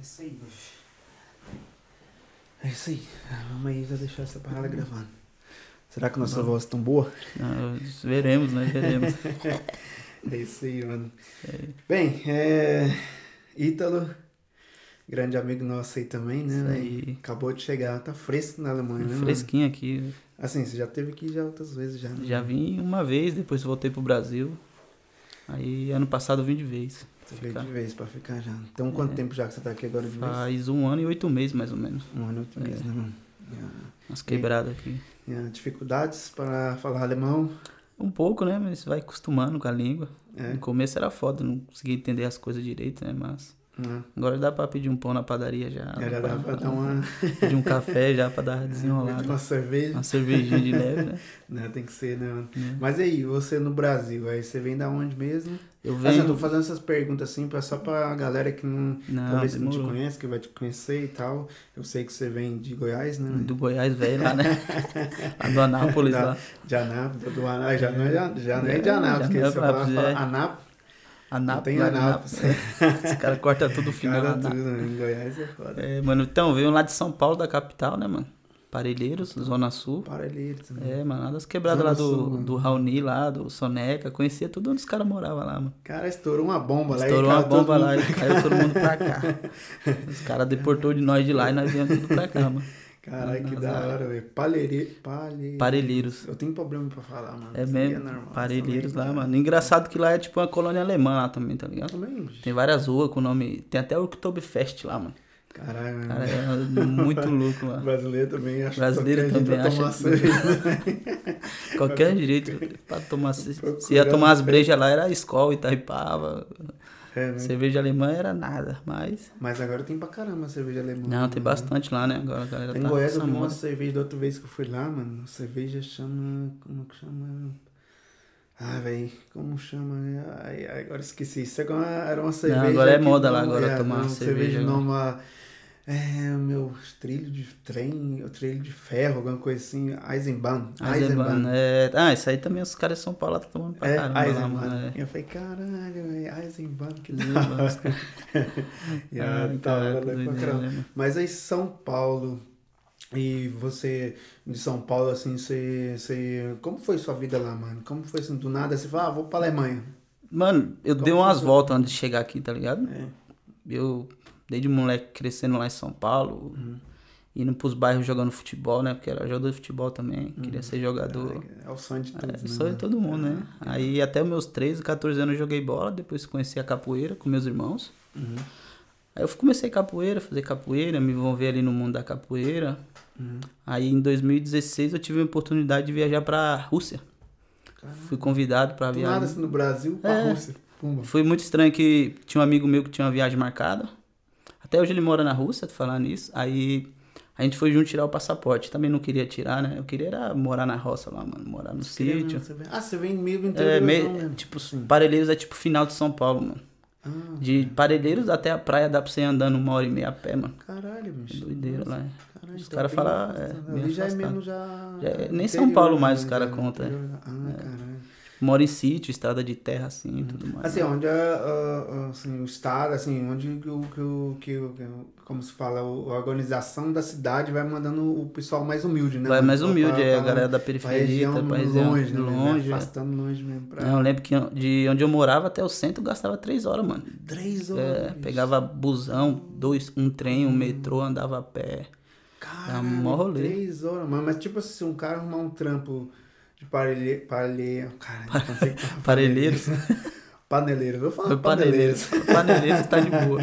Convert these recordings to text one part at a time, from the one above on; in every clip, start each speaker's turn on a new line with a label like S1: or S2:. S1: isso aí. É isso aí. A mamãe vai deixar essa parada
S2: Uhum.
S1: gravando. Será que nossa voz é tão boa?
S2: Ah, veremos, nós veremos.
S1: É isso aí, mano.
S2: É.
S1: Bem, é... Ítalo, grande amigo nosso aí também, né?
S2: Isso
S1: velho?
S2: aí.
S1: Acabou de chegar, tá fresco na Alemanha, né? mano?
S2: Fresquinho aqui.
S1: Assim, você já teve aqui já outras vezes já. né?
S2: Já vim uma vez, depois voltei pro Brasil. Aí ano passado eu vim de vez.
S1: Você veio
S2: ficar. É.
S1: de vez pra ficar já. Então, quanto tempo já que você tá aqui agora de vez?
S2: Faz um ano e oito meses mais ou menos.
S1: Um ano e oito meses,
S2: É.
S1: né, mano? Yeah.
S2: Umas quebradas aqui.
S1: Yeah. Dificuldades para falar alemão?
S2: Um pouco, né? Mas vai acostumando com a língua.
S1: É.
S2: No começo era foda, não conseguia entender as coisas direito, né? Mas
S1: né?
S2: agora dá pra pedir um pão na padaria já.
S1: Já, já dá pra É dar uma,
S2: Pedir um café já pra dar uma desenrolada.
S1: uma cerveja.
S2: Uma cervejinha de leve, né?
S1: Né? Tem que ser, né, mano?
S2: É.
S1: Mas e aí, você no Brasil, aí você vem da onde mesmo?
S2: Eu
S1: Assim, eu
S2: venho...
S1: tô fazendo essas perguntas assim pra, só pra galera que não,
S2: Não,
S1: talvez não te
S2: demorou.
S1: conhece, que vai te conhecer e tal. Eu sei que você vem de Goiás, né?
S2: Do Goiás, velho, lá, né? lá do Anápolis,
S1: Da-
S2: lá.
S1: De Anápolis, do Anápolis, já não é, já, já não é de
S2: É,
S1: Anápolis,
S2: já
S1: porque
S2: não é
S1: você fala,
S2: Anápolis,
S1: fala
S2: é.
S1: Anápolis, não
S2: Anápolis,
S1: tem
S2: lá de
S1: Anápolis.
S2: Anápolis. Os caras cortam tudo o final.
S1: Cara,
S2: Aná-
S1: tudo, né? em Goiás é foda.
S2: É, mano, então, veio lá de São Paulo, da capital, né, mano? Parelheiros, Zona Sul.
S1: Parelheiros, né?
S2: É, mano, lá das quebradas
S1: Zona
S2: lá
S1: Sul,
S2: do,
S1: mano.
S2: do Raoni, lá do Soneca. Conhecia tudo onde os caras moravam lá, mano.
S1: Cara, estourou uma bomba lá. e
S2: Estourou uma
S1: caiu todo
S2: bomba lá
S1: mundo
S2: e caiu todo mundo pra cá. Os caras deportou de nós de lá e nós viemos tudo pra cá, mano.
S1: Caralho, que
S2: Nas
S1: da
S2: áreas.
S1: hora, velho. Palheire... Palheire...
S2: Parelheiros.
S1: Eu tenho problema pra falar, mano.
S2: É
S1: Isso aí
S2: mesmo,
S1: normal,
S2: Parelheiros
S1: isso aí,
S2: lá,
S1: né?
S2: mano. Engraçado que lá é tipo uma colônia alemã lá também, tá ligado?
S1: Também.
S2: Tem várias ruas com nome. Tem até o Oktoberfest lá, mano.
S1: Caralho, mano.
S2: Cara, é muito louco lá.
S1: Brasileiro também acha
S2: Brasileiro
S1: que
S2: também
S1: a gente vai tomar
S2: acha
S1: cerveja. né?
S2: Qualquer direito pra tomar. Se,
S1: Procurando
S2: se ia tomar as brejas lá, era Skol, Itaipava.
S1: É, né?
S2: Cerveja alemã era nada, mas.
S1: Mas agora tem pra caramba cerveja alemã.
S2: Não, tem
S1: né?
S2: bastante lá, né? Agora a galera
S1: Lá Em
S2: tá.
S1: Goiás eu
S2: essa
S1: vi uma
S2: moda.
S1: cerveja da outra vez que eu fui lá, mano. A cerveja chama. Como que chama? Ah, velho, como chama? Ai, ai, agora esqueci. Isso agora era uma cerveja.
S2: agora é
S1: que
S2: moda lá,
S1: não-
S2: agora tomar
S1: não,
S2: uma cerveja agora.
S1: numa. É, meu, trilho de trem, o trilho de ferro, alguma coisa assim. Eisenbahn.
S2: Eisenbahn, é. Ah, isso aí também os caras de São Paulo lá estão tomando pra
S1: É,
S2: caramba lá,
S1: Eisenbahn.
S2: mano. É.
S1: Eu falei, caralho, velho, Eisenbahn, que da
S2: Eisenbahn, os
S1: hora. E
S2: Ai,
S1: aí, tá,
S2: caraca,
S1: ela é pra
S2: doideira,
S1: caramba.
S2: né, mano?
S1: Mas aí São Paulo, e você de São Paulo, assim, você, você... Como foi sua vida lá, mano? Como foi assim, do nada? Você fala, ah, vou pra Alemanha.
S2: Mano, eu dei
S1: Como
S2: umas
S1: funciona?
S2: voltas antes de chegar aqui, tá ligado?
S1: É.
S2: Eu, desde moleque, crescendo lá em São Paulo,
S1: Uhum.
S2: indo pros bairros jogando futebol, né? Porque era jogador de futebol também,
S1: Uhum.
S2: queria ser jogador.
S1: É o sonho de todos,
S2: É,
S1: né, É,
S2: sou de
S1: mano?
S2: todo mundo, né? Aí até meus 13, 14 anos eu joguei bola, depois conheci a capoeira com meus irmãos.
S1: Uhum.
S2: Aí eu comecei capoeira, fazer capoeira, me envolver ali no mundo da capoeira.
S1: Uhum.
S2: Aí em 2016 eu tive a oportunidade de viajar pra Rússia.
S1: Caralho.
S2: Fui convidado pra
S1: Do
S2: viajar.
S1: nada, assim, no Brasil, pra
S2: É.
S1: Rússia. Pumba.
S2: Foi muito estranho que tinha um amigo meu que tinha uma viagem marcada. Até hoje ele mora na Rússia, tô falando isso. Aí a gente foi junto tirar o passaporte. Também não queria tirar, né? Eu queria era morar na roça lá, mano. Morar no sítio.
S1: Você vem- Ah, você vem meio inteiro.
S2: É, meio, tipo, Parelheiros é tipo final de São Paulo, mano.
S1: Ah,
S2: De Parelheiros até a praia dá pra você ir andando uma hora e meia a pé, mano.
S1: caralho,
S2: É
S1: bicho.
S2: doideira lá. é.
S1: Caralho,
S2: Os
S1: tá
S2: caras
S1: bem
S2: falam,
S1: afastado.
S2: é, bem
S1: Ali já é
S2: afastado.
S1: mesmo, já...
S2: Já é- nem São
S1: interior,
S2: Paulo
S1: né,
S2: mais os
S1: mano?
S2: caras
S1: Já
S2: contam, é.
S1: interior. Ah, caralho.
S2: Tipo, Mora em sítio, estrada de terra, assim, e tudo mais.
S1: Assim, onde é, ah, ah, assim, o estado, assim, onde que o, que o, que o- que o- como se fala, o- a organização da cidade vai mandando o pessoal mais humilde, né?
S2: Vai mais
S1: Pra-
S2: humilde,
S1: pra-
S2: é, a
S1: pra-
S2: galera da
S1: pra
S2: periferia,
S1: região
S2: tá, pra região
S1: longe, né?
S2: longe, é.
S1: Afastando longe mesmo. Pra...
S2: Não, Eu lembro que de onde eu morava até o centro gastava três horas, mano.
S1: Três horas.
S2: É,
S1: bicho.
S2: pegava busão, dois, um trem, um metrô, andava a pé.
S1: Caralho,
S2: tá mó rolê.
S1: Três horas, mano. Mas tipo assim, se um cara arrumar um trampo de parelhe... parelhe... Cara, não consigo falar.
S2: Parelheiros.
S1: Paneleiros. Vou falar
S2: Foi
S1: paneleiros.
S2: paneleiros. Paneleiros tá de boa.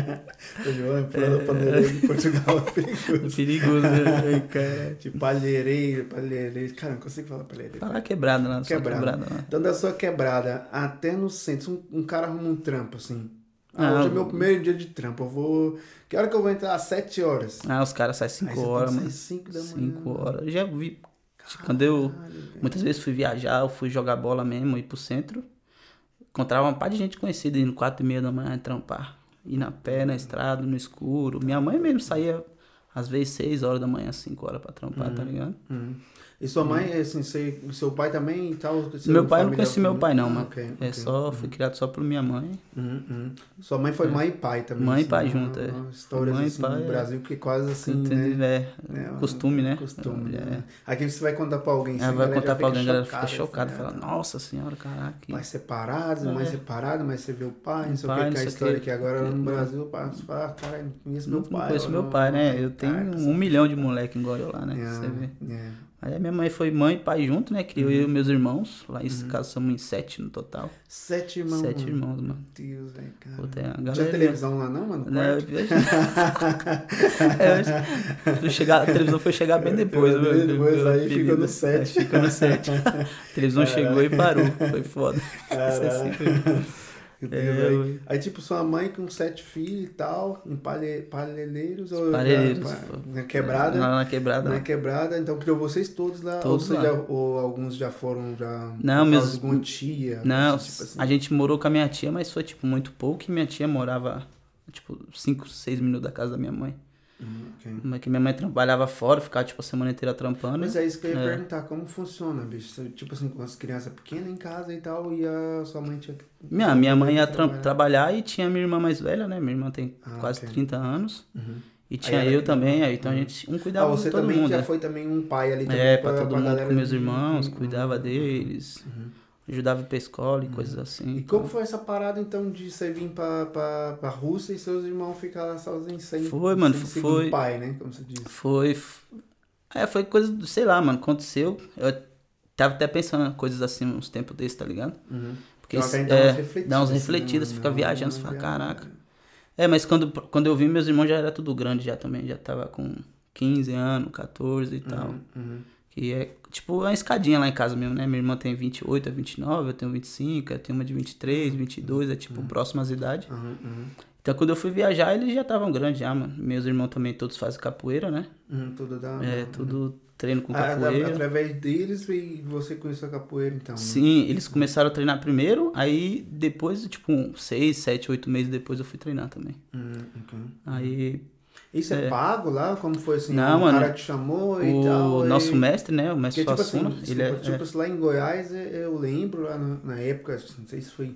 S1: Tô jogando
S2: É.
S1: pra paneleiros em Portugal. é perigoso.
S2: Perigoso, né? Ai, cara.
S1: De palheireiro, palheireiro. Cara, não consigo falar palheireiro.
S2: Tá lá quebrada lá, só né?
S1: Quebrada.
S2: quebrada lá.
S1: Então, da sua quebrada até no centro, se um, um cara arruma um trampo assim. Ah,
S2: Ah,
S1: hoje é
S2: eu-
S1: meu primeiro dia de trampo. Eu vou. Que hora que eu vou entrar? Às 7 horas.
S2: Ah, os caras
S1: Aí
S2: saem cinco
S1: você tem
S2: horas,
S1: que sair
S2: mano.
S1: cinco da manhã.
S2: Cinco horas. Eu Já vi. tipo, Quando eu.
S1: Caralho, velho.
S2: Muitas vezes fui viajar, eu fui jogar bola mesmo, ir pro centro. Encontrava uma par de gente conhecida indo 4 e meia da manhã trampar. Ir na pé, na estrada, no escuro. Minha mãe mesmo saía às vezes 6 horas da manhã, 5 horas pra trampar, tá ligado?
S1: Hum. E sua mãe, assim, você, seu pai também e tal? seu
S2: Hum. meu pai, eu não
S1: familiar
S2: conheci meu
S1: também?
S2: pai, não,
S1: Ah,
S2: mano.
S1: ok,
S2: É
S1: ok.
S2: só, fui criado só por minha mãe.
S1: Hum, hum. Sua mãe foi mãe e pai também.
S2: Mãe e
S1: assim,
S2: pai
S1: né?
S2: junto, é.
S1: Uma Histórias
S2: Mãe e
S1: assim,
S2: pai,
S1: no
S2: é.
S1: Brasil que quase assim,
S2: Sim,
S1: né?
S2: é, costume, né? Da
S1: Costume,
S2: mulher,
S1: né? Aqui você vai contar pra alguém.
S2: é.
S1: assim,
S2: Ela
S1: a
S2: vai
S1: galera já
S2: contar pra alguém, a galera
S1: assim,
S2: fica chocada,
S1: né?
S2: fala, nossa senhora, caraca. que-
S1: Pais separados, mãe
S2: É. Um
S1: separada, mas você vê o pai, não sei
S2: Pai,
S1: o que,
S2: não
S1: que é a
S2: sei o
S1: história
S2: quê.
S1: que agora no
S2: Não.
S1: Brasil, o pai fala, ah, cara, não conheço
S2: Não
S1: meu pai.
S2: conheço
S1: eu
S2: meu
S1: não-
S2: pai, né?
S1: não
S2: Eu tenho
S1: cara,
S2: um milhão de moleque igual eu lá, né?
S1: É,
S2: Você vê.
S1: é.
S2: Aí a minha mãe foi mãe e pai junto, né? Criou
S1: Uhum.
S2: eu e meus irmãos. Lá em casa somos em sete no total.
S1: Sete irmãos.
S2: Sete
S1: mano.
S2: irmãos, mano.
S1: Meu Deus, velho, cara.
S2: Pô, tem a
S1: Não
S2: galera.
S1: Ah. tinha televisão lá não, mano?
S2: Né?
S1: Quarto?
S2: É, eu- eu chegar, a televisão foi chegar bem depois.
S1: Bem depois, aí
S2: apelido.
S1: ficou no sete.
S2: É, ficou no 7. A televisão chegou e parou. Foi foda. Isso é
S1: Caralho.
S2: assim.
S1: Meu Deus,
S2: É,
S1: velho.
S2: eu-
S1: Aí, tipo, sua mãe com sete filhos e tal, em palhe, palheleiros ou
S2: Palheleiros,
S1: na-
S2: pô.
S1: na quebrada.
S2: Lá na quebrada.
S1: Na quebrada, então criou vocês todos lá.
S2: Todos
S1: ou, você
S2: lá.
S1: já- ou alguns já foram já.
S2: Não, meus-
S1: Algum tia.
S2: Não,
S1: tipo assim.
S2: a gente morou com a minha tia, mas foi, tipo, muito pouco. E minha tia morava, tipo, 5, 6 minutos da casa da minha mãe.
S1: Hum, ok.
S2: Mas que minha mãe trabalhava fora, ficava, tipo, a semana inteira trampando.
S1: Mas é isso que eu ia
S2: É.
S1: perguntar, como funciona, bicho? Você, Tipo assim, com as crianças pequenas em casa e tal, e a sua mãe tinha que.
S2: Minha, minha mãe ia tra-
S1: trabalhar.
S2: trabalhar e tinha minha irmã mais velha, né? Minha irmã tem
S1: Ah,
S2: quase
S1: ok.
S2: 30 anos.
S1: Uhum.
S2: E tinha
S1: ela
S2: eu
S1: que-
S2: também, aí, então a gente, um
S1: Ah,
S2: cuidava
S1: você
S2: de todo
S1: também
S2: mundo.
S1: já
S2: né?
S1: foi também um pai ali também
S2: É, pra, todo mundo,
S1: galera
S2: com meus
S1: de-
S2: irmãos,
S1: Uhum.
S2: cuidava deles,
S1: Uhum.
S2: ajudava pra escola e coisas assim.
S1: Hum. E como foi essa parada então de você vir pra, pra, pra Rússia e seus irmãos ficar lá sozinhos sem,
S2: Foi, mano,
S1: sem segundo
S2: foi.
S1: pai, né? Como você disse.
S2: Foi. f- É, foi coisa, do- sei lá, mano, aconteceu. Eu tava até pensando em coisas assim uns tempos desses, tá ligado?
S1: Uhum.
S2: Porque
S1: Então, até
S2: é,
S1: então, umas
S2: dá umas
S1: né,
S2: refletidas,
S1: mano?
S2: fica
S1: Não,
S2: viajando,
S1: não
S2: você fala,
S1: viaja,
S2: caraca.
S1: né?
S2: É, mas quando, quando eu vi, meus irmãos já era tudo grande já também, já tava com 15 anos, 14 e tal.
S1: Uhum, uhum.
S2: Que é tipo uma escadinha lá em casa mesmo, né? Minha irmã tem 28, é 29, eu tenho 25, eu tenho uma de 23, 22, é tipo próximas idades.
S1: Uhum, uhum.
S2: Então quando eu fui viajar, eles já estavam grandes já, mano. Meus irmãos também todos fazem capoeira, né?
S1: Uhum, tudo dá.
S2: É, tudo treino com
S1: Ah, atra-
S2: capoeira.
S1: através deles e você conheceu a capoeira então. né?
S2: Sim, eles começaram a treinar primeiro, aí depois, tipo, um seis, sete, oito meses depois eu fui treinar também.
S1: Uhum, ok.
S2: Aí
S1: Isso é.
S2: É.
S1: pago lá? Como foi assim?
S2: Não,
S1: um
S2: mano,
S1: cara te chamou e tal.
S2: o nosso
S1: e...
S2: mestre, né? O
S1: Porque,
S2: mestre
S1: tipo
S2: Suassuna,
S1: assim,
S2: ele é,
S1: desculpa, tipo, lá em Goiás, eu- eu lembro, lá na, na época, assim, não sei se foi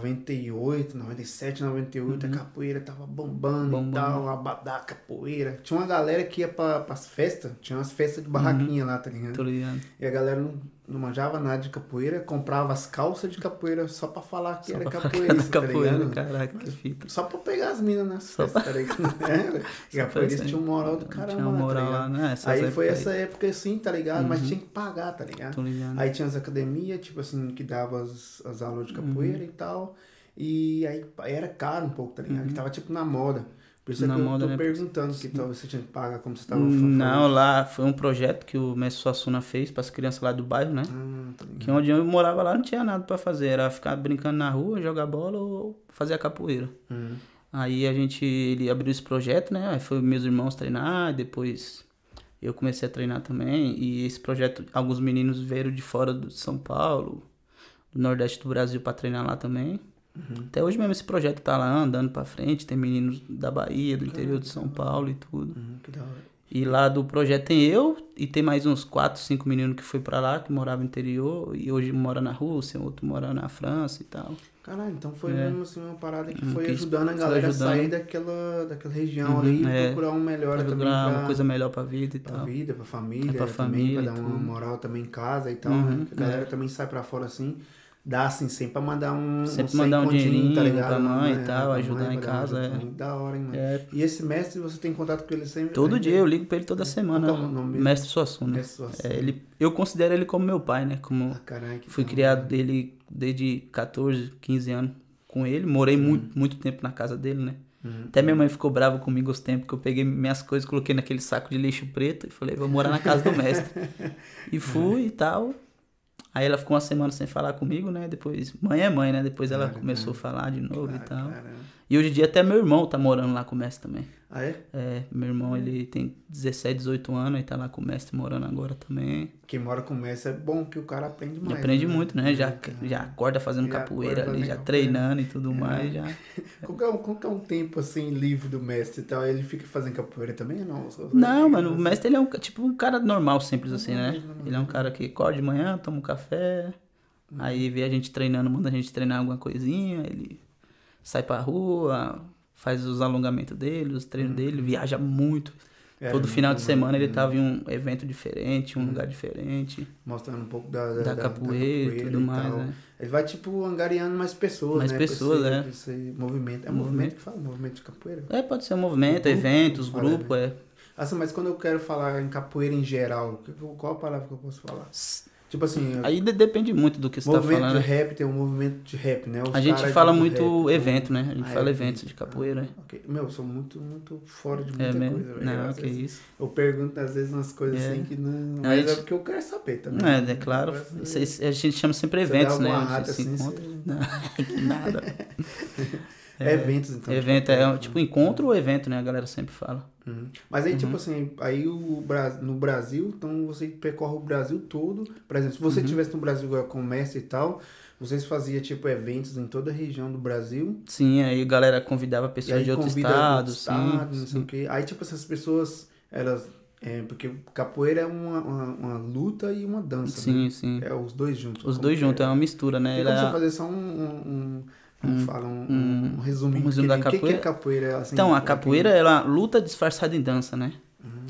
S1: 98, 97, 98, a capoeira tava bombando, e
S2: Uhum. Bombando.
S1: tal, abadá, capoeira. Tinha uma galera que ia pra, pras festas, tinha umas festas de barraquinha lá, tá
S2: é,
S1: ligado?
S2: tô ligado.
S1: E a galera não, não manjava nada de capoeira, comprava as calças de capoeira só pra falar que
S2: Só
S1: era
S2: pra
S1: capoeira,
S2: capoeira,
S1: tá ligado?
S2: capoeira, caraca, que fita.
S1: Só pra pegar as minas nas
S2: Só
S1: festas, tá ligado? É, velho. e a
S2: Só pra
S1: polícia
S2: isso
S1: tinha um
S2: aí.
S1: moral do
S2: Tinha
S1: caramba,
S2: uma
S1: tá
S2: moral
S1: ligado?
S2: lá, né? Essas
S1: Aí foi
S2: épocas
S1: essa época assim, tá ligado? Mas
S2: Uhum.
S1: tinha que pagar, tá ligado?
S2: Tô ligado.
S1: Aí tinha as academias, tipo assim, que dava as, as aulas de
S2: Uhum.
S1: capoeira e tal. E aí era caro um pouco, tá ligado? Que tava tipo na moda. Por isso é
S2: Uhum. Na
S1: que eu
S2: moda,
S1: tô
S2: né?
S1: perguntando que talvez você tinha que pagar como você tava falando.
S2: Hum, Não, lá foi um projeto que o mestre Suassuna fez para as crianças lá do bairro, né?
S1: Ah, tá ligado.
S2: Que onde eu morava lá não tinha nada para fazer, era ficar brincando na rua, jogar bola ou fazer a capoeira.
S1: Hum.
S2: Aí a gente, ele abriu esse projeto, né? Aí foi meus irmãos treinar, depois eu comecei a treinar também. E esse projeto, alguns meninos vieram de fora do- de São Paulo, do Nordeste do Brasil para treinar lá também.
S1: Uhum.
S2: Até hoje mesmo esse projeto tá lá andando para frente, tem meninos da Bahia, do interior de São Paulo e tudo.
S1: Hum, que da hora.
S2: E lá do projeto tem eu e tem mais uns 4, 5 meninos que foi pra lá, que morava no interior e hoje mora na Rússia, outro mora na França e tal.
S1: Caralho, então foi
S2: É.
S1: mesmo assim uma parada que
S2: Hum,
S1: foi
S2: que
S1: ajudando a
S2: foi
S1: galera
S2: ajudando.
S1: a sair daquela, daquela região
S2: Uhum,
S1: ali e
S2: é.
S1: procurar um melhor
S2: Pra
S1: também.
S2: procurar
S1: pra-
S2: uma coisa melhor pra vida e
S1: Pra
S2: tal.
S1: vida, pra família,
S2: Então, é Pra
S1: também, pra
S2: família e
S1: dar uma
S2: tudo.
S1: moral também em casa e tal,
S2: Uhum,
S1: né? Que a galera também sai pra fora assim, dá assim, sempre pra mandar um.
S2: Sempre
S1: um
S2: mandar um
S1: centinho,
S2: dinheirinho pra
S1: Não,
S2: mãe e
S1: é,
S2: tal,
S1: pra
S2: ajudar
S1: mãe,
S2: em
S1: pra dar uma
S2: casa,
S1: ajuda.
S2: é.
S1: Muito da hora, hein, mano?
S2: É,
S1: E esse mestre, você tem contato com ele sempre?
S2: todo
S1: né?
S2: dia eu ligo pra ele toda semana.
S1: qual é o nome dele?
S2: Mestre Suassuna.
S1: Mestre Suassuna.
S2: É, ele, eu considero ele como meu pai, né? Como
S1: Ah, caralho, que
S2: fui
S1: da hora.
S2: criado dele desde 14, 15 anos com ele. Morei muito, muito tempo na casa dele, né?
S1: Uhum.
S2: Até minha mãe ficou brava comigo os tempos que eu peguei minhas coisas, coloquei naquele saco de lixo preto e falei, vou morar na casa do mestre. e
S1: É.
S2: fui e tal. Aí ela ficou uma semana sem falar comigo, né? Depois, mãe é mãe, né? Depois ela
S1: Claro,
S2: começou a falar de novo
S1: Ah,
S2: e tal.
S1: caralho.
S2: E hoje em dia até meu irmão tá morando lá com o mestre também.
S1: Ah, é?
S2: É, meu irmão ele tem 17, 18 anos e tá lá com o mestre morando agora também.
S1: Quem mora com o mestre é bom que o cara aprende mais.
S2: E aprende
S1: né?
S2: muito, né? Já,
S1: É.
S2: já acorda fazendo
S1: Já
S2: capoeira
S1: acorda
S2: ali, já
S1: legal, É.
S2: treinando e tudo mais. Já.
S1: Qual que, é, o- qual que é um tempo, assim, livre do mestre e tal? Ele fica fazendo capoeira também? Não, Só-
S2: Não, mano, o mestre ele é um, ca- tipo um cara normal, simples assim, né?
S1: assim. Uhum, Normal, Uhum. normal.
S2: Ele é um cara que acorda de manhã, toma um café, aí vê a gente treinando, manda a gente treinar alguma coisinha, ele sai pra rua, faz os alongamentos dele, os treinos dele, viaja muito.
S1: Uhum. É,
S2: Todo final de
S1: muito,
S2: semana ele
S1: né? Uhum.
S2: tava em um evento diferente, um lugar diferente,
S1: Mostrando um pouco da, da-
S2: da,
S1: da- da
S2: capoeira e tudo mais,
S1: tal.
S2: né?
S1: Ele vai, tipo, angariando mais pessoas,
S2: Mais
S1: né?
S2: pessoas,
S1: pra esse,
S2: é.
S1: pra esse movimento. É movimento
S2: Movimento.
S1: que fala? Movimento de capoeira?
S2: É, pode ser um movimento,
S1: Grupo,
S2: eventos,
S1: fala, né?
S2: grupo, é.
S1: Assim, mas quando eu quero falar em capoeira em geral, que- qual a palavra que eu posso falar? Tipo assim,
S2: Aí de- depende muito do que você tá
S1: movimento
S2: falando.
S1: de
S2: né?
S1: rap tem um movimento de rap, né? Os
S2: A gente
S1: caras
S2: fala
S1: do
S2: muito
S1: rap,
S2: evento, né? A gente
S1: Ah, é
S2: fala
S1: evento,
S2: eventos de
S1: tá.
S2: capoeira.
S1: então- Ok. Meu, eu sou muito, muito fora de
S2: É
S1: muita
S2: mesmo?
S1: coisa, velho.
S2: Não,
S1: Às
S2: que
S1: vezes
S2: isso.
S1: Eu pergunto às vezes umas coisas
S2: É.
S1: assim que não.
S2: a
S1: Mas é
S2: gente-
S1: porque eu quero saber também.
S2: Não, é, é claro. isso aí- a gente chama sempre eventos, né? A gente se
S1: assim,
S2: encontra. Não, que nada.
S1: É, eventos, então. de
S2: evento
S1: capoeira,
S2: é
S1: né?
S2: um- tipo encontro ou evento, né? A galera sempre fala.
S1: Uhum. Mas aí, tipo assim, aí o Bra- no Brasil, então você percorre o Brasil todo. Por exemplo, se você
S2: Uhum.
S1: estivesse no Brasil agora com o mestre e tal, vocês faziam, tipo, eventos em toda a região do Brasil.
S2: Sim, aí a galera convidava
S1: E
S2: pessoas
S1: aí
S2: de outro
S1: convida
S2: estado,
S1: outros
S2: sim.
S1: estados, não sei
S2: sim.
S1: o quê. Aí, tipo, essas pessoas, elas... é, porque capoeira é uma, uma, uma luta e uma dança, né?
S2: Sim, sim.
S1: É os dois juntos.
S2: Os
S1: como
S2: dois
S1: que é?
S2: juntos, é uma mistura, né?
S1: Tem como você
S2: Era...
S1: fazer só um... um, um como fala? Um, um resuminho.
S2: um
S1: que-
S2: resumo da
S1: que que é
S2: capoeira?
S1: capoeira? Assim,
S2: Então, a
S1: pra quem-
S2: capoeira, ela luta disfarçada em dança, né?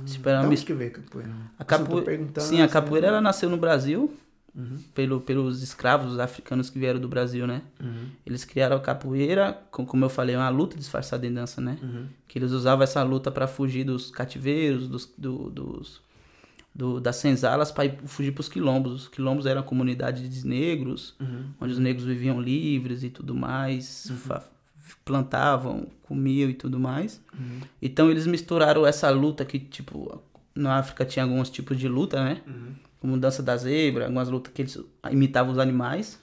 S2: Tipo, era
S1: Da
S2: uma
S1: onde que veio a capoeira?
S2: A
S1: Assim, eu tô
S2: capoe-
S1: perguntando,
S2: Sim, a
S1: assim,
S2: capoeira ela nasceu no Brasil
S1: Uhum.
S2: pelo, pelos escravos africanos que vieram do Brasil, né?
S1: Uhum.
S2: Eles criaram a capoeira, com- como eu falei, é uma luta disfarçada em dança, né?
S1: Uhum.
S2: Que eles usavam essa luta pra fugir dos cativeiros, dos, do- dos do- das senzalas, para fugir pros quilombos. Os quilombos eram a comunidade de negros,
S1: Uhum.
S2: onde os negros viviam livres e tudo mais, fa- plantavam, comiam e tudo mais.
S1: Uhum.
S2: Então eles misturaram essa luta que, tipo, na África tinha alguns tipos de luta, né?
S1: Uhum.
S2: como dança da zebra, algumas lutas que eles imitavam os animais.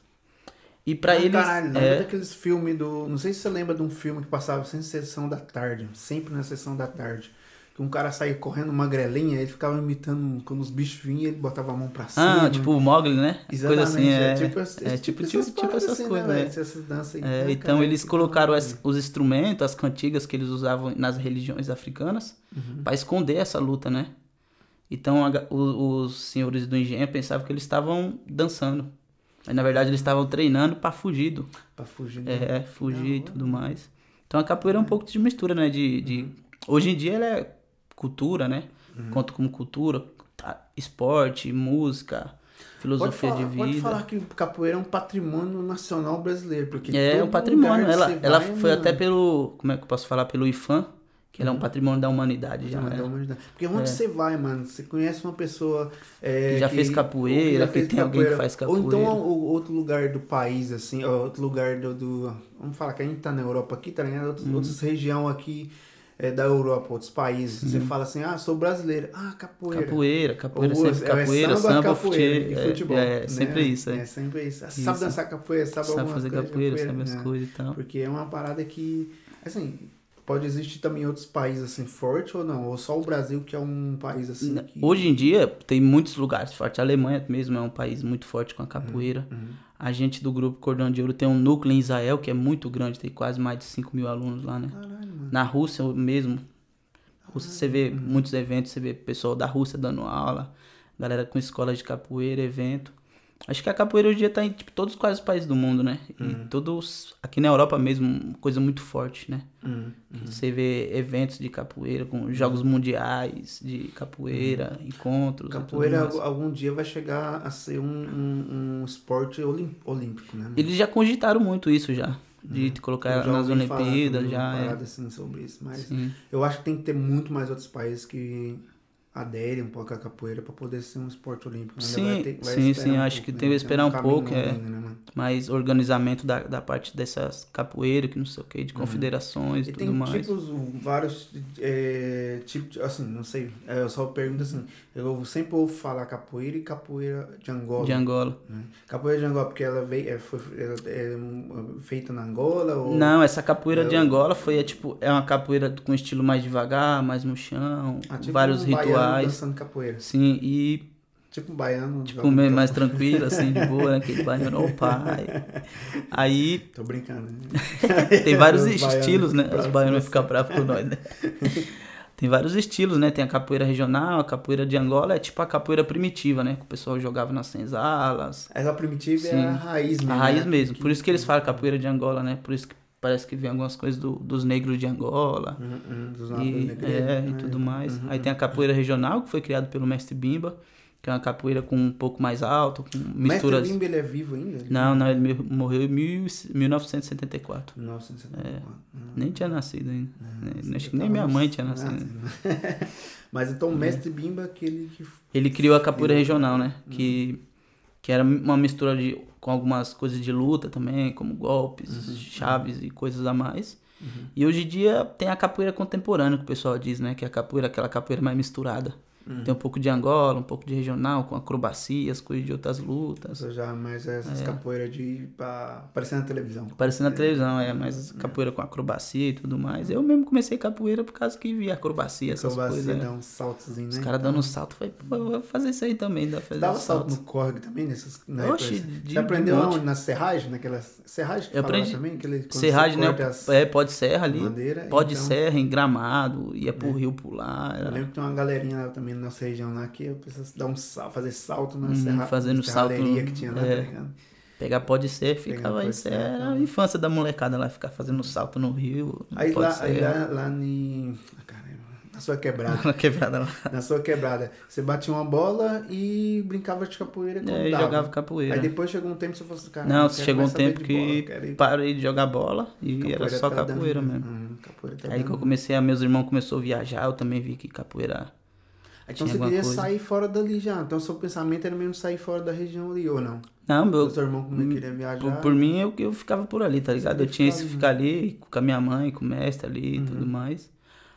S2: E pra
S1: Ah,
S2: eles
S1: Caralho, lembra
S2: é,
S1: daqueles filmes do. Não sei se você lembra de um filme que passava sem sessão da tarde, sempre na sessão da tarde. Que um cara saía correndo magrelinha, ele ficava imitando. um, Quando os bichos vinham, ele botava a mão pra cima.
S2: ah, tipo o Mogli, né?
S1: Exatamente,
S2: Coisa assim, é,
S1: tipo,
S2: é,
S1: é
S2: tipo, tipo,
S1: essas,
S2: tipo
S1: paradas
S2: essas
S1: assim,
S2: coisas,
S1: né,
S2: é.
S1: velho? essas danças aí.
S2: É,
S1: Ah,
S2: então
S1: caralho,
S2: eles
S1: que
S2: colocaram
S1: da
S2: as-
S1: hora.
S2: os instrumentos, as cantigas que eles usavam nas religiões africanas
S1: Uhum.
S2: pra esconder essa luta, né? Então a ga- o- os senhores do engenho pensavam que eles estavam dançando. Mas, na verdade eles estavam treinando pra fugir do,
S1: Pra fugir. né?
S2: É, fugir e
S1: hora, Uhum.
S2: tudo mais. Então a capoeira é um pouco de mistura, né? De, de... Hoje em dia ela é cultura, né? Conta como cultura, tá, esporte, música,
S1: Pode
S2: filosofia
S1: falar,
S2: de
S1: pode
S2: vida.
S1: falar que o capoeira é um patrimônio nacional brasileiro, porque
S2: É
S1: todo
S2: um
S1: lugar
S2: patrimônio.
S1: que
S2: Ela,
S1: você
S2: ela
S1: vai, é um
S2: foi
S1: mano,
S2: até pelo. Como é que eu posso falar? Pelo IFAM, que
S1: Uhum.
S2: ela é um patrimônio da humanidade já.
S1: Não,
S2: né?
S1: da humanidade. Porque onde você vai, mano, você conhece uma pessoa é,
S2: Que já fez capoeira,
S1: ou
S2: que tem alguém que faz
S1: Ou então
S2: capoeira.
S1: o outro lugar do país, assim, ó, outro lugar do, do- Vamos falar que a gente tá na Europa aqui, tá ligado?
S2: Uhum.
S1: Outros, Outras regiões aqui é, da Europa, outros países. Você fala assim, ah, sou brasileiro. Ah, capoeira.
S2: Uhum. Capoeira, capoeira,
S1: Ou,
S2: sempre
S1: é,
S2: capoeira,
S1: é
S2: samba,
S1: capoeira
S2: fute-
S1: e
S2: é,
S1: futebol.
S2: É,
S1: né?
S2: sempre isso, é.
S1: É sempre isso. Sabe
S2: Isso.
S1: dançar capoeira, sabe,
S2: Sabe
S1: algumas
S2: fazer
S1: coisas de
S2: capoeira, sabe as
S1: né?
S2: coisas e tal.
S1: Porque é uma parada que, assim, pode existir também outros países assim forte ou não? Ou só o Brasil que é um país assim que...
S2: Né, Hoje em dia tem muitos lugares fortes. A Alemanha mesmo é um país muito forte com a
S1: Uhum.
S2: capoeira. A gente do grupo Cordão de Ouro tem um núcleo em Israel que é muito grande, tem quase mais de 5 mil alunos lá, né?
S1: Caralho, mano.
S2: Na Rússia mesmo. Rússia, você vê muitos eventos, você vê pessoal da Rússia dando aula, galera com escola de capoeira, evento. Acho que a capoeira hoje em dia tá em tipo, todos quase os países do mundo, né? E todos. Aqui na Europa mesmo, uma coisa muito forte, né?
S1: Hum.
S2: Você vê eventos de capoeira, com jogos
S1: Uhum.
S2: mundiais de capoeira, encontros. e tudo
S1: Capoeira é
S2: mais.
S1: al- algum dia vai chegar a ser um, um, um esporte olim- olímpico, né? mano?
S2: Eles já cogitaram muito isso já. De colocar
S1: Uhum. Eu
S2: ela nas
S1: ouvi falar também
S2: Olimpíadas,
S1: uma
S2: já é.
S1: parada assim sobre isso, mas
S2: Sim.
S1: eu acho que tem que ter muito mais outros países que aderem um pouco à capoeira para poder ser um esporte olímpico. Ainda
S2: Sim,
S1: vai ter- vai
S2: sim,
S1: esperar
S2: sim,
S1: um
S2: acho
S1: pouco,
S2: que tem que esperar um
S1: caminho
S2: pouco, é.
S1: ainda, né, mano?
S2: Mas organizamento da, da parte dessas capoeiras, que não sei o que, de confederações
S1: Uhum.
S2: e
S1: E
S2: tudo
S1: tem um tipo
S2: mais.
S1: tipos, vários é, tipos, de- assim, não sei, é, eu só pergunto assim, eu sempre ouvo falar capoeira e capoeira de Angola.
S2: de Angola.
S1: né? Capoeira de Angola, porque ela veio, é, foi ela é um, feita na Angola? Ou...
S2: Não, essa capoeira de
S1: Eu-
S2: Angola foi, é, tipo, é uma capoeira com estilo mais devagar, mais no chão,
S1: Ah, tipo
S2: vários
S1: um baiano né?
S2: rituais.
S1: dançando capoeira.
S2: Sim, e
S1: Tipo um baiano.
S2: Tipo,
S1: jogando
S2: meio
S1: ca-
S2: mais tranquilo, assim, de boa, né? Aquele baiano, ô pai. Aí
S1: Tô brincando. né?
S2: tem vários
S1: Os baianos
S2: estilos, né?
S1: ficam
S2: Os
S1: bravos
S2: baianos
S1: com
S2: vão ficar bravos com nós, né? Tem vários estilos, né? Tem a capoeira regional, a capoeira de Angola, é tipo a capoeira primitiva, né? Que o pessoal jogava nas senzalas.
S1: Ela primitiva
S2: Sim.
S1: é a raiz mesmo.
S2: A raiz
S1: né?
S2: mesmo. Por isso que eles falam capoeira de Angola, né? Por isso que parece que vem algumas coisas do- dos negros de Angola.
S1: Uhum, uhum, dos
S2: E,
S1: navios
S2: é,
S1: negreiros,
S2: e
S1: né?
S2: tudo mais.
S1: Uhum,
S2: Aí tem a capoeira regional, que foi criada pelo mestre Bimba, que é uma capoeira com um pouco mais alto, com misturas.
S1: Mestre Limba, ele é vivo ainda?
S2: Não, não, ele me- morreu em mil- 1974.
S1: 1974. Hum.
S2: É. Nem tinha nascido ainda. né?
S1: Você
S2: Acho que
S1: já tava
S2: nem minha mãe tinha
S1: nascido.
S2: nascido. Hum.
S1: Mas então o mestre Bimba é aquele que.
S2: Ele criou a capoeira regional, né? Que, que era uma mistura de, com algumas coisas de luta também, como golpes, chaves e coisas a mais. E hoje em dia tem a capoeira contemporânea, que o pessoal diz, né? Que é a capoeira, aquela capoeira mais misturada.
S1: Hum. Uhum.
S2: Tem um pouco de Angola, um pouco de regional, com acrobacias, coisas de outras lutas.
S1: Ou já mais essas
S2: É.
S1: capoeiras de. Pra, aparecer na televisão.
S2: Aparecendo na televisão, é, mas capoeira com acrobacia e tudo mais. Eu mesmo comecei capoeira por causa que via acrobacia, essas
S1: Acrobacia,
S2: coisas. né?
S1: dá um saltozinho, né?
S2: Os caras dando um salto, falei, pô, eu vou fazer isso aí também, dá pra fazer um
S1: Dava
S2: salto.
S1: salto no corre também, nessas. Na
S2: Oxi,
S1: época.
S2: de-
S1: Você aprendeu
S2: de monte.
S1: aonde? Na serragem? Naquela serragem que
S2: Eu
S1: falava
S2: aprendi-
S1: também? Aquele, quando você
S2: Serragem, né?
S1: corta as
S2: É, pode serra ali.
S1: madeira,
S2: Pode né?
S1: então- É.
S2: serra, em gramado, ia pro rio pular,
S1: Eu
S2: era,
S1: lembro que tem uma galerinha lá também na nossa região lá que precisa dar um sal, fazer salto na
S2: Uhum,
S1: serra,
S2: fazendo
S1: serralheria
S2: salto,
S1: que tinha lá,
S2: é.
S1: tá ligado?
S2: pegar pode serra, ficava
S1: pode
S2: aí, isso
S1: serra,
S2: era a
S1: então.
S2: infância da molecada lá, ficar fazendo salto no rio, no
S1: Aí
S2: pode é.
S1: lá, aí
S2: serra,
S1: lá, lá em. Ah, caramba, na sua quebrada.
S2: na quebrada lá.
S1: na sua quebrada. Você batia uma bola e brincava de capoeira quando
S2: É, e
S1: dava.
S2: jogava capoeira.
S1: Aí depois chegou um tempo que você falou assim, cara,
S2: Não,
S1: quero
S2: chegou um
S1: mais saber
S2: tempo
S1: de
S2: que
S1: bola, quero ir-
S2: parei de jogar bola e era
S1: capoeira
S2: só
S1: tá dando,
S2: capoeira
S1: né?
S2: mesmo.
S1: Hum, capoeira tá
S2: Aí que
S1: dando.
S2: eu comecei, a meus irmãos começou a viajar, eu também vi que capoeira
S1: Então
S2: tinha
S1: você
S2: alguma
S1: queria
S2: coisa.
S1: sair fora dali já. Então seu pensamento era mesmo sair fora da região ali, ou não?
S2: Não, meu,
S1: O seu irmão como ele queria viajar.
S2: hum, por, por mim eu, eu ficava por ali, tá ligado? Eu
S1: deve
S2: tinha
S1: ficar
S2: esse
S1: ali, Uhum. né?
S2: ficar ali com a minha mãe, com o mestre ali e tudo mais.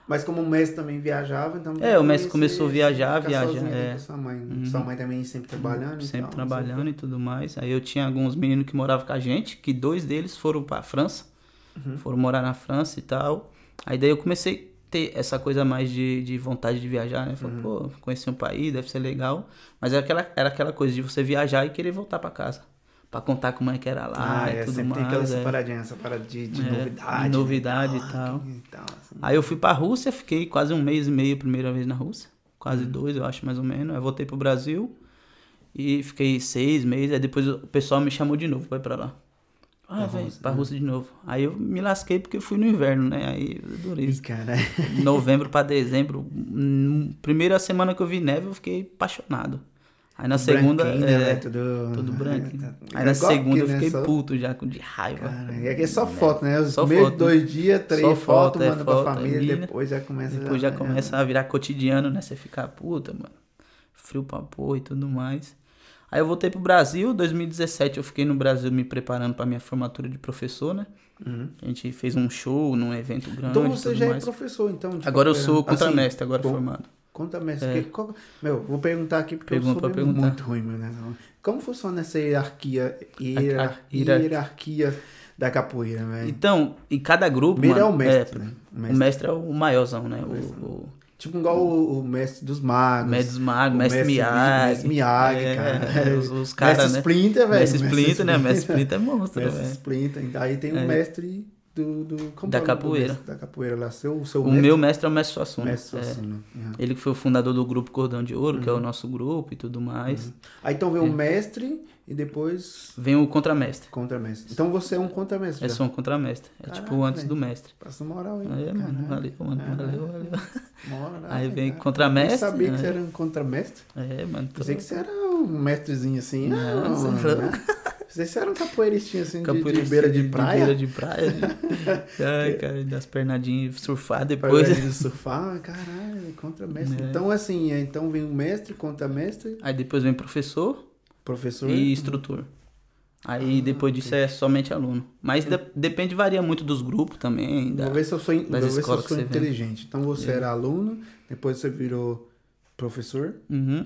S1: Mas como o mestre também viajava, então...
S2: É, o mestre
S1: você
S2: começou a viajar,
S1: ficar
S2: viajar,
S1: sozinho ali
S2: é. Uhum,
S1: com sua mãe. né? Sua mãe também sempre trabalhando. e
S2: Sempre
S1: tal, né?
S2: trabalhando e tudo mais. Aí eu tinha alguns meninos que moravam com a gente, que dois deles foram pra França,
S1: Uhum.
S2: foram morar na França e tal. Aí daí eu comecei a ter essa coisa mais de, de vontade de viajar, né?
S1: Uhum.
S2: Falei, pô, conheci um país, deve ser legal. Mas era aquela, era aquela coisa de você viajar e querer voltar pra casa. Pra contar como é que era lá
S1: Ah,
S2: e
S1: é,
S2: tudo
S1: sempre
S2: mais.
S1: tem aquela
S2: é.
S1: separadinha, essa parada de, de
S2: É,
S1: novidade. né,
S2: novidade e tal.
S1: que- tal, assim.
S2: Aí eu fui pra Rússia, fiquei quase um mês e meio a primeira vez na Rússia. Quase
S1: Uhum.
S2: dois, eu acho, mais ou menos. Aí voltei pro Brasil e fiquei seis meses. Aí depois o pessoal me chamou de novo pra ir pra lá. Ah,
S1: Pra
S2: velho,
S1: Rússia,
S2: pra Rússia de novo. Aí eu me lasquei porque eu fui no inverno, né? Aí eu adorei.
S1: Ih, cara.
S2: Novembro pra dezembro. hum, Primeira semana que eu vi neve, eu fiquei apaixonado. Aí na segunda.
S1: Branquinho,
S2: é,
S1: né, velho? tudo...
S2: Tudo branquinho.
S1: É, tá-
S2: Aí
S1: é
S2: na
S1: igual aqui,
S2: segunda eu
S1: né,
S2: fiquei
S1: só-
S2: puto já, com de raiva.
S1: Cara, é que é só foto, né? Os
S2: Só
S1: meio
S2: foto,
S1: dois dias, três
S2: Só
S1: fotos,
S2: foto, é
S1: manda pra
S2: foto,
S1: família,
S2: família.
S1: depois já começa...
S2: Depois já
S1: é.
S2: começa a virar cotidiano, né? Você fica puta, mano. Frio pra porra e tudo mais. Aí eu voltei pro Brasil, 2017 eu fiquei no Brasil me preparando pra minha formatura de professor, né?
S1: Uhum.
S2: A gente fez um show num evento grande
S1: Então
S2: e
S1: você
S2: tudo
S1: já é
S2: mais.
S1: professor, então. de
S2: Agora eu
S1: capoeira.
S2: sou
S1: Assim,
S2: contramestre, agora
S1: bom,
S2: formado.
S1: Conta, mestre, que- qual- meu, vou perguntar aqui porque
S2: Pergunta
S1: eu
S2: pra
S1: sou mesmo
S2: perguntar.
S1: muito ruim, meu, né? Como funciona essa hierarquia, hierar-
S2: A- a- hierar-
S1: hierarquia da capoeira, velho?
S2: Então, em cada grupo,
S1: é. Primeiro é o
S2: mano,
S1: mestre,
S2: é,
S1: né? O
S2: o
S1: mestre.
S2: mestre é o maiorzão, né? O, o
S1: Tipo igual o, o mestre dos magos.
S2: mestre dos magos,
S1: o
S2: mestre
S1: mestre
S2: Miyagi.
S1: Mestre Miyagi,
S2: é,
S1: cara.
S2: Os, os caras,
S1: mestre
S2: né?
S1: Splinter, velho.
S2: Mestre Splinter, né? Mestre Splinter é monstro, né,
S1: Mestre
S2: velho?
S1: Splinter. Então, Aí tem o mestre do... do como
S2: Da
S1: é o nome do
S2: capoeira.
S1: mestre Da capoeira lá. Seu, seu
S2: O
S1: mestre,
S2: meu mestre é o mestre Suassuna.
S1: mestre
S2: é.
S1: Suassuna. É.
S2: Ele que foi o fundador do grupo Cordão de Ouro,
S1: Uhum.
S2: que é o nosso grupo e tudo mais.
S1: Aí então
S2: É.
S1: vem o mestre e depois
S2: Vem o contramestre.
S1: contramestre. Então você é um contramestre.
S2: É
S1: já.
S2: só um contramestre. É
S1: Caraca,
S2: tipo antes
S1: velho.
S2: do mestre.
S1: Passa moral aí.
S2: Aí, mano, valeu, mano. Valeu, valeu.
S1: Moral,
S2: Aí vem
S1: né, cara.
S2: contramestre,
S1: Eu sabia que
S2: né?
S1: você era um contramestre.
S2: É, mano. tô-
S1: Pensei que você era um mestrezinho assim.
S2: Não,
S1: Não,
S2: você é
S1: mano,
S2: louco.
S1: né? Vocês eram capoeiristinhos assim, de- de,
S2: Capoeirista
S1: beira de, praia?
S2: beira de praia. Ai, cara, das pernadinhas, surfar depois.
S1: Depois de surfar, caralho, contra mestre.
S2: Né?
S1: Então, assim, é, então vem o mestre, contra mestre,
S2: Aí depois vem professor
S1: professor.
S2: e instrutor. Aí
S1: Ah,
S2: depois disso é somente aluno. Mas de- depende, varia muito dos grupos também. Da...
S1: Vou ver se eu sou, in- vou
S2: das
S1: ver se eu
S2: escolas que
S1: sou
S2: você vem. É.
S1: inteligente. Então você era aluno, depois você virou professor,
S2: Uhum,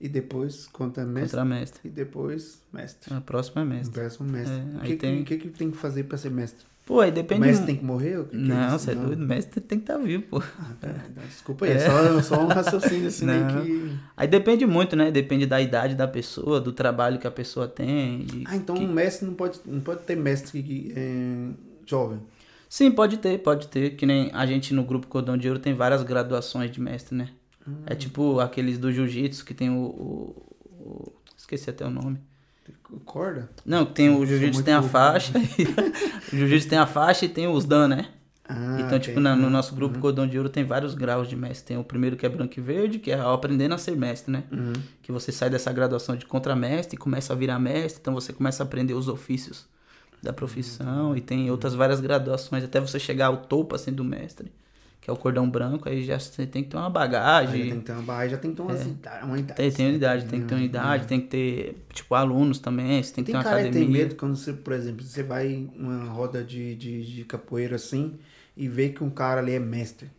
S1: e depois contra mestre,
S2: contramestre.
S1: e depois mestre.
S2: A próxima é mestre.
S1: Verso mestre.
S2: É,
S1: o
S2: aí
S1: que,
S2: tem-
S1: que, que que tem que fazer pra ser mestre?
S2: Pô, aí
S1: O
S2: depende.
S1: mestre
S2: mu-
S1: tem que morrer? O que que
S2: Não,
S1: isso?
S2: você é doido. Mestre tem que estar vivo, pô.
S1: Ah, tá. Desculpa aí, é só, só um raciocínio assim meio
S2: Não.
S1: que.
S2: Aí depende muito, né? Depende da idade da pessoa, do trabalho que a pessoa tem. de-
S1: Ah, então
S2: que-
S1: um mestre não pode, não pode ter mestre que, é, jovem.
S2: Sim, pode ter, pode ter. Que nem a gente no grupo Cordão de Ouro tem várias graduações de mestre, né?
S1: Ah.
S2: É tipo aqueles do jiu-jitsu que tem o, o- o- Esqueci até o nome.
S1: Corda?
S2: Não, tem o
S1: Sou
S2: jiu-jitsu
S1: muito né?
S2: tem a
S1: burro.
S2: faixa. e- o jiu-jitsu tem a faixa e tem os dan, né?
S1: Ah,
S2: então,
S1: ok. uhum.
S2: tipo, na- no nosso grupo Cordão de Ouro tem vários graus de mestre. Tem o primeiro que é branco e verde, que é o aprendendo a ser mestre, né?
S1: Uhum.
S2: que você sai dessa graduação de contramestre e começa a virar mestre, então você começa a aprender os ofícios da
S1: Uhum.
S2: profissão e tem outras várias graduações até você chegar ao topo assim do mestre, que é o cordão branco, aí já você tem que ter uma
S1: Aí já tem
S2: bagagem,
S1: que ter uma barra, já tem que ter umas ida- uma idade.
S2: É. tem, tem
S1: né?
S2: unidade, tem que ter unidade, tem que ter tipo alunos também, você tem que
S1: Tem
S2: ter uma
S1: cara que tem
S2: academia.
S1: medo quando você, por exemplo, você vai em uma roda de, de, de capoeira assim e vê que um cara ali é mestre,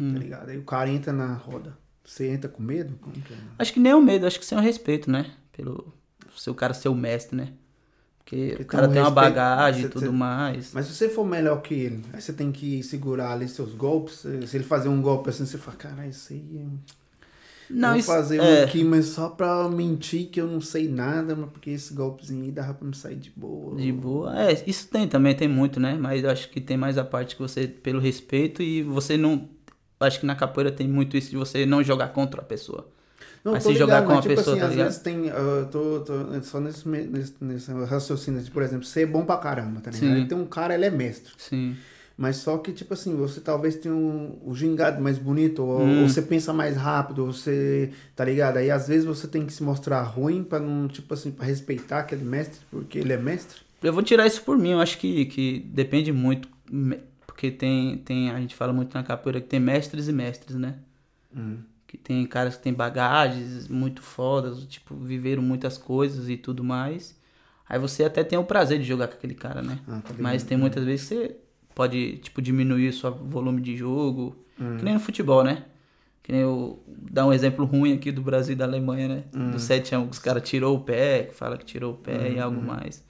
S2: Hum.
S1: tá ligado? Aí o cara entra na roda. Você entra com medo? Como que é?
S2: Acho que nem o medo, acho que sem o respeito, né? Pelo seu cara ser o mestre, né? Porque,
S1: Porque
S2: o cara
S1: tem um
S2: tem uma
S1: respeito,
S2: bagagem e
S1: você-
S2: tudo
S1: você-
S2: mais.
S1: Mas se você for melhor que ele, aí você tem que segurar ali seus golpes. Se ele fazer um golpe assim, você fala, caralho, isso aí... é-
S2: Não,
S1: vou
S2: isso
S1: fazer um
S2: é,
S1: aqui, mas só pra mentir que eu não sei nada, mas porque esse golpezinho aí dava pra me sair de boa.
S2: De boa. É, isso tem também, tem muito, né? Mas eu acho que tem mais a parte que você, pelo respeito, e você não. Acho que na capoeira tem muito isso de você não jogar contra a pessoa.
S1: Não,
S2: Mas
S1: tô
S2: se jogar com
S1: mas,
S2: uma
S1: tipo
S2: pessoa,
S1: assim,
S2: tá
S1: às
S2: ligado?
S1: vezes tem. ah, tô, tô só nesse, me- nesse, nesse raciocínio, de, por exemplo, ser bom pra caramba, tá ligado?
S2: Sim.
S1: Aí Tem um cara, ele é mestre.
S2: Sim.
S1: Mas só que, tipo assim, você talvez tenha um, um gingado mais bonito, ou,
S2: Hum.
S1: ou você pensa mais rápido, ou você. Tá ligado? Aí às vezes você tem que se mostrar ruim pra não, tipo assim, pra respeitar aquele mestre, porque ele é mestre.
S2: Eu vou tirar isso por mim, eu acho que, que depende muito. me- Porque tem, tem. A gente fala muito na capoeira que tem mestres e mestres, né?
S1: Hum.
S2: Que tem caras que têm bagagens muito fodas, tipo, viveram muitas coisas e tudo mais. Aí você até tem o prazer de jogar com aquele cara, né?
S1: Ah, tá ligado?
S2: Mas tem muitas vezes que você pode, tipo, diminuir o seu volume de jogo.
S1: Hum.
S2: Que nem no futebol, né? Que nem eu dar um exemplo ruim aqui do Brasil e da Alemanha, né?
S1: Hum.
S2: Do 7x1, que os caras tirou o pé, que fala que tirou o pé e algo mais.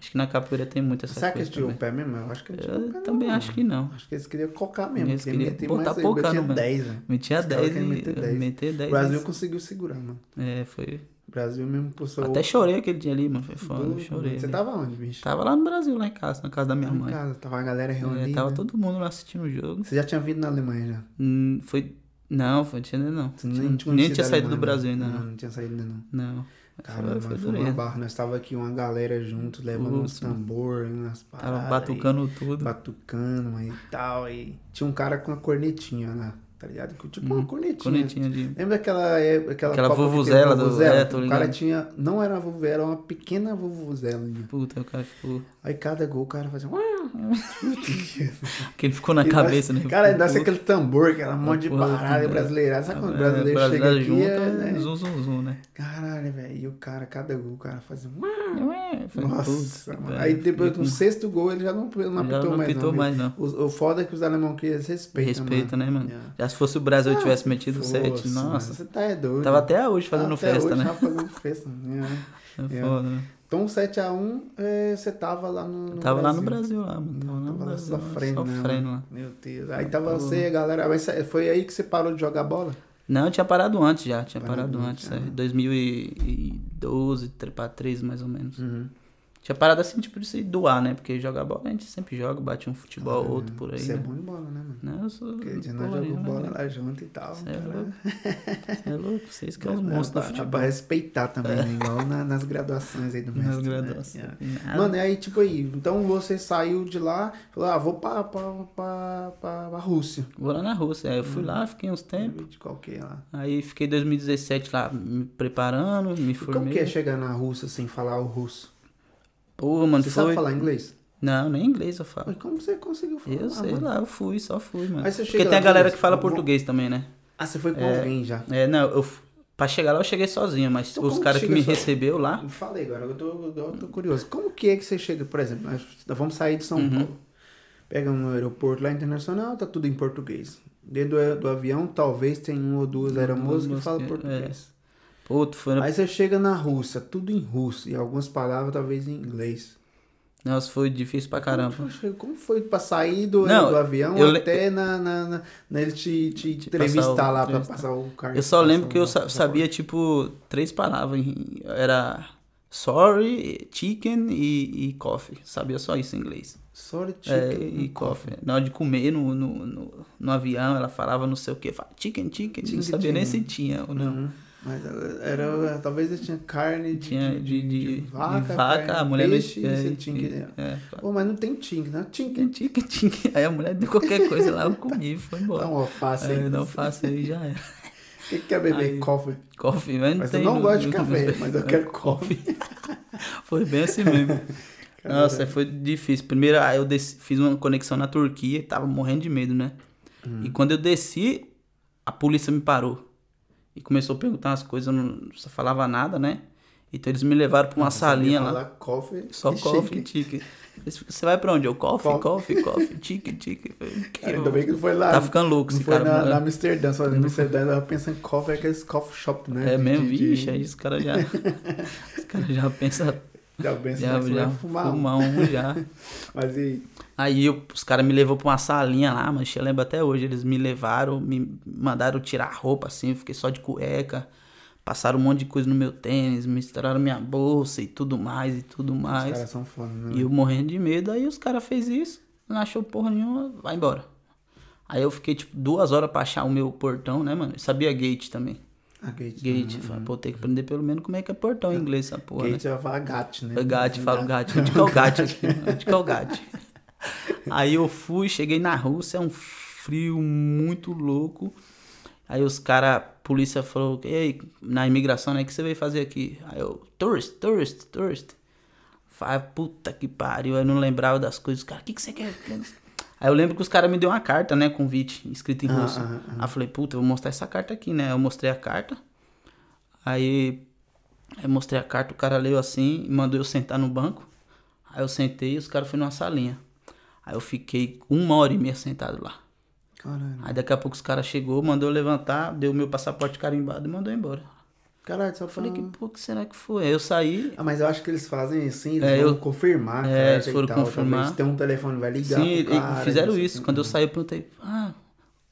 S2: Acho que na capoeira tem muito essa
S1: hum. Será que
S2: coisa
S1: ele tirou o
S2: também.
S1: pé mesmo? Eu acho que ele tirou o pé.
S2: Eu também acho que não.
S1: Acho que eles queriam cocar mesmo.
S2: Eles
S1: Eles
S2: queriam
S1: queriam meter
S2: botar
S1: mais aí,
S2: pocando
S1: metia
S2: mesmo.
S1: 10, né?
S2: Metia
S1: Os caras
S2: 10
S1: querem meter
S2: e...
S1: 10.
S2: Meter 10.
S1: O Brasil conseguiu segurar, mano.
S2: É, foi...
S1: O Brasil mesmo postou.
S2: Até chorei aquele dia ali, mano. Foi foda, eu
S1: Doido,
S2: chorei.
S1: mano. Você tá
S2: ali.
S1: tava onde, bicho?
S2: Tava lá no Brasil, lá em casa, na casa da minha
S1: Tava em
S2: mãe.
S1: casa, tava a galera reunida.
S2: É, tava todo mundo lá assistindo o jogo.
S1: Você já tinha vindo na Alemanha já?
S2: Hum, foi. Não, foi tinha ainda não.
S1: Você
S2: Tinha-
S1: nem
S2: nem,
S1: tinha conhecido
S2: tinha
S1: a
S2: saído do
S1: Alemanha,
S2: Brasil
S1: né?
S2: ainda
S1: não.
S2: não.
S1: Não tinha saído ainda não.
S2: Não.
S1: Caramba, mano, foi uma
S2: dureza.
S1: barra. Nós tava aqui uma galera junto, levando uns
S2: Putz, mano.
S1: tambor, umas paradas.
S2: Tava
S1: aí,
S2: batucando tudo.
S1: Batucando aí e tal. E tinha um cara com uma cornetinha lá, tá ligado? Tipo uma cornetinha.
S2: Uhum, Cornetinha de.
S1: Lembra aquela é, aquela,
S2: Aquela
S1: Copa que teve
S2: vuvuzela do- é, tô
S1: o cara
S2: ligado.
S1: tinha, não era uma vuvuzela, era uma pequena vuvuzelinha.
S2: Puta, o cara ficou.
S1: Aí cada gol o cara fazia
S2: Que ele ficou na
S1: E
S2: cabeça,
S1: nós-
S2: né?
S1: Cara,
S2: Ficou
S1: nasce aquele tambor, aquela monte de
S2: Porra,
S1: parada
S2: tambor.
S1: brasileira. Sabe quando o
S2: puto.
S1: brasileiro
S2: É,
S1: chega
S2: brasileiro
S1: aqui?
S2: junto,
S1: é,
S2: é
S1: né?
S2: zum, zum, zum, né?
S1: Caralho, velho. E o cara, cada gol, o cara fazia.
S2: É, foi
S1: Nossa,
S2: puto,
S1: mano.
S2: velho.
S1: Aí depois, no sexto gol, ele já não, ele não
S2: Já
S1: apitou
S2: não
S1: mais.
S2: apitou mais, não.
S1: Os- O, foda é que os alemão que eles respeitam.
S2: Respeita, né, mano?
S1: Yeah.
S2: Já se fosse o Brasil eu tivesse metido
S1: Ah, Fosse,
S2: 7,
S1: mano,
S2: nossa.
S1: Você tá é doido.
S2: Tava até hoje
S1: Tá
S2: fazendo
S1: até
S2: festa,
S1: hoje
S2: né?
S1: Tava fazendo festa. né?
S2: É foda, né?
S1: Então, 7x1, eh, você tava lá no. no
S2: Tava lá no Brasil, lá, mano. Tava lá no
S1: Tava lá
S2: Brasil. lá,
S1: sofrendo, né,
S2: Sofrendo lá.
S1: Meu Deus. Aí tava você e a galera. Mas cê- foi aí que você parou de jogar bola?
S2: Não, eu tinha parado antes já, tinha
S1: Parado
S2: parado,
S1: antes, né?
S2: antes, é. 2012 tre- pra 13 mais ou menos.
S1: Uhum.
S2: Tinha parado assim, tipo, de se doar, né? Porque jogar bola a gente sempre joga, bate um futebol, outro por aí.
S1: Você é
S2: né?
S1: bom de bola, né, mano?
S2: Não, eu sou.
S1: Porque a gente não jogou bola né? lá junto e tal.
S2: Você é
S1: cara.
S2: louco. Você é louco, vocês que são os
S1: Dá
S2: monstros do
S1: pra-
S2: futebol. É.
S1: Pra respeitar também, né? Igual na- nas graduações aí do mestre.
S2: Nas
S1: né?
S2: graduações. Ah.
S1: Yeah.
S2: assim, Nada.
S1: Mano, e aí, tipo aí, então você saiu de lá, falou, ah, vou pra, pra, pra, pra, pra Rússia.
S2: Vou lá na Rússia. Aí eu
S1: Hum.
S2: fui lá, fiquei uns tempos.
S1: De qualquer lá.
S2: Aí fiquei 2017 lá me preparando, me
S1: Como é?
S2: formei.
S1: que é chegar na Rússia sem falar o assim, russo?
S2: Porra, mano,
S1: Você
S2: foi...
S1: sabe falar inglês?
S2: Não, nem inglês eu falo.
S1: Mas como você conseguiu falar?
S2: Eu sei
S1: mano?
S2: lá, eu fui, só fui, mano.
S1: Aí você
S2: Porque
S1: chega
S2: tem
S1: lá,
S2: a galera
S1: beleza,
S2: que fala
S1: eu vou-
S2: português também, né?
S1: Ah, você foi com alguém já.
S2: É, não, eu... f- Pra chegar lá eu cheguei sozinho, mas
S1: Então,
S2: os
S1: como
S2: caras que
S1: chega
S2: me
S1: só-
S2: recebeu lá...
S1: Me fala aí agora, eu tô, eu tô curioso. Como que é que você chega, por exemplo, nós vamos sair de
S2: Uhum.
S1: São Paulo. Pega um aeroporto lá internacional, tá tudo em português. Dentro do, a- do avião, talvez tem um ou duas aeromoças que
S2: duas é.
S1: falam
S2: que-
S1: português.
S2: Pô, tu foi...
S1: Aí você chega na Rússia, tudo em russo, e algumas palavras talvez em inglês.
S2: Nossa, foi difícil pra caramba.
S1: Poxa, como foi pra sair do,
S2: Não,
S1: do avião
S2: eu le-
S1: até na, na, na, na ele te, te
S2: Te passar
S1: entrevistar
S2: o-
S1: lá pra
S2: entrevistar.
S1: passar o cartão?
S2: Eu só lembro que eu sa- sabia, tipo, três palavras. em- Era sorry, chicken e, e coffee. Sabia só isso em inglês.
S1: Sorry,
S2: É,
S1: chicken.
S2: e coffee. Na hora de comer no, no, no, no avião, ela falava não sei o que. Chicken, chicken.
S1: Chicken,
S2: não sabia nem se
S1: chicken.
S2: tinha ou não.
S1: Uhum. Mas era, era- talvez ele tinha carne de,
S2: Tinha de,
S1: de
S2: de, vaca,
S1: vaca,
S2: a
S1: carne de
S2: mulher...
S1: peixe,
S2: é,
S1: você tinha que-
S2: é,
S1: Pô, mas não tem chink, não é chink.
S2: chicken, chicken, chicken. Aí a mulher deu qualquer coisa lá, eu comi e foi
S1: Dá
S2: embora.
S1: um alface aí.
S2: Aí eu É, não faço aí já era.
S1: O que que quer beber?
S2: Aí-
S1: Coffee.
S2: Coffee, mas não
S1: Mas eu
S2: tem
S1: não
S2: no-
S1: gosto de
S2: no- É.
S1: café, mas eu quero coffee.
S2: coffee. Foi bem assim mesmo.
S1: Caralho.
S2: Nossa, foi difícil. Primeiro, ah, eu desci- fiz uma conexão na Turquia e tava morrendo de medo, né?
S1: Uhum.
S2: E quando eu desci, a polícia me parou. E começou a perguntar umas coisas, eu não só falava nada, né? Então eles me levaram pra uma
S1: Ah, Você
S2: salinha
S1: ia
S2: lá.
S1: falar Coffee.
S2: Só
S1: e
S2: coffee,
S1: shake.
S2: chicken. Eles ficam, Você vai pra onde? Eu, coffee,
S1: Coffee.
S2: coffee, coffee, chicken, chicken. Eu falei, "Que
S1: Cara,
S2: eu-
S1: ainda bem que não foi lá. né?
S2: Tá ficando louco
S1: não
S2: esse
S1: foi
S2: cara.
S1: na,
S2: mano.
S1: na Amsterdã, só na Amsterdã eu tava pensando em coffee, é aqueles coffee shop, né?
S2: É
S1: De-
S2: mesmo,
S1: de- de-
S2: vixe, aí os caras já. os caras já pensam.
S1: Já pensa
S2: Já,
S1: que você
S2: já
S1: vai fumar. um.
S2: fumar um já.
S1: Mas e
S2: Aí eu- os caras me levou pra uma salinha lá, mas eu lembro até hoje. Eles me levaram, me mandaram tirar a roupa assim, eu fiquei só de cueca. Passaram um monte de coisa no meu tênis, misturaram minha bolsa e tudo mais e tudo
S1: os
S2: mais.
S1: caras são foda, né?
S2: E eu morrendo de medo, aí os caras fez isso, não achou porra nenhuma, vai embora. Aí eu fiquei tipo duas horas pra achar o meu portão, né, mano? Eu sabia gate também.
S1: Ah, gate.
S2: Gate, falei, pô, tem que aprender pelo menos como é que é portão em inglês essa porra, né?
S1: Gate vai falar gat, né?
S2: Foi Gatti, falo Gatti. Onde que é o Gatti aqui? Onde que é o Gatti? Aí eu fui, cheguei na Rússia, é um frio muito louco. Aí os caras, polícia falou, ei, na imigração, né, o que você veio fazer aqui? Aí eu, tourist, tourist, tourist. Falei, puta que pariu, eu não lembrava das coisas. Os caras, o que, que você quer? Aí eu lembro que os caras me deu uma carta, né, convite, escrito em
S1: Ah,
S2: russo.
S1: ah,
S2: Aí eu falei, puta, eu vou mostrar essa carta aqui, né? Eu mostrei a carta. Aí eu mostrei a carta, o cara leu assim e mandou eu sentar no banco. Aí eu sentei e os caras foram numa salinha. Aí eu fiquei uma hora e meia sentado lá.
S1: Caralho.
S2: Aí daqui a pouco os caras chegou, mandou eu levantar, deu meu passaporte carimbado e mandou eu embora.
S1: Caralho, só
S2: Eu falei, que
S1: pra-
S2: porra que será que foi? Aí eu saí,
S1: Ah, mas eu acho que eles fazem assim, eles
S2: É,
S1: vão
S2: eu-
S1: confirmar.
S2: É,
S1: cara,
S2: eles
S1: e
S2: foram
S1: tal.
S2: confirmar.
S1: Talvez tem um telefone, vai ligar
S2: Sim,
S1: pro cara,
S2: e- fizeram
S1: não sei
S2: isso.
S1: o quê.
S2: Quando eu saí, eu perguntei, ah,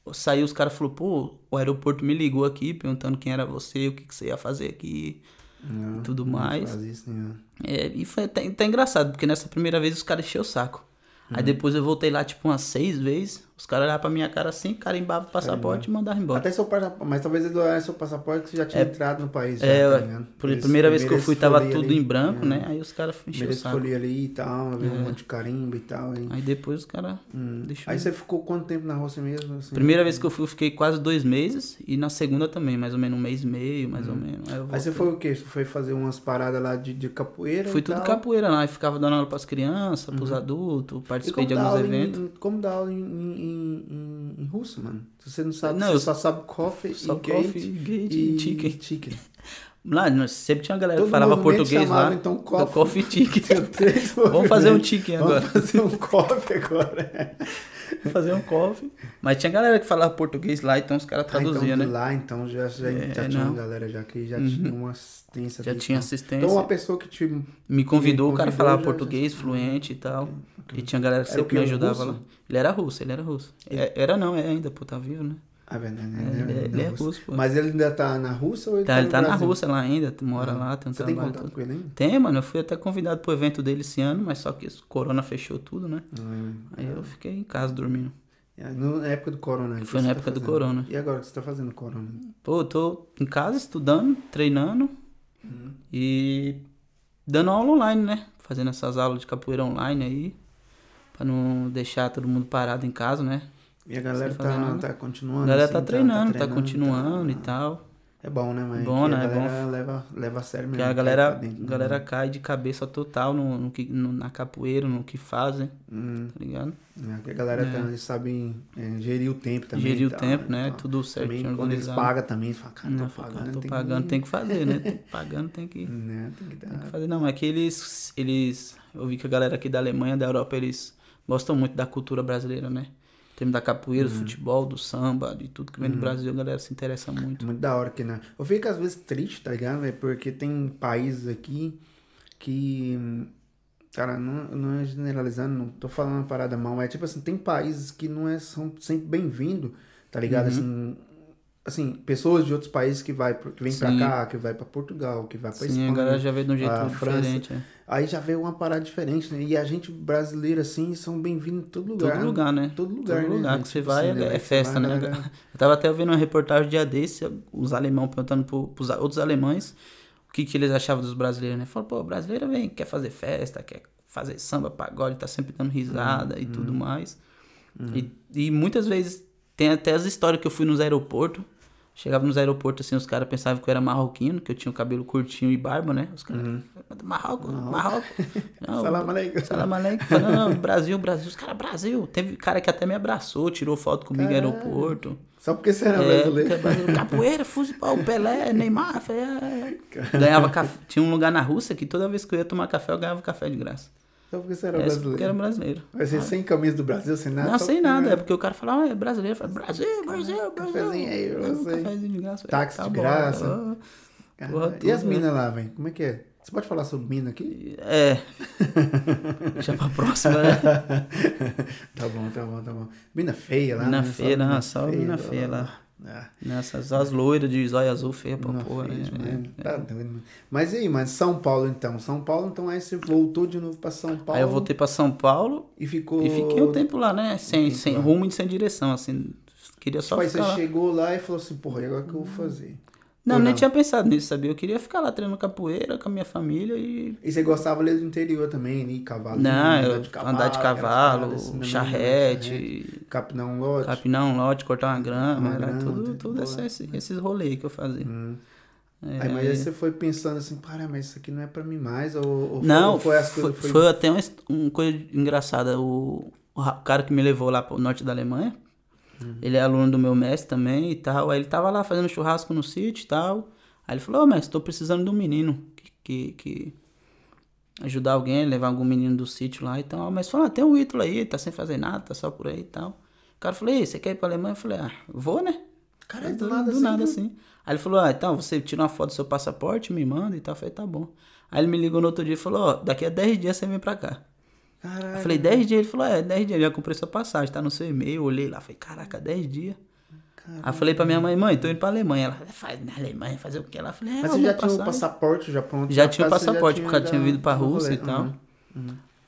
S2: eu saí, os caras falaram, pô, o aeroporto me ligou aqui perguntando quem era você, o que, que você ia fazer aqui.
S1: Não,
S2: e tudo
S1: não
S2: mais.
S1: faz isso, né?
S2: É, e foi até, até engraçado, porque nessa primeira vez os caras encheu o saco.
S1: Uhum.
S2: Aí depois eu voltei lá, tipo, umas seis vezes, os caras olhavam pra minha cara assim, carimbavam o passaporte e mandavam embora.
S1: Até seu passaporte, mas talvez eles olharam seu passaporte que você já tinha entrado no país.
S2: É,
S1: já, tá
S2: ué,
S1: ligado?
S2: por
S1: Eles-
S2: primeira vez que eu
S1: primeiro
S2: fui,
S1: eles
S2: tava
S1: folheiam
S2: tudo
S1: ali,
S2: em branco, É.
S1: é.
S2: né? Aí os caras encheram
S1: Primeiro
S2: o
S1: eles
S2: saco.
S1: folheiam ali e tal, havia um monte de carimbo e tal. hein?
S2: Aí depois os caras
S1: Hum.
S2: deixaram.
S1: Aí você ficou quanto tempo na Rússia mesmo? assim?
S2: Primeira vez que eu fui, eu fiquei quase dois meses. E na segunda também, mais ou menos um mês e meio, mais ou menos. Aí, eu
S1: Uhum. Aí você
S2: voltei.
S1: foi o quê? Você foi fazer umas paradas lá de, de capoeira?
S2: Fui
S1: e
S2: tudo
S1: tal? Uhum.
S2: capoeira lá, e ficava dando aula pras crianças, pros adultos,
S1: E
S2: participei
S1: como
S2: de
S1: dar
S2: alguns
S1: aula em-
S2: eventos.
S1: em- como dar aula em, em- em- em- em russo, mano? Se você não sabe,
S2: Não,
S1: você
S2: eu-
S1: só sabe coffee
S2: Só
S1: e
S2: coffee,
S1: gate.
S2: gate
S1: E
S2: e chicken.
S1: chicken.
S2: Lá, nós- sempre tinha uma galera
S1: Todo
S2: que falava
S1: movimento
S2: português
S1: chamava,
S2: lá.
S1: então,
S2: do
S1: coffee.
S2: coffee chicken.
S1: Tem três
S2: Vamos fazer um
S1: movimentos.
S2: chicken agora.
S1: Vamos fazer um coffee agora.
S2: fazer um coffee. Mas tinha galera que falava português lá, então os caras
S1: Ah, então,
S2: traduziam, né?
S1: lá, então, já, já,
S2: É,
S1: já tinha
S2: não. Uhum.
S1: uma galera já que já tinha uma assistência.
S2: Já
S1: ali,
S2: tinha
S1: então.
S2: assistência.
S1: Então, uma pessoa que te...
S2: me convidou, o cara
S1: convidou,
S2: falava
S1: já- já-
S2: português fluente e tal. E tinha galera que
S1: Era o
S2: sempre me
S1: quê, um
S2: ajudava
S1: russo?
S2: lá. Ele era russo, ele era russo. É, era não, é ainda, pô, tá vivo, né?
S1: Ah, verdade,
S2: É, ele é-
S1: né?
S2: ele é
S1: Na
S2: russo, pô.
S1: Mas ele ainda tá na Rússia ou ele
S2: Tá,
S1: tá
S2: ele
S1: no
S2: tá na
S1: Brasil? É.
S2: Rússia lá ainda, t- mora lá, tem um
S1: Você tem
S2: trabalho
S1: contato
S2: todo.
S1: com ele ainda?
S2: Tem, mano, eu fui até convidado pro evento dele esse ano, mas só que o corona fechou tudo, né?
S1: Não,
S2: Aí eu fiquei em casa dormindo.
S1: Ah, é- é, no- Na época do corona. o que
S2: Foi na
S1: você tá
S2: época do
S1: fazendo?
S2: corona.
S1: E agora, o que você tá fazendo corona?
S2: Pô, eu tô em casa estudando, treinando Uhum. e dando aula online, né? Fazendo essas aulas de capoeira online aí, pra não deixar todo mundo parado em casa, né?
S1: E a galera
S2: Sem fazer
S1: tá,
S2: nada.
S1: tá
S2: A
S1: continuando?
S2: galera
S1: assim,
S2: tá treinando, tá
S1: tá
S2: continuando e tal.
S1: É bom, né? Mas
S2: Bom,
S1: que
S2: né?
S1: a
S2: É bom.
S1: galera leva, leva a sério
S2: Porque
S1: mesmo.
S2: a
S1: cai
S2: galera,
S1: pra dentro, né?
S2: galera cai de cabeça total no, no que, no- na capoeira, no que fazem,
S1: Hum,
S2: tá ligado?
S1: é, que a galera também sabe é, gerir o tempo também.
S2: Gerir
S1: e
S2: o
S1: tal,
S2: tempo, né?
S1: Então,
S2: Tudo certo,
S1: também, quando eles
S2: organizado.
S1: pagam também, fala, cara,
S2: Não,
S1: tô
S2: fala,
S1: pagando.
S2: tô
S1: tem
S2: pagando, tem que fazer, né? Tô pagando, tem que,
S1: Que, né? Tem que dar.
S2: tem que fazer. Não, é que eles, eles. Eu vi que a galera aqui da Alemanha, da Europa, eles gostam muito da cultura brasileira, né? Em termos da capoeira, do
S1: Uhum.
S2: futebol, do samba, de tudo que vem do Brasil, a galera se interessa
S1: É
S2: muito.
S1: Muito da hora que né? Eu fico às vezes triste, tá ligado? velho? Porque tem países aqui que. Cara, não, não é generalizando, não tô falando uma parada mal, mas tipo assim, tem países que não é, são sempre bem-vindos, tá ligado?
S2: Uhum.
S1: Assim, assim, pessoas de outros países que, vai, pro- que vem pra
S2: Sim.
S1: cá, que vai pra Portugal, que vai pra
S2: Sim,
S1: Espanha.
S2: a galera já vê de um jeito
S1: a França,
S2: diferente. né?
S1: Aí já veio uma parada diferente, né? E a gente brasileiro, assim, são bem-vindos em todo lugar.
S2: Todo lugar, né?
S1: Todo lugar,
S2: Todo
S1: né,
S2: lugar
S1: gente?
S2: que você
S1: Tipo
S2: vai
S1: assim, né,
S2: é,
S1: velho?
S2: é
S1: Você
S2: festa,
S1: vai,
S2: né?
S1: galera-
S2: Eu tava até vendo uma reportagem dia desse, os alemão perguntando pro, pros a- outros alemães o que, que eles achavam dos brasileiros, né? Falaram, pô, brasileiro vem, quer fazer festa, quer fazer samba, pagode, tá sempre dando risada
S1: Uhum.
S2: e tudo mais. E, e muitas vezes tem até as histórias que eu fui nos aeroportos. Chegava nos aeroportos, assim, os caras pensavam que eu era marroquino, que eu tinha o cabelo curtinho e barba, né? Os caras, Marrocos, Marrocos. Não,
S1: Uhum. Salam aleikum.
S2: Ah, Salam aleikum. Falando, não, Brasil, Brasil. Os caras, Brasil. Teve cara que até me abraçou, tirou foto comigo no
S1: Caralho.
S2: aeroporto.
S1: Só porque você era
S2: É,
S1: brasileiro.
S2: porque Brasil, capoeira, futebol, Pelé, Neymar. eu Falei, é, é. Ganhava café. Tinha um lugar na Rússia que toda vez que eu ia tomar café, eu ganhava café de graça.
S1: Só porque você era
S2: É,
S1: brasileiro.
S2: porque era brasileiro.
S1: Mas você sem camisa do Brasil, sem nada?
S2: Não,
S1: só
S2: sem
S1: porque
S2: nada. É
S1: era
S2: porque o cara fala, ah, é brasileiro. Fala, Brasil, Brasil, Brasil.
S1: cafezinho aí,
S2: Ganhava um
S1: você.
S2: cafezinho de graça.
S1: Táxi de
S2: bom,
S1: graça.
S2: ah.
S1: cara.
S2: porra
S1: E as
S2: toda, né?
S1: minas lá, velho? Como é que é? Você pode falar sobre mina aqui?
S2: É. Deixa pra próxima, né?
S1: tá bom, tá bom, tá bom. Mina feia lá,
S2: Mina
S1: né?
S2: feia, não, só mina feia lá.
S1: Ah,
S2: Nessas as loiras de zóia azul feia pra
S1: mina
S2: porra,
S1: feia
S2: né?
S1: demais, né? Tá doido, mano. Mas e aí, mano? São Paulo, então. São Paulo, então, aí você voltou de novo pra São Paulo
S2: Aí eu voltei pra São Paulo
S1: e ficou...
S2: e fiquei um tempo lá, né? Sem,
S1: tempo
S2: sem
S1: lá.
S2: rumo e sem direção, assim. Queria só
S1: Tipo, aí você
S2: ficar lá. Hum.
S1: chegou lá e falou assim, porra, e agora o que eu vou fazer?
S2: Não,
S1: Ou
S2: nem
S1: não?
S2: tinha pensado nisso, sabia? Eu queria ficar lá treinando capoeira com a minha família e.
S1: E você gostava ali do interior também, ali, Ah, cavalo,
S2: não, eu andar de
S1: aquelas
S2: cavalo,
S1: paradas assim, né?
S2: charrete,
S1: capinão um lote.
S2: capinão, lote, cortar uma grama,
S1: Uma
S2: era
S1: grama,
S2: tudo,
S1: tudo Hum.
S2: tudo esse- esse- esses rolês que eu fazia. É,
S1: Aí, mas aí você foi pensando assim, para, mas isso aqui não é pra mim mais, ou, ou
S2: Não,
S1: ou foi
S2: foi,
S1: as coisas...
S2: foi, até uma, his- uma coisa engraçada. O, o ra- o cara que me levou lá pro norte da Alemanha,
S1: Uhum.
S2: ele é aluno do meu mestre também e tal. Aí ele tava lá fazendo churrasco no sítio e tal. Aí ele falou, ô mestre, tô precisando de um menino que, que, que ajudar alguém, levar algum menino do sítio lá e tal. Mas falou, ah, tem um ídolo aí, tá sem fazer nada, tá só por aí e tal. O cara falou, ei, você quer ir pra Alemanha? Eu falei, ah, vou, né?
S1: Cara,
S2: do, nada, assim,
S1: né?
S2: Aí ele falou, ah, então você tira uma foto do seu passaporte, me manda e tal. Eu falei, tá bom. Aí ele me ligou no outro dia e falou, ó, daqui a 10 dias você vem pra cá.
S1: Caralho.
S2: Eu falei, 10 dias? Ele falou, é, 10 dias, já comprei sua passagem, tá no seu e-mail. Eu olhei lá, falei, caraca, 10 dias.
S1: Caralho.
S2: Aí eu falei pra minha mãe, mãe, tô indo pra Alemanha. Ela, faz na Alemanha, fazer o quê? Ela falou, é,
S1: Mas
S2: eu
S1: você já
S2: vou
S1: tinha um o
S2: passar."
S1: passaporte já pronto?
S2: Já
S1: na
S2: tinha o
S1: casa, você
S2: passaporte, porque ela tinha
S1: já
S2: vindo pra
S1: o rolê.
S2: Rússia e tal.
S1: Uhum.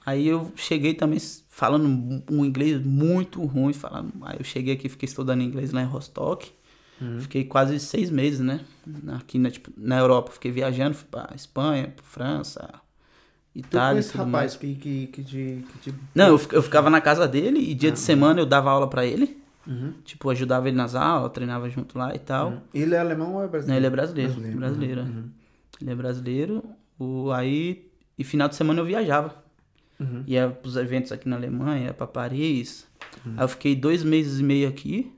S2: Aí eu cheguei também s- falando um- um inglês muito ruim. Falando, aí eu cheguei aqui, fiquei estudando inglês lá em Rostock.
S1: Uhum.
S2: Fiquei quase seis meses, né? Na- Aqui na, tipo, na Europa. Fiquei viajando, fui pra Espanha, pra França,
S1: Tu com
S2: Itália Tá, e
S1: esse
S2: tudo
S1: rapaz
S2: mais.
S1: que, que, que, te, que te...
S2: Não, eu, fi- eu ficava na casa dele e
S1: Ah.
S2: dia de semana eu dava aula pra ele.
S1: uhum.
S2: Tipo, ajudava ele nas aulas, treinava junto lá e tal.
S1: Ele é alemão ou é
S2: Não,
S1: brasileiro?
S2: ele é brasileiro.
S1: Brasileiro, né? Uhum.
S2: Brasileiro. é. Ele é brasileiro. O, aí, e final de semana eu viajava.
S1: Uhum.
S2: Ia pros eventos aqui na Alemanha, ia pra Paris.
S1: Uhum.
S2: Aí eu fiquei dois meses e meio aqui.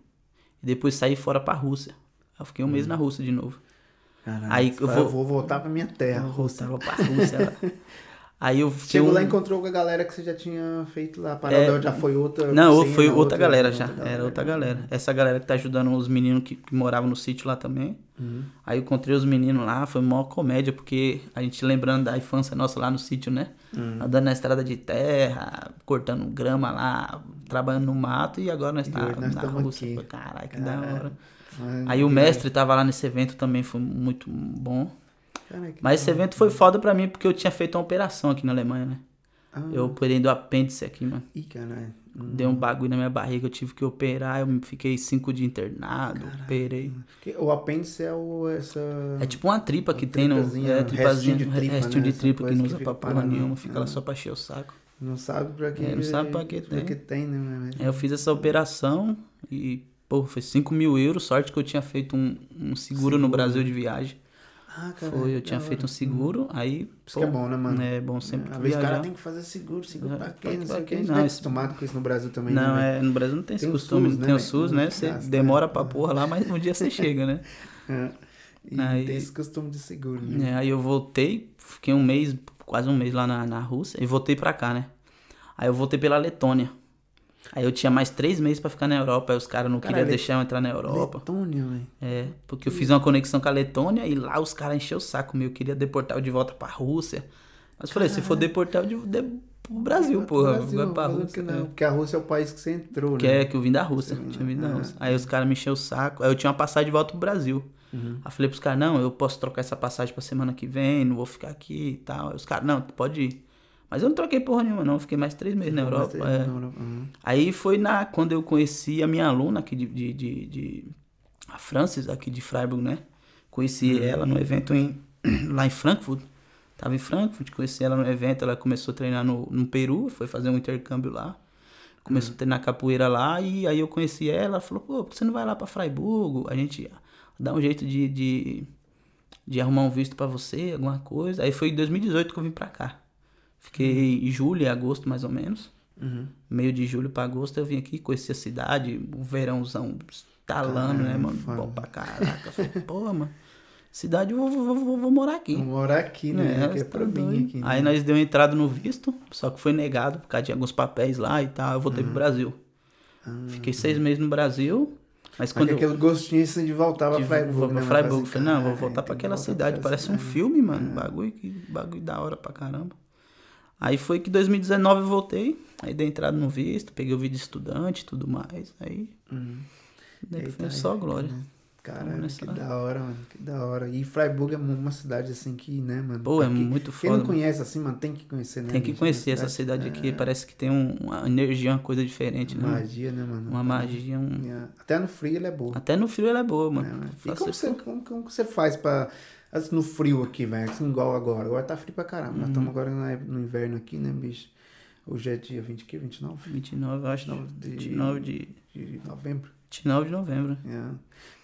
S2: E depois saí fora pra Rússia. Aí eu fiquei um
S1: Uhum.
S2: mês na Rússia de novo.
S1: Caralho,
S2: Aí
S1: você
S2: eu
S1: fala,
S2: vou-
S1: voltar pra minha terra, Rússia.
S2: Voltava pra Rússia lá. Aí eu fiquei
S1: Chegou
S2: um...
S1: lá e encontrou com a galera que você já tinha feito lá. A parada
S2: É.
S1: já foi outra...
S2: Não,
S1: cena,
S2: foi outra, galera já.
S1: galera. Uhum.
S2: Era outra galera. Essa galera que tá ajudando os meninos que, que moravam no sítio lá também.
S1: Uhum.
S2: Aí eu encontrei os meninos lá, foi mó comédia, porque a gente lembrando da infância nossa lá no sítio, né?
S1: Hum.
S2: Andando na estrada de terra, cortando grama lá, trabalhando no mato e agora nós
S1: E
S2: tá
S1: hoje nós
S2: na
S1: tamo
S2: Rússia.
S1: aqui. é
S2: Foi, Caralho, que
S1: Caralho.
S2: da hora.
S1: Mas-
S2: Aí o mestre tava lá nesse evento também, foi muito bom.
S1: Cara, que-
S2: Mas esse evento foi foda pra mim porque eu tinha feito uma operação aqui na Alemanha, né?
S1: Ah.
S2: Eu operei do apêndice aqui, mano.
S1: Ih, caralho. Hum.
S2: Deu um bagulho na minha barriga, eu tive que operar, eu fiquei cinco dias internado, operei.
S1: Que- O apêndice é o, essa...
S2: É tipo uma tripa que tem no.
S1: tripazinha,
S2: É,
S1: um
S2: tripazinha,
S1: restinho de
S2: um
S1: tripa,
S2: restinho
S1: né?
S2: de
S1: Essa
S2: tripa que
S1: coisa
S2: não
S1: que
S2: usa
S1: fica
S2: pra porra
S1: parada,
S2: nenhuma,
S1: né?
S2: fica lá só pra encher o saco.
S1: Não sabe pra que...
S2: É, não sabe pra que
S1: pra
S2: tem.
S1: que tem, né? mas-
S2: Aí eu fiz essa operação e Pô, foi 5 mil euros. Sorte que eu tinha feito um, um seguro, no Brasil de viagem.
S1: Ah,
S2: Foi, eu tinha
S1: da hora.
S2: feito um seguro, aí.
S1: Isso que é bom, né, mano?
S2: É bom sempre.
S1: Às vezes o
S2: viajar.
S1: cara tem que fazer seguro, seguro
S2: É,
S1: pra quê, não
S2: pra
S1: sei o quê.
S2: quê,
S1: A gente
S2: não,
S1: não é
S2: isso-
S1: acostumado com isso no Brasil também,
S2: Não,
S1: né?
S2: é, no Brasil não tem esse
S1: Tem o
S2: costume.
S1: SUS, né,
S2: tem o
S1: velho?
S2: SUS, né?
S1: Não
S2: Você
S1: gasta,
S2: demora
S1: né?
S2: pra porra lá, mas um dia você chega, né?
S1: É. E não
S2: Aí-
S1: tem esse costume de seguro, né?
S2: É, aí eu voltei, fiquei um mês, quase um mês lá na, na Rússia, e voltei pra cá, né? Aí eu voltei pela Letônia. Aí eu tinha mais três meses pra ficar na Europa, aí os caras não
S1: Cara,
S2: queriam
S1: Le-
S2: deixar eu entrar na É, Europa.
S1: Letônia, velho.
S2: É, porque
S1: Hum.
S2: eu fiz uma conexão com a Letônia e lá os caras encheu o saco meu, queria deportar eu de volta pra Rússia. Mas eu falei, se for deportar eu de, de, pro Brasil,
S1: Vai pro
S2: porra,
S1: Brasil,
S2: vai pra
S1: fazer o
S2: Rússia.
S1: que não,
S2: é.
S1: Porque a Rússia é o país que você entrou,
S2: Que
S1: né?
S2: é que eu vim da Rússia.
S1: Sim,
S2: tinha vindo da
S1: ah.
S2: Rússia. Aí os caras me encheram o saco. Aí eu tinha uma passagem de volta pro Brasil.
S1: Uhum.
S2: Aí eu falei pros caras, não, eu posso trocar essa passagem pra semana que vem, não vou ficar aqui e tal. Aí os caras, não, tu pode ir. Mas eu não troquei porra nenhuma, não. Eu Fiquei mais três meses na
S1: Mas
S2: Europa.
S1: tem-
S2: é.
S1: na Europa, uhum.
S2: Aí foi na, quando eu conheci a minha aluna aqui de. de, de, de- a Frances, aqui de Freiburg, né? Conheci ela num evento em, lá em Frankfurt. Tava em Frankfurt, conheci ela num evento, ela começou a treinar no, no Peru, foi fazer um intercâmbio lá. Começou a treinar capoeira lá, e aí eu conheci ela, ela falou, pô, por que você não vai lá pra Freiburgo? A gente dá um jeito de, de, de arrumar um visto pra você, alguma coisa. Aí foi em 2018 que eu vim pra cá. Fiquei em julho e agosto, mais ou menos
S1: Uhum.
S2: meio de julho pra agosto, eu vim aqui, conheci a cidade, o verãozão estalando, né,
S1: Caralho,
S2: mano?
S1: foda.
S2: Bom pra caraca. Eu Falei, pô, mano, cidade, eu vou, vou, vou, vou morar aqui.
S1: Vamos morar aqui, né?
S2: É,
S1: que é
S2: tá
S1: pra mim
S2: doido.
S1: aqui.
S2: Aí nós deu entrada no visto, só que foi negado por causa de alguns papéis lá e tal. Eu voltei
S1: Uhum.
S2: pro Brasil.
S1: Ah,
S2: Fiquei seis meses no Brasil, mas
S1: Quando
S2: quando. eu
S1: É aquele gostinho assim de voltar pra
S2: de-
S1: Freiburg.
S2: vou
S1: né,
S2: pra
S1: mano?
S2: Freiburg.
S1: Fazer,
S2: Falei, não, vou
S1: "Caralho,
S2: voltar pra
S1: tem que
S2: aquela
S1: voltar
S2: cidade,
S1: pra
S2: parece um
S1: cidade".
S2: filme, mano. Bagulho, que, bagulho da hora pra caramba. Aí foi que em 2019 eu voltei, aí dei entrada no visto, peguei o vídeo de estudante e tudo mais. Aí
S1: Uhum.
S2: daí
S1: Eita,
S2: foi
S1: aí
S2: só
S1: fica,
S2: glória.
S1: né? Caralho,
S2: nessa
S1: que
S2: lá.
S1: da hora, mano. Que da hora. E Freiburg é uma cidade assim que, né, mano?
S2: Pô,
S1: pra
S2: é
S1: quem-
S2: muito
S1: Quem
S2: foda.
S1: não
S2: mano.
S1: conhece assim, mano, tem que conhecer, né?
S2: Tem que
S1: bicho?
S2: conhecer
S1: Uma
S2: essa cidade aqui,
S1: é,
S2: parece que tem um- uma energia, uma coisa diferente, né? mano?
S1: Magia, né, mano?
S2: Uma magia, um...
S1: É. Até no frio ele é boa.
S2: Até no frio ela é boa,
S1: É,
S2: mano.
S1: né? E
S2: Fala
S1: como
S2: assim,
S1: você, como, como que você faz pra. assim, no frio aqui, velho. Assim, igual agora. Agora tá frio pra caramba.
S2: Uhum.
S1: Nós estamos agora na época- no inverno aqui, né, bicho? Hoje é dia 20 que? 29?
S2: 29, eu acho,
S1: 29 de-
S2: 29 de,
S1: De novembro.
S2: 29 de novembro.
S1: É.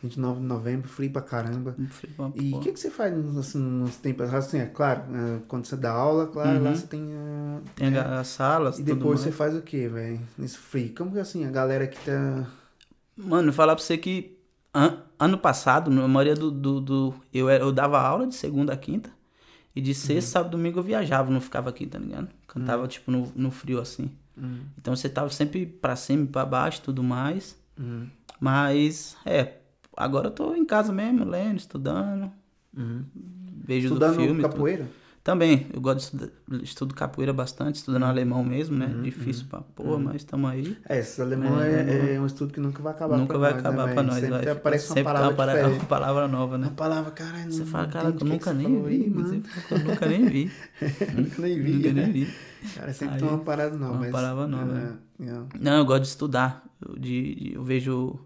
S1: 29 de novembro, frio pra caramba.
S2: Um frio pra
S1: E o
S2: porra.
S1: que, que você faz assim, nos tempos? Assim, é claro, é, quando você dá aula, claro, lá
S2: Uhum.
S1: você tem. é,
S2: Tem
S1: é,
S2: as salas,
S1: E
S2: tudo
S1: depois
S2: mais.
S1: você faz o que, velho? Nesse frio. Como que assim, a galera que tá.
S2: Mano, falar pra você que an- ano passado, na maioria do. do, do- eu, era- eu dava aula de segunda a quinta. E de
S1: Uhum.
S2: sexta, sábado e domingo eu viajava, não ficava aqui, tá ligado? Cantava, tipo, no, no frio assim.
S1: Hum,
S2: Então você tava sempre pra cima e pra baixo e tudo mais.
S1: hum,
S2: Mas, é, agora eu tô em casa mesmo, lendo, estudando.
S1: hum.
S2: Vejo Uhum. do
S1: Estudando
S2: filme. tudo.
S1: capoeira?
S2: Também, eu gosto de estudar, estudo capoeira bastante, estudando
S1: Uhum.
S2: alemão mesmo, né? Difícil pra porra, mas tamo aí.
S1: É, esse alemão
S2: É,
S1: é, é um estudo que nunca vai acabar
S2: Nunca
S1: pra
S2: vai
S1: nós, né,
S2: acabar
S1: velho?
S2: pra nós,
S1: Sempre
S2: vai. fica-
S1: aparece uma
S2: sempre
S1: palavra
S2: uma, para-
S1: diferente.
S2: uma palavra nova, né?
S1: Uma palavra, caralho,
S2: Você
S1: não
S2: fala,
S1: entendo
S2: cara, eu
S1: Ah, o que
S2: nunca
S1: que você
S2: nem
S1: falou aí,
S2: vi, mas
S1: mano.
S2: ele falou, nunca nem vi.
S1: Nunca nem
S2: nunca
S1: vi,
S2: nem
S1: né?
S2: vi.
S1: Cara, sempre
S2: Aí,
S1: tem uma parada nova.
S2: uma
S1: mas,
S2: palavra nova,
S1: é,
S2: né?
S1: é.
S2: Não, eu gosto de estudar. Eu, de, de- eu vejo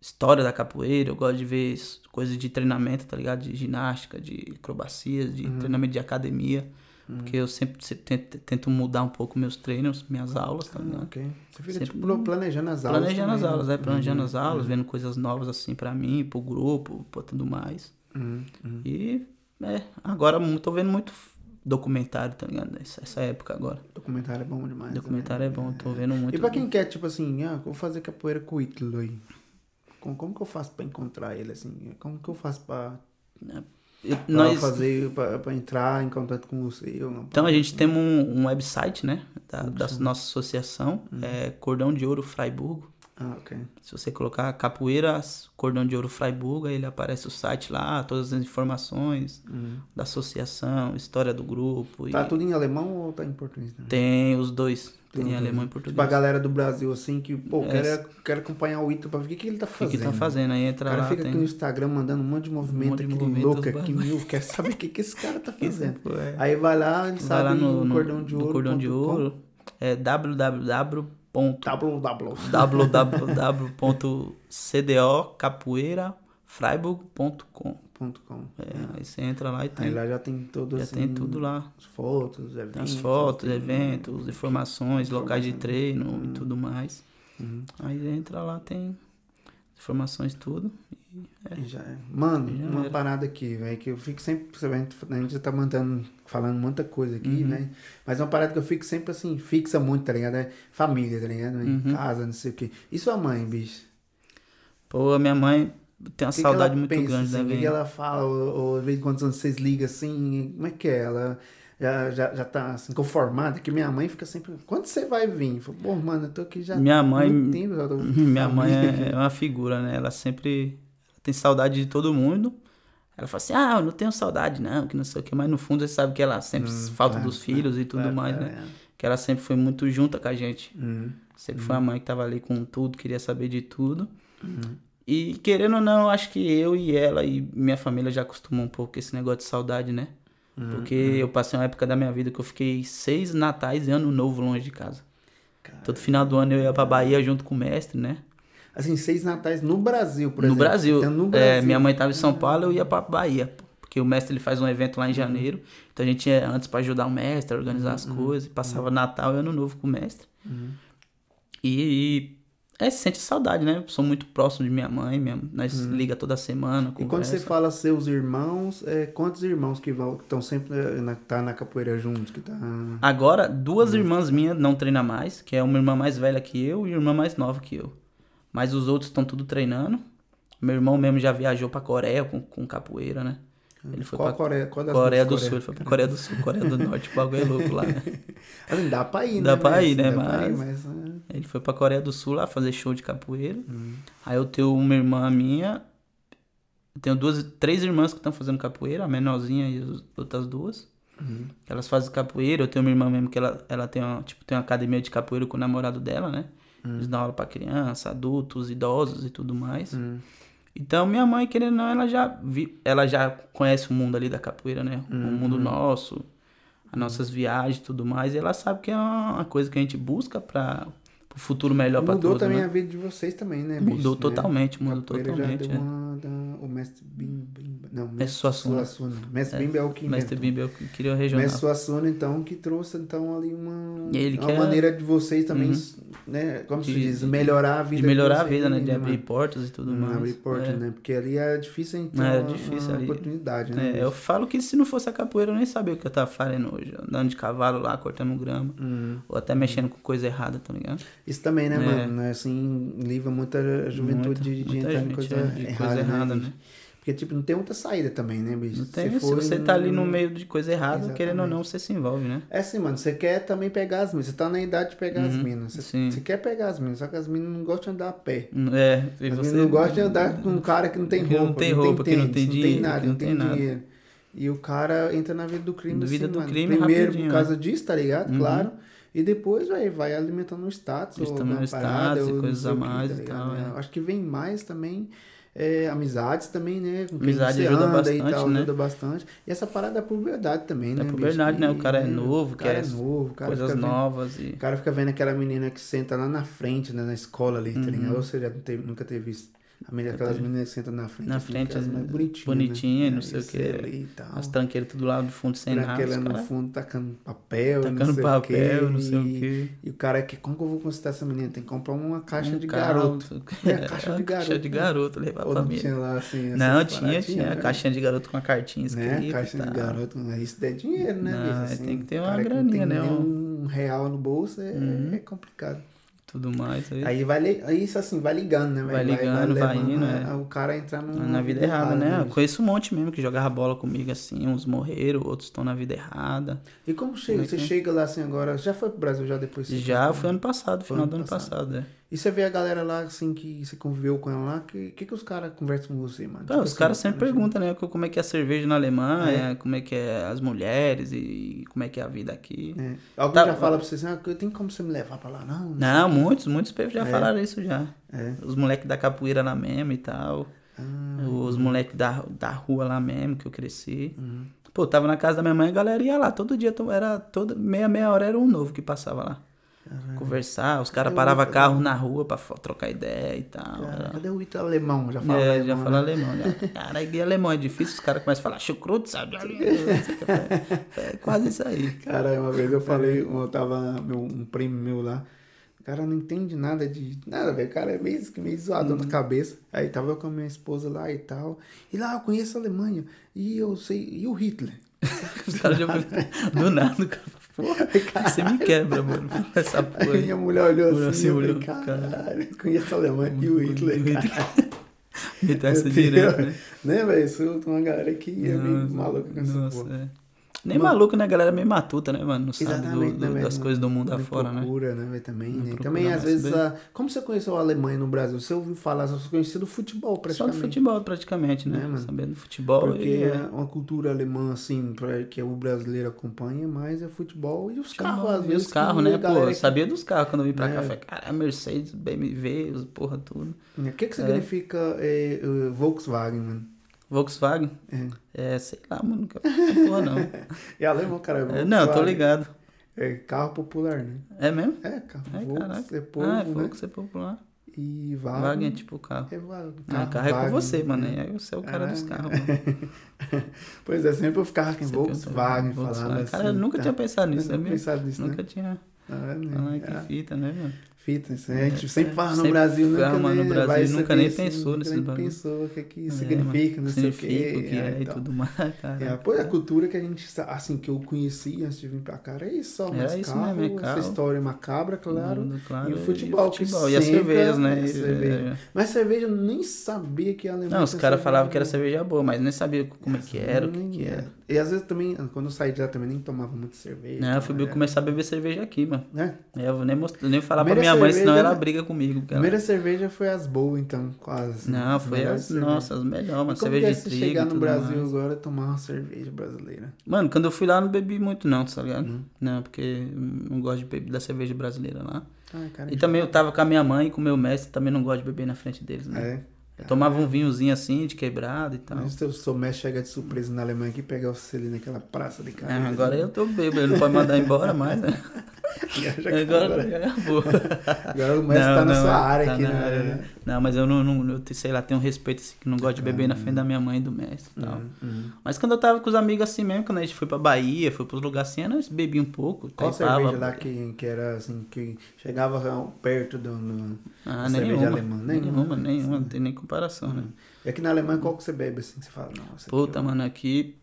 S2: história da capoeira, eu gosto de ver s- coisas de treinamento, tá ligado? De ginástica, de acrobacias,
S1: Uhum.
S2: de treinamento de academia. Porque eu sempre, se- tento, tento mudar um pouco meus treinos, minhas aulas, tá ligado?
S1: Ok. Você fica
S2: Sempre-
S1: tipo, planejando as aulas.
S2: Planejando as
S1: também,
S2: aulas,
S1: né?
S2: é, planejando as aulas, vendo coisas novas assim pra mim, pro grupo, pra tudo mais.
S1: Uhum, uhum.
S2: E é, agora mu- tô vendo muito f- documentário, tá ligado? Essa, essa época agora.
S1: Documentário é bom demais. né?
S2: documentário é bom, tô vendo muito.
S1: E pra quem quer, tipo assim, ah, vou fazer capoeira com o Ítalo aí. Como, como que eu faço pra encontrar ele, assim? Como que eu faço pra,
S2: Eu-
S1: pra
S2: nós,
S1: fazer, pra, pra entrar em contato com você? Eu, não-
S2: então a gente tem um, um website, né? Da, da nossa associação,
S1: Uhum.
S2: é Cordão de Ouro Freiburgo.
S1: Ah, ok.
S2: Se você colocar capoeiras, Cordão de Ouro Freiburgo, aí ele aparece o site lá, todas as informações
S1: Uhum.
S2: da associação, história do grupo. e
S1: Tá tudo em alemão ou tá em português? Né?
S2: Tem os dois, tem em
S1: Tudo.
S2: alemão e
S1: Tipo, a
S2: português.
S1: galera do Brasil, assim, que, pô,
S2: É.
S1: quero, quero acompanhar o Ítalo pra ver o que, que ele tá
S2: O que,
S1: fazendo.
S2: que tá fazendo? Aí
S1: O
S2: entra
S1: cara
S2: lá,
S1: fica
S2: tem...
S1: aqui no Instagram mandando um monte de movimento,
S2: monte de
S1: aquele
S2: movimento,
S1: louco
S2: os
S1: aqui,
S2: bagulho.
S1: meu, quer saber o que, que esse cara tá fazendo.
S2: É.
S1: Aí vai lá, ele
S2: Vai
S1: sabe
S2: lá no, no
S1: cordão de
S2: do
S1: ouro.
S2: Cordão de Ouro, é
S1: www.
S2: www.cdocapoeirafreiburg.com
S1: .com.
S2: é, Aí você entra lá e tem,
S1: Aí lá já tem todo
S2: já
S1: assim,
S2: tem tudo lá.
S1: As fotos,
S2: Tem
S1: eventos. assim,
S2: as fotos,
S1: tem-
S2: eventos, informações, locais de treino e tudo mais.
S1: Uhum.
S2: Aí entra lá, tem, informações, tudo. E, é.
S1: Já é. Mano,
S2: Já
S1: uma
S2: era.
S1: parada aqui, velho, que eu fico sempre. sabe, A gente, a gente já tá mandando, falando muita coisa aqui,
S2: Uhum.
S1: né? Mas é uma parada que eu fico sempre assim, fixa muito, tá ligado? É família, tá ligado? véi?
S2: Uhum.
S1: Casa, não sei o quê. E sua mãe, bicho?
S2: Pô, a minha mãe tem uma
S1: O que que
S2: saudade
S1: ela
S2: muito
S1: pensa,
S2: grande
S1: assim?
S2: da
S1: O que
S2: minha.
S1: que ela fala? Ou, ou de vez em quando vocês ligam assim, como é que é? Ela já, já, já tá assim, conformada, que minha mãe fica sempre. Quando você vai vir? Eu falo, Pô, mano, eu tô aqui já.
S2: Minha mãe-
S1: muito tempo, já tô com
S2: Minha mãe
S1: família."
S2: é, é uma figura, né? Ela sempre tem saudade de todo mundo. Ela fala assim, ah, eu não tenho saudade, não, que não sei o quê. Mas no fundo você sabe que ela sempre falta
S1: claro,
S2: dos filhos e tudo
S1: Claro,
S2: mais, né?
S1: Hum,
S2: Uhum.
S1: é.
S2: Que ela sempre foi muito junta com a gente.
S1: Hum.
S2: Sempre foi a mãe que tava ali com tudo, queria saber de tudo.
S1: Uhum.
S2: E querendo ou não, acho que eu e ela e minha família já acostumou um pouco com esse negócio de saudade, né?
S1: Uhum,
S2: Porque eu passei uma época da minha vida que eu fiquei seis natais e ano novo longe de casa.
S1: Cara.
S2: Todo final do ano eu ia pra Bahia junto com o mestre, né?
S1: Assim, seis natais no Brasil, por
S2: no
S1: exemplo.
S2: Brasil.
S1: Então, no
S2: É,
S1: Brasil.
S2: minha mãe tava em São Paulo, eu ia pra Bahia. pô, Porque o mestre ele faz um evento lá em janeiro. Então a gente ia antes pra ajudar o mestre, a organizar as
S1: Uhum.
S2: coisas. e Passava Natal e Ano Novo com o mestre. E, e é, sente saudade, né? Eu sou muito próximo de minha mãe. Minha, nós liga toda semana.
S1: Uhum. E quando você
S2: conversa.
S1: fala seus irmãos, é, quantos irmãos que vão- que estão sempre eh, na, tá na capoeira juntos? Que tá...
S2: Agora, duas
S1: Uhum.
S2: irmãs minhas não treinam mais, que é uma irmã mais velha que eu e uma irmã mais nova que eu. Mas os outros estão tudo treinando. Meu irmão mesmo já viajou pra Coreia com, com capoeira, né? Ele foi
S1: Uhum. qual
S2: pra
S1: Coreia, qual das
S2: Coreia do
S1: duas
S2: Sul, ele foi pra Coreia do Sul, Coreia do Norte, o bagulho é louco lá, né?
S1: Assim, dá pra ir, né?
S2: Dá pra
S1: mas-
S2: ir, né,
S1: dá pra ir,
S2: mas-
S1: mas, eh,
S2: Ele foi pra Coreia do Sul lá fazer show de capoeira.
S1: Hum.
S2: Aí eu tenho uma irmã minha, eu tenho duas, três irmãs que estão fazendo capoeira, a menorzinha e as outras duas.
S1: Hum.
S2: Elas fazem capoeira, eu tenho uma irmã mesmo que ela, ela tem, uma, tipo, tem uma academia de capoeira com o namorado dela, né? Eles dão aula pra criança, adultos, idosos e tudo mais.
S1: Hum.
S2: Então, minha mãe, querendo ou não, ela já, vi, ela já conhece o mundo ali da capoeira, né?
S1: Hum.
S2: O mundo nosso, as nossas viagens e tudo mais. E ela sabe que é uma coisa que a gente busca para o futuro melhor pra
S1: Mudou
S2: todos,
S1: também
S2: né?
S1: a vida de vocês também, né? bicho,
S2: Mudou
S1: né?
S2: totalmente, mudou
S1: Capoeira
S2: totalmente.
S1: Já
S2: é.
S1: deu um uma, da- O mestre Bimba. Bimba- Não, mestre
S2: Suassuna.
S1: Suassuna. Mestre Bimba é o que
S2: Mestre
S1: inventou.
S2: Bimba, eu queria o regional.
S1: Mestre Suassuna, então, que trouxe então ali uma,
S2: E ele
S1: uma
S2: quer- Uhum.
S1: maneira de vocês também, né, como se
S2: De-
S1: diz,
S2: de-
S1: melhorar a vida.
S2: De melhorar a
S1: vocês,
S2: vida, né? De
S1: ainda
S2: abrir
S1: mais.
S2: portas e tudo
S1: Hum,
S2: mais.
S1: Abrir porta,
S2: é.
S1: né? Porque ali é difícil então
S2: É,
S1: a-
S2: difícil
S1: a
S2: ali.
S1: oportunidade, né?
S2: É, eu falo que se não fosse a capoeira, eu nem sabia o que eu tava fazendo hoje. Andando de cavalo lá, cortando grama.
S1: Hum.
S2: Ou até mexendo com coisa errada, tá ligado?
S1: Isso também, né,
S2: É.
S1: mano? né, Assim, livra muita juventude
S2: Muita-
S1: de, de
S2: muita
S1: entrar em
S2: gente,
S1: coisa,
S2: é, de
S1: errada,
S2: coisa errada,
S1: né?
S2: né?
S1: Porque, tipo, não tem outra saída também, né, bicho?
S2: Não tem, se
S1: for
S2: você
S1: em-
S2: tá ali no meio de coisa errada, querendo ou
S1: Exatamente.
S2: não, você se envolve, né?
S1: É assim, mano, você quer também pegar as minas. Você tá na idade de pegar as minas. Você,
S2: Uhum, sim.
S1: você quer pegar as minas, só que as minas não gostam de andar a pé.
S2: É, e
S1: Mas
S2: você
S1: não gosta de andar com um cara que não tem
S2: Que não
S1: roupa,
S2: tem roupa, que não tem
S1: tênis,
S2: dinheiro,
S1: não tem nada,
S2: que
S1: não tem dinheiro. E o cara entra na vida do crime
S2: Na
S1: assim,
S2: vida do
S1: mano.
S2: crime
S1: Primeiro
S2: rapidinho, Uhum.
S1: por
S2: né?
S1: causa disso, tá ligado? Claro. E depois, véi, vai alimentando o status.
S2: Eles
S1: ou
S2: também
S1: alguma
S2: o status
S1: parada,
S2: e
S1: ou não
S2: coisas
S1: sei
S2: a
S1: o quê,
S2: mais
S1: tá
S2: e
S1: ligado,
S2: tal,
S1: né?
S2: é.
S1: Acho que vem mais também... é, amizades também, né? Com quem
S2: Amizade
S1: você
S2: ajuda
S1: anda e
S2: bastante,
S1: tal,
S2: né?
S1: ajuda bastante. E essa parada é puberdade também, né?
S2: É
S1: bicho?
S2: puberdade, né? O
S1: Que,
S2: cara é novo,
S1: O cara é
S2: quer
S1: novo, o cara
S2: coisas
S1: fica vendo-
S2: novas e.
S1: o cara fica vendo aquela menina que senta lá na frente, né, na escola ali,
S2: Uhum.
S1: tá ligado? Ou você já não teve- nunca teve visto. A menina, aquelas meninas que sentam na frente.
S2: Na
S1: assim,
S2: frente,
S1: aquelas mais
S2: é,
S1: bonitinhas. É,
S2: bonitinha, não sei o
S1: Isso
S2: quê. tá
S1: Ali e tal.
S2: As tranqueiras tudo lá do fundo sem nada.
S1: Aquela
S2: os
S1: no
S2: cara
S1: fundo tacando papel, não
S2: Tacando
S1: sei
S2: Tá papel,
S1: o quê.
S2: não sei o
S1: e-
S2: quê.
S1: E o cara é que, como que eu vou conquistar essa menina? Tem que comprar uma caixa
S2: Um
S1: de
S2: carro,
S1: garoto.
S2: não sei o quê.
S1: É, a caixa de
S2: Caixa de
S1: garoto, né?
S2: garoto, levar
S1: Ou
S2: pra
S1: não
S2: mim.
S1: tinha lá assim. essas
S2: Não, tinha,
S1: paradinhas,
S2: tinha.
S1: né?
S2: Caixinha de garoto com a cartinha escrita.
S1: Né? Caixa
S2: e
S1: de
S2: tal.
S1: garoto. Isso daí é dinheiro, né?
S2: Não,
S1: bicho?
S2: é, tem que ter uma
S1: cara não tem
S2: graninha, né? Uhum.
S1: nem Um real no bolso é, é complicado.
S2: Tudo mais. Aí,
S1: Aí vai li- aí isso assim, vai ligando, né?
S2: Vai ligando, vai
S1: levando
S2: indo,
S1: a-
S2: é.
S1: a- O cara entrar numa
S2: na vida errada, né? Eu
S1: bicho?
S2: conheço um monte mesmo que jogava bola comigo assim. Uns morreram, outros estão na vida errada.
S1: E como chega?
S2: Como é
S1: você
S2: que é?
S1: chega lá assim agora, já foi pro Brasil já depois? que você
S2: Já
S1: foi?
S2: foi ano passado,
S1: é. Foi
S2: final
S1: ano
S2: do ano
S1: passado.
S2: passado, é.
S1: E você vê a galera lá assim que você conviveu com ela lá, que que, que os caras conversam com você, mano?
S2: Pô,
S1: Tipo
S2: os
S1: assim,
S2: caras sempre
S1: né?
S2: perguntam, né? co- Como é que é a cerveja na Alemanha, como é que é as mulheres e como é que é a vida aqui.
S1: É. Alguém
S2: Tá,
S1: já
S2: ó.
S1: fala pra você assim, ah, tem como você me levar pra lá? Não.
S2: Não, muitos, muitos pe- já
S1: É.
S2: falaram isso já.
S1: É.
S2: Os moleques da capoeira lá mesmo e tal.
S1: Ah,
S2: Os moleques da, da rua lá mesmo que eu cresci.
S1: uhum.
S2: Pô, tava na casa da minha mãe, a galera ia lá. Todo dia to- era toda meia, meia hora era um novo que passava lá.
S1: Caralho.
S2: Conversar, os caras
S1: Eu
S2: paravam
S1: nunca-
S2: carro na rua pra fo- trocar ideia e tal.
S1: Cara,
S2: era-
S1: cadê o Ita alemão? Já fala
S2: é,
S1: alemão,
S2: já
S1: né?
S2: fala alemão. Já. Cara, e alemão é difícil, os caras começam a falar chucrute, sabe? É quase isso aí. É.
S1: Cara, uma vez eu falei, eu tava, meu, um primo meu lá, O cara não entende nada de nada, velho. O cara é meio, meio zoado
S2: Uhum.
S1: na cabeça. Aí tava eu com a minha esposa lá e tal. E lá eu conheço a Alemanha. E eu sei. E o Hitler?
S2: Os caras já do nada, o cara. Porra, você me quebra, mano. Essa
S1: Aí
S2: porra. aí.
S1: minha mulher olhou
S2: Olhou
S1: assim,
S2: assim,
S1: eu falei,
S2: olhou, Uhum,
S1: caralho, conheço a Alemanha e o Hitler,
S2: Hitler.
S1: cara.
S2: Meter essa
S1: Entendeu?
S2: direto, né?
S1: Né, velho? Isso é uma galera que é meio
S2: Nossa,
S1: maluca com essa
S2: nossa,
S1: porra.
S2: é. Nem maluco, né? A galera é meio matuta, né, mano? Não sabe do-
S1: Exatamente,
S2: do-
S1: né,
S2: das
S1: velho?
S2: coisas do mundo
S1: Não
S2: afora, né?
S1: procura, né? velho, também,
S2: Não
S1: né?
S2: procura um
S1: também, às
S2: mais
S1: vezes,
S2: saber.
S1: a- como você conheceu a Alemanha no Brasil? Você ouviu falar, você conheceu do futebol,
S2: Só do
S1: praticamente.
S2: futebol, praticamente, né?
S1: Né, mano?
S2: Sabendo do futebol.
S1: Porque
S2: e,
S1: é uma cultura alemã, assim, pra, que o brasileiro acompanha, mas é futebol e os carros, às
S2: e
S1: vezes.
S2: os
S1: que
S2: carros,
S1: a
S2: né? Pô,
S1: galera
S2: eu sabia dos carros quando eu vim pra
S1: Né?
S2: cá. Eu falei, cara, Mercedes, BMW, os porra, tudo.
S1: O que,
S2: É.
S1: que significa eh, eh, Volkswagen, mano?
S2: Volkswagen. É, sei lá, mano. Nunca porra, não.
S1: É alemão, cara. É
S2: É, não, eu tô
S1: Volkswagen.
S2: ligado.
S1: É carro popular, né?
S2: É mesmo?
S1: É, carro.
S2: É,
S1: Volks
S2: caraca.
S1: é povo,
S2: ah, é
S1: né?
S2: Volks é popular.
S1: E Wagen.
S2: Wagen é tipo carro.
S1: É Wagen.
S2: Ah, carro é com
S1: Wagen,
S2: você,
S1: né? Ah.
S2: mano. Aí você é o cara dos
S1: Caraca.
S2: carros, mano.
S1: Pois é, sempre eu ficava com
S2: Você
S1: Volkswagen
S2: pensa,
S1: falando assim.
S2: Cara, eu nunca
S1: tá?
S2: tinha pensado nisso,
S1: Eu
S2: sabia?
S1: nunca pensado nisso,
S2: nunca
S1: né?
S2: tinha.
S1: Ah, é, né?
S2: Ah, que
S1: Ah,
S2: fita, né, mano?
S1: Fita, isso aí a gente
S2: É,
S1: sempre
S2: é,
S1: fala no
S2: sempre
S1: Brasil, nunca,
S2: fala no
S1: né?
S2: Brasil,
S1: Vai
S2: nunca
S1: saber,
S2: nem
S1: assim,
S2: pensou
S1: nunca
S2: nesses
S1: nem
S2: bagulho.
S1: pensou o que, que
S2: É,
S1: significa, não sei o que.
S2: significa, o que é e
S1: tal.
S2: tudo mais, cara.
S1: É, pois a cultura que a gente, sa- assim, que eu conheci antes de vir pra cá, era isso, só,
S2: Era
S1: mas
S2: isso
S1: carro,
S2: mesmo, é Uhum.
S1: essa
S2: carro.
S1: história macabra, claro.
S2: Mundo, claro,
S1: e o futebol, que
S2: futebol. E as
S1: sempre
S2: cervejas,
S1: é-
S2: né?
S1: é
S2: E-
S1: cerveja. Mas cerveja eu nem sabia que a Alemanha
S2: Não, os
S1: tinha
S2: caras
S1: cerveja
S2: falavam que era
S1: boa.
S2: cerveja boa, mas nem sabia como é que era, o que, que era.
S1: E às vezes também, quando eu saí de lá também, nem tomava muito cerveja.
S2: Não, eu fui
S1: né?
S2: começar a beber cerveja aqui, mano.
S1: Né?
S2: Aí Eu nem, most... nem falar pra
S1: Primeira
S2: minha mãe, senão
S1: cerveja-
S2: ela briga comigo. porque ela-
S1: Primeira cerveja foi as boas, então, quase. né?
S2: Não, foi
S1: melhores
S2: as
S1: cervejas.
S2: nossas, as melhores, mano.
S1: Como que
S2: Cerveja
S1: é
S2: de
S1: se
S2: trigo. e
S1: chegar no
S2: tudo
S1: Brasil
S2: mais.
S1: agora e tomar uma cerveja brasileira?
S2: Mano, quando eu fui lá, eu não bebi muito, não, tá ligado? Não, porque eu não gosto de beber da cerveja brasileira lá.
S1: Ah, cara,
S2: E também eu tava com a minha mãe e com o meu mestre, também não gosto de beber na frente deles, né?
S1: É.
S2: Eu tomava um vinhozinho assim, de quebrado e tal.
S1: Mas se o seu mestre chega de surpresa na Alemanha aqui, pegar você ali naquela praça de né?
S2: Ah,
S1: cara. é.
S2: agora eu tô bêbado, ele não pode mandar embora mais, né? Agora já acabou.
S1: tá Agora o mestre tá na
S2: não,
S1: sua
S2: é,
S1: área
S2: tá
S1: aqui,
S2: na área,
S1: né?
S2: né? Não, mas eu não, não- eu, te- sei lá, tenho um respeito assim, que não gosto de
S1: Ah,
S2: beber na frente da minha mãe e do mestre e tal.
S1: Uhum.
S2: Mas quando eu tava com os amigos assim mesmo, quando a gente foi pra Bahia, foi pros lugares assim, eu bebi um pouco.
S1: Qual
S2: taipava,
S1: cerveja lá que, que era assim, que chegava perto do. do-
S2: Ah,
S1: da
S2: nenhuma,
S1: cerveja alemã?
S2: nenhuma,
S1: Nenhuma, né?
S2: nenhuma, não tem nem comparação, né?
S1: E aqui na Alemanha, qual que você bebe assim? que Você fala, não, essa aqui
S2: Puta,
S1: eu-
S2: mano, aqui.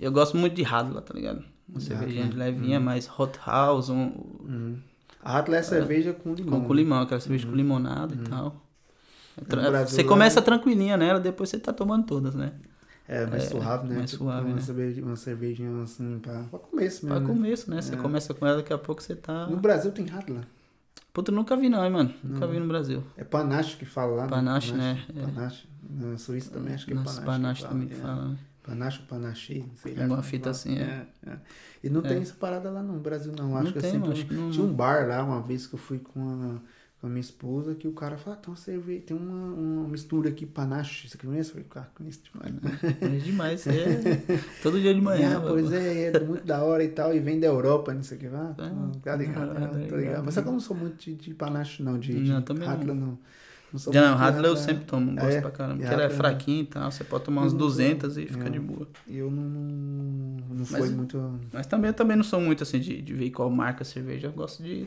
S2: Eu gosto muito de Radler, tá ligado? Uma cervejinha
S1: né?
S2: de levinha, mas Hot House, um,
S1: Uhum. A Rattler é cerveja com limão.
S2: Ah,
S1: né?
S2: com, com limão, aquela cerveja
S1: Uhum.
S2: com limonada e tal. É tra-
S1: No um Brasil,
S2: Você
S1: lá- né?
S2: começa tranquilinha nela, depois você tá tomando todas, né?
S1: É, mais suave, né?
S2: mais
S1: Tipo,
S2: suave,
S1: uma,
S2: né?
S1: cerveja, uma cervejinha assim pra, pra começo
S2: Pra
S1: mesmo. né?
S2: começo, né? Você começa com ela, daqui a pouco você tá.
S1: No Brasil tem Rattler.
S2: Puta, eu nunca vi não, hein, mano? Nunca vi no Brasil.
S1: É panache que fala lá. né?
S2: Panache, né? É.
S1: Panache. Na Suíça também acho que é
S2: Nossa,
S1: panache.
S2: panache
S1: que fala,
S2: também que
S1: é.
S2: fala, né?
S1: Panache ou panache, não sei lá.
S2: Alguma
S1: como
S2: fita
S1: fala.
S2: assim, é.
S1: é, é. E não tem essa parada lá no Brasil, não. Acho
S2: Não
S1: que eu
S2: tem,
S1: sempre...
S2: acho que não-
S1: Tinha um bar lá, uma vez que eu fui com a, com a minha esposa, que o cara falou, ah, tem uma cerveja, tem uma, uma mistura aqui, panache. Você conhece? Eu falei, cara, conheço demais.
S2: É demais, é. Todo dia de manhã,
S1: Ah,
S2: mano.
S1: pois é, é muito da hora e tal, e vem da Europa, não sei o que. Ah, tá, tá ligado,
S2: tá
S1: tá ligado, tá ligado. Mas só que eu não sou muito de, de panache, não, de, de
S2: Não, também não.
S1: Rattler, não. Não, sou
S2: Não,
S1: muito de
S2: Radler eu sempre tomo, gosto pra caramba.
S1: né? e
S2: Porque ela é
S1: Radler- Uhum.
S2: fraquinha e tal, você pode tomar uns 200 e fica de boa.
S1: Eu não, não, não foi muito...
S2: Mas também, eu também não sou muito assim de, de ver qual marca a cerveja, eu gosto de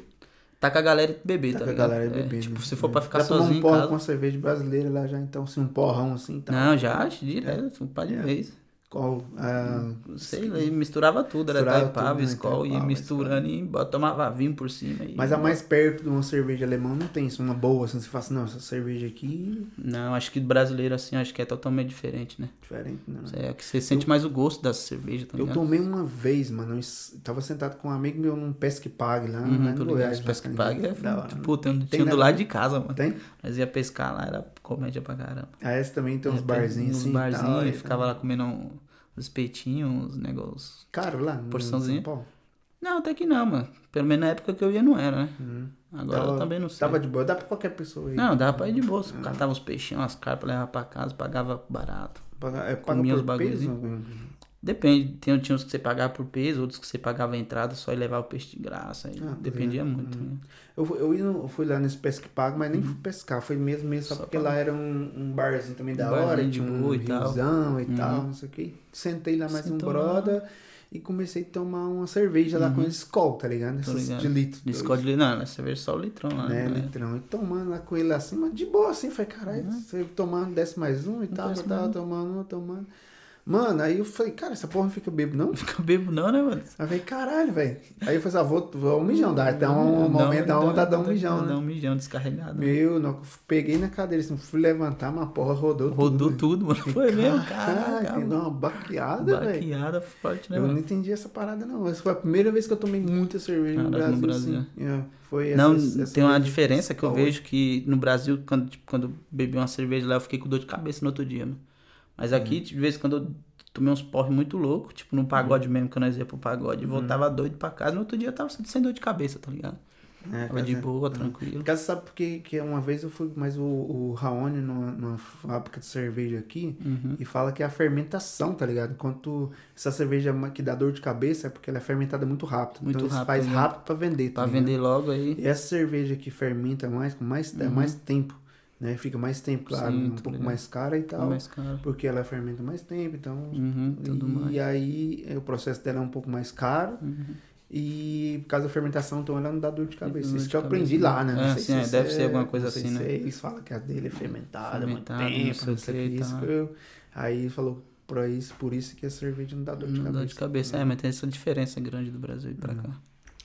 S2: tá com a galera e beber,
S1: Tá
S2: tá,
S1: com a
S2: ligado?
S1: galera
S2: É,
S1: bebendo.
S2: Tipo, se
S1: né?
S2: for pra ficar
S1: Já tomou
S2: sozinho
S1: um
S2: em
S1: porra
S2: casa...
S1: com uma cerveja brasileira lá já, então, assim, um porrão assim e tal.
S2: Não, já,
S1: É.
S2: direto, um par de vezes.
S1: Qual? Ah,
S2: Sei lá, e misturava tudo, era
S1: Misturava
S2: taipava,
S1: tudo, né?
S2: Skol, e
S1: Taipava,
S2: misturando e bota- tomava vinho por cima. e-
S1: mas a mais perto de uma cerveja alemã não tem isso, uma boa, assim, você fala assim, não, essa cerveja aqui
S2: Não, acho que brasileiro assim, acho que é totalmente diferente, né?
S1: é diferente, não.
S2: É que você sente mais o gosto da cerveja, tá
S1: Eu
S2: ligado?
S1: tomei uma vez, mano. Eu es- tava sentado com um amigo meu num pesque pague lá,
S2: Uhum,
S1: lá
S2: tô
S1: no
S2: ligado,
S1: Ah, Goiás.
S2: pesca que
S1: lá,
S2: paga.
S1: né? Da hora,
S2: É,
S1: né?
S2: tipo, tem,
S1: Tem
S2: tinha do
S1: na-
S2: lado de casa, mano.
S1: Tem?
S2: Nós ia pescar lá, era comédia pra caramba.
S1: Ah, essa também tem uns
S2: É,
S1: barzinhos
S2: uns
S1: assim. e tal,
S2: barzinhos,
S1: aí,
S2: ficava lá comendo um- uns peitinhos, uns negócios.
S1: Caro lá, no
S2: Porçãozinha.
S1: São Paulo.
S2: Não, até que não, mano. Pelo menos na época que eu ia não era, né? Agora eu
S1: Tava-
S2: também não sei.
S1: Hum. Tava de boa, dá pra qualquer pessoa aí. Ah.
S2: Não, dava pra ir de bolsa. Catava os peixinhos, as carpas, levava pra casa, pagava barato.
S1: Paga, é, paga
S2: Comia os
S1: por peso?
S2: Depende, tem, tinha uns que você pagava por peso, outros que você pagava a entrada só e levava o peixe de graça. aí
S1: Ah, tá
S2: dependia muito. né?
S1: Eu, fui- eu, ia no- eu fui lá nesse pesque pago, mas nem fui pescar. Foi mesmo, mesmo, só,
S2: Uhum. Só
S1: porque
S2: pra-
S1: lá era um, um barzinho também da
S2: Um
S1: hora.
S2: barzinho
S1: Tinha
S2: de
S1: um
S2: boa e tal. Uhum.
S1: riozão e tal, não sei o que. Sentei lá mais um
S2: Sentou lá. Uhum.
S1: broda e comecei a tomar uma cerveja lá com eles Skol, tá ligado?
S2: Tô
S1: Essas
S2: ligado.
S1: de litro.
S2: De Scott Lee, não, essa versão só o litrão lá.
S1: né,
S2: né?
S1: litrão. E tomando lá com ele assim, mas de boa assim, falei, caralho, você tomando, desce mais um e tal,
S2: Uhum. desce
S1: eu tava tomando, eu tomando. Mano, aí eu falei, cara, essa porra não fica bebo, não?
S2: Fica bebo não, né, mano?
S1: Aí eu falei, caralho, velho. Aí eu falei, ah, vou, vou um mijão, dá, dá um
S2: Dá
S1: momento, dá uma, dá, dá um
S2: dá
S1: mijão,
S2: Dá
S1: né?
S2: um mijão descarregado.
S1: Meu, não, eu peguei na cadeira, assim, fui levantar, mas porra, rodou,
S2: Rodou
S1: tudo.
S2: tudo, mano. Foi mesmo,
S1: Caralho,
S2: caraca.
S1: tem que
S2: mano.
S1: dar uma baqueada, velho.
S2: Baqueada forte, né,
S1: Eu não
S2: mano?
S1: entendi essa parada, não. Essa foi a primeira vez que eu tomei muita cerveja no
S2: Caraca,
S1: Brasil.
S2: no
S1: Assim. É, foi essa,
S2: Não,
S1: essa-
S2: tem uma diferença que eu
S1: Saúde.
S2: vejo que no Brasil, quando, tipo, quando eu bebi uma cerveja lá, eu fiquei com dor de cabeça no outro dia, mano. Mas aqui,
S1: Uhum.
S2: de vez em quando, eu tomei uns porre muito louco, tipo, num pagode
S1: Uhum.
S2: mesmo, que nós ia pro pagode, e voltava doido pra casa, no outro dia eu tava sem dor de cabeça, tá ligado?
S1: É,
S2: Tava de
S1: cara,
S2: boa, tranquilo.
S1: Em casa, sabe porque que uma vez eu fui mais o, o Raoni numa, numa fábrica de cerveja aqui
S2: Uhum.
S1: e fala que é a fermentação, tá ligado? Enquanto essa cerveja ma- que dá dor de cabeça é porque ela é fermentada muito rápido.
S2: Muito
S1: então eles
S2: rápido,
S1: faz
S2: né?
S1: rápido pra vender, tá
S2: Pra
S1: ligado?
S2: vender logo aí.
S1: E essa cerveja que fermenta mais, com mais, é mais tempo, né? Fica mais tempo, claro,
S2: Sim,
S1: um
S2: tô
S1: pouco
S2: ligado.
S1: mais cara e tal.
S2: Mas, cara.
S1: Porque ela fermenta mais tempo, então.
S2: Uhum, tudo
S1: e
S2: mais. Uhum.
S1: aí eh, o processo dela é um pouco mais caro. E por causa da fermentação, então ela não dá dor de cabeça.
S2: dor
S1: Isso
S2: de
S1: que eu
S2: cabeça,
S1: aprendi
S2: né?
S1: lá, né? Não
S2: É,
S1: sei
S2: sim,
S1: se
S2: é,
S1: isso
S2: deve ser alguma
S1: não
S2: coisa
S1: sei
S2: assim,
S1: se
S2: né?
S1: é- Eles falam que a dele é fermentada, muito
S2: Fermentada, não
S1: tempo,
S2: sei
S1: não
S2: o tá.
S1: sei o
S2: quê
S1: que.
S2: e
S1: Isso
S2: tal.
S1: que eu... Aí falou por isso, por isso que a cerveja não dá Tá dor de
S2: Não dá
S1: cabeça. né?" É.
S2: de cabeça. É, mas tem essa diferença grande do Brasil e pra cá.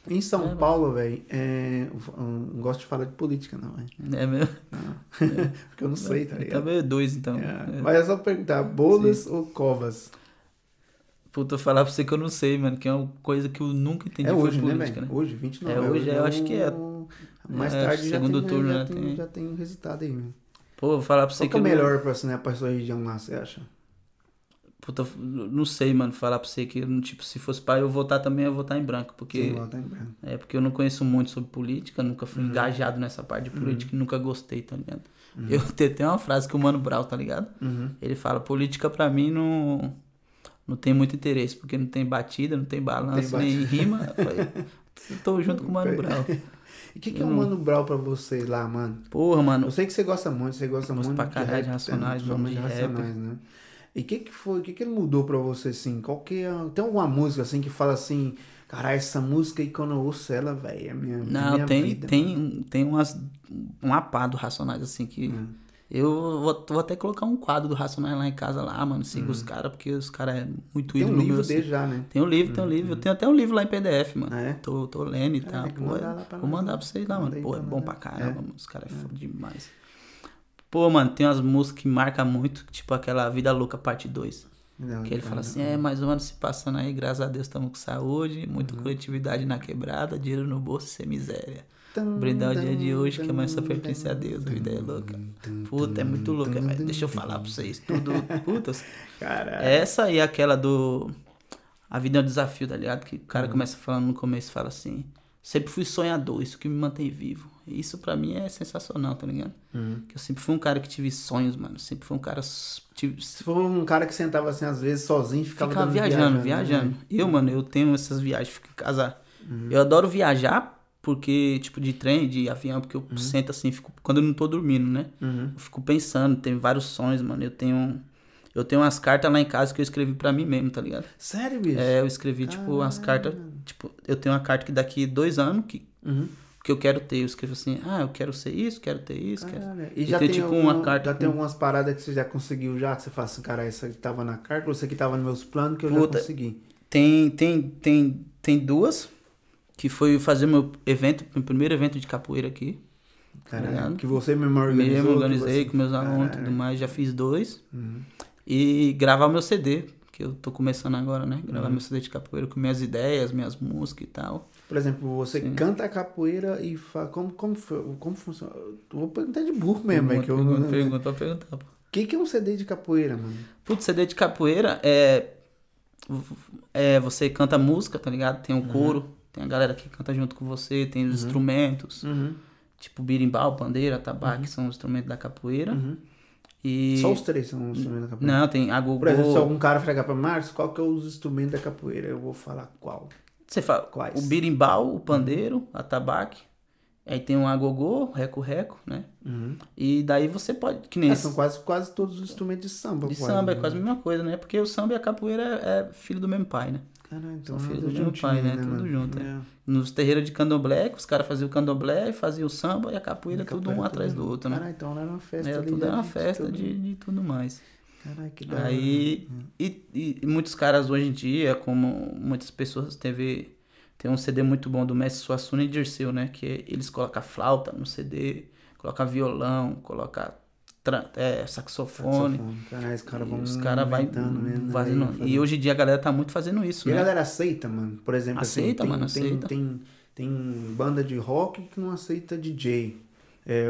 S1: Em São
S2: É, mas-
S1: Paulo, velho, é... eu não gosto de falar de política, não, velho.
S2: É mesmo? é.
S1: Porque eu não sei, tá ligado?
S2: Também dois, então.
S1: É,
S2: É.
S1: Mas é só perguntar, bolas ou covas?
S2: Puta, eu falar pra você que eu não sei, mano, que é uma coisa que eu nunca entendi
S1: é
S2: foi
S1: hoje,
S2: política,
S1: né,
S2: né?
S1: velho? Hoje, 29.
S2: É, hoje eu acho que é.
S1: o- Mais
S2: É,
S1: tarde já
S2: segundo
S1: tem,
S2: turno
S1: já,
S2: já
S1: tem,
S2: tem.
S1: já tem o resultado aí. Mano.
S2: Pô, vou falar pra você
S1: Qual
S2: que
S1: que é
S2: eu
S1: o
S2: não-
S1: melhor pra, assim, né, pra sua região lá, você acha?
S2: Puta, eu não sei, mano, falar pra você que, eu não- tipo, se fosse pra eu votar também, eu ia votar em branco, porque...
S1: Sim, Uhum. lá tá em branco.
S2: É, porque eu não conheço muito sobre política, nunca fui engajado nessa parte
S1: Uhum.
S2: de política e nunca gostei, tá ligado? Eu tenho até uma frase que o Mano Brown, tá ligado?
S1: Uhum.
S2: Ele fala, política pra mim não, não tem muito interesse, porque não tem batida, não tem balanço,
S1: Tem
S2: nem rima. Eu falei, tô junto com o Mano Brown.
S1: E o que, que é
S2: Uhum.
S1: o Mano Brown pra você lá, mano?
S2: Porra, mano,
S1: Eu sei que você gosta muito, você gosta
S2: Gosto
S1: muito
S2: pra
S1: de
S2: caralho
S1: rap,
S2: de Racionais,
S1: né,
S2: mano,
S1: principalmente
S2: de rap.
S1: racionais, né? E o que que foi, o que que ele mudou pra você, assim? Qual que é, tem alguma música, assim, que fala assim, caralho, essa música aí, quando eu ouço ela, velho, é minha, é
S2: Não,
S1: minha
S2: tem,
S1: vida.
S2: tem, tem umas, uma pá do Racionais, assim, que...
S1: Hum.
S2: Eu vou, vou até colocar um quadro do Racionais lá em casa, lá, mano. Sigo os caras, porque os caras é muito
S1: Hum. Tem um
S2: ídolo meu,
S1: livro
S2: assim.
S1: dele já, né?
S2: Tem um livro, tem um livro. Eu tenho até um livro lá em PDF, mano.
S1: Ah, é?
S2: Tô, tô lendo e tal.
S1: tem que
S2: Tá, Pô, é
S1: mandar lá pra
S2: vou
S1: nós,
S2: mandar
S1: né?
S2: pra vocês lá,
S1: Manda
S2: mano.
S1: aí
S2: Pô,
S1: pra
S2: é bom
S1: nós,
S2: pra
S1: né?
S2: caramba, mano. Os caras é foda demais. Pô, mano, tem umas músicas que marcam muito, tipo aquela Vida Louca Parte 2.
S1: Não,
S2: Que ele
S1: tá,
S2: fala
S1: não.
S2: assim, é, mais um ano se passando aí, graças a Deus estamos com saúde, muita
S1: Uhum.
S2: coletividade na quebrada, dinheiro no bolso sem miséria.
S1: Tum,
S2: Brindar o dia de
S1: tum,
S2: hoje que amanhã só
S1: tum,
S2: pertence a Deus, a vida é louca. Puta, é muito louca, velho. Deixa eu falar pra vocês tudo. Puta,
S1: Caralho.
S2: essa e aquela do. A vida é um desafio, tá ligado? Que o
S1: Uhum.
S2: cara começa falando no começo fala assim. Sempre fui sonhador, isso que me mantém vivo. Isso pra mim é sensacional, tá ligado?
S1: Uhum.
S2: Que eu sempre fui um cara que tive sonhos, mano. Sempre fui um cara. s- Tive,
S1: Se for um cara que sentava assim, às vezes, sozinho, ficava,
S2: ficar
S1: dando
S2: viajando, viajando.
S1: né? Uhum.
S2: Eu, mano, eu tenho essas viagens, fico em casa. Eu adoro viajar porque, tipo, de trem, de avião, porque eu
S1: Uhum.
S2: sento assim, fico, quando eu não tô dormindo, né? Eu fico pensando, tenho vários sonhos, mano. Eu tenho. Eu tenho umas cartas lá em casa que eu escrevi pra mim mesmo, tá ligado?
S1: Sério, bicho?
S2: É, eu escrevi, tipo, umas cartas. Tipo, eu tenho uma carta que daqui dois anos que,
S1: Uhum.
S2: que eu quero ter. Eu escrevo assim, ah, eu quero ser isso, quero ter isso, quero.
S1: Caralho.
S2: E
S1: E já
S2: tem,
S1: tem,
S2: tipo,
S1: alguma-
S2: uma carta
S1: Já tem
S2: com-
S1: algumas paradas que você já conseguiu já, que você fala assim, cara, essa que tava na carta, ou essa que tava nos meus planos, que eu
S2: Puta.
S1: já consegui.
S2: Tem, tem, tem, tem duas. Que foi fazer meu evento, meu primeiro evento de capoeira aqui.
S1: Caralho.
S2: Tá ligado?
S1: que você mesmo organizou.
S2: Mesmo
S1: que
S2: organizei
S1: você- Uhum.
S2: com meus alunos e
S1: Caralho.
S2: tudo mais, já fiz dois. E gravar meu CD, que eu tô começando agora, né?
S1: Uhum.
S2: Gravar meu CD de capoeira com minhas ideias, minhas músicas e tal.
S1: Por exemplo, você canta a capoeira e fala, como, como, foi- como funciona? Eu vou perguntar de burro mesmo, é que eu...
S2: pergunta,
S1: O
S2: pergunta, pode perguntar, pô.
S1: que, que é um CD de capoeira, mano?
S2: Putz, CD de capoeira é, é. Você canta música, tá ligado? Tem um
S1: Uhum.
S2: coro, tem a galera que canta junto com você, tem os instrumentos, tipo birimbau, pandeira, tabaco, que são os instrumentos da capoeira. E.
S1: Uhum. Só os três são os instrumentos da capoeira?
S2: Não, tem
S1: Por exemplo, se
S2: agogô.
S1: algum cara fragar pra Marcos, qual que é os instrumentos da capoeira? Eu vou falar qual.
S2: Você fala
S1: Quais? Uhum.
S2: o birimbau, o pandeiro, a tabaque. Aí tem um agogô, reco-reco, né? E daí você pode. Que nem
S1: Ah,
S2: esse-
S1: são quase, quase todos os instrumentos de samba.
S2: De
S1: quase,
S2: samba, é
S1: né?
S2: quase a mesma coisa, né? Porque o samba e a capoeira é, é filho do mesmo pai, né?
S1: Caralho, então
S2: São filhos
S1: tudo
S2: do meu
S1: juntinho,
S2: pai, né? Tudo
S1: mano?
S2: junto, é.
S1: É.
S2: Nos terreiros de candomblé, que os caras faziam o candomblé, faziam o samba e a capoeira, tudo um
S1: Capoeira,
S2: atrás do
S1: junto.
S2: outro, né?
S1: Caralho, então lá era uma festa
S2: Era
S1: ali.
S2: tudo era uma
S1: gente,
S2: festa
S1: tudo-
S2: de, de tudo mais.
S1: Caralho, que da hora.
S2: Aí, e, e- e muitos caras hoje em dia, como muitas pessoas, teve, tem um CD muito bom do Mestre Suassuna e Dirceu, né? Que eles colocam flauta no CD, colocam violão, colocam tra- é, saxofone.
S1: Saxofone. Caralho, os caras
S2: E
S1: vão.
S2: os caras vai
S1: inventando mesmo, né?
S2: fazendo. um-
S1: Vai
S2: E hoje em dia a galera tá muito fazendo isso,
S1: E a
S2: né?
S1: galera aceita, mano. Por exemplo, assim,
S2: Aceita,
S1: tem,
S2: mano,
S1: tem,
S2: aceita.
S1: Tem, tem banda de rock que não aceita DJ. É,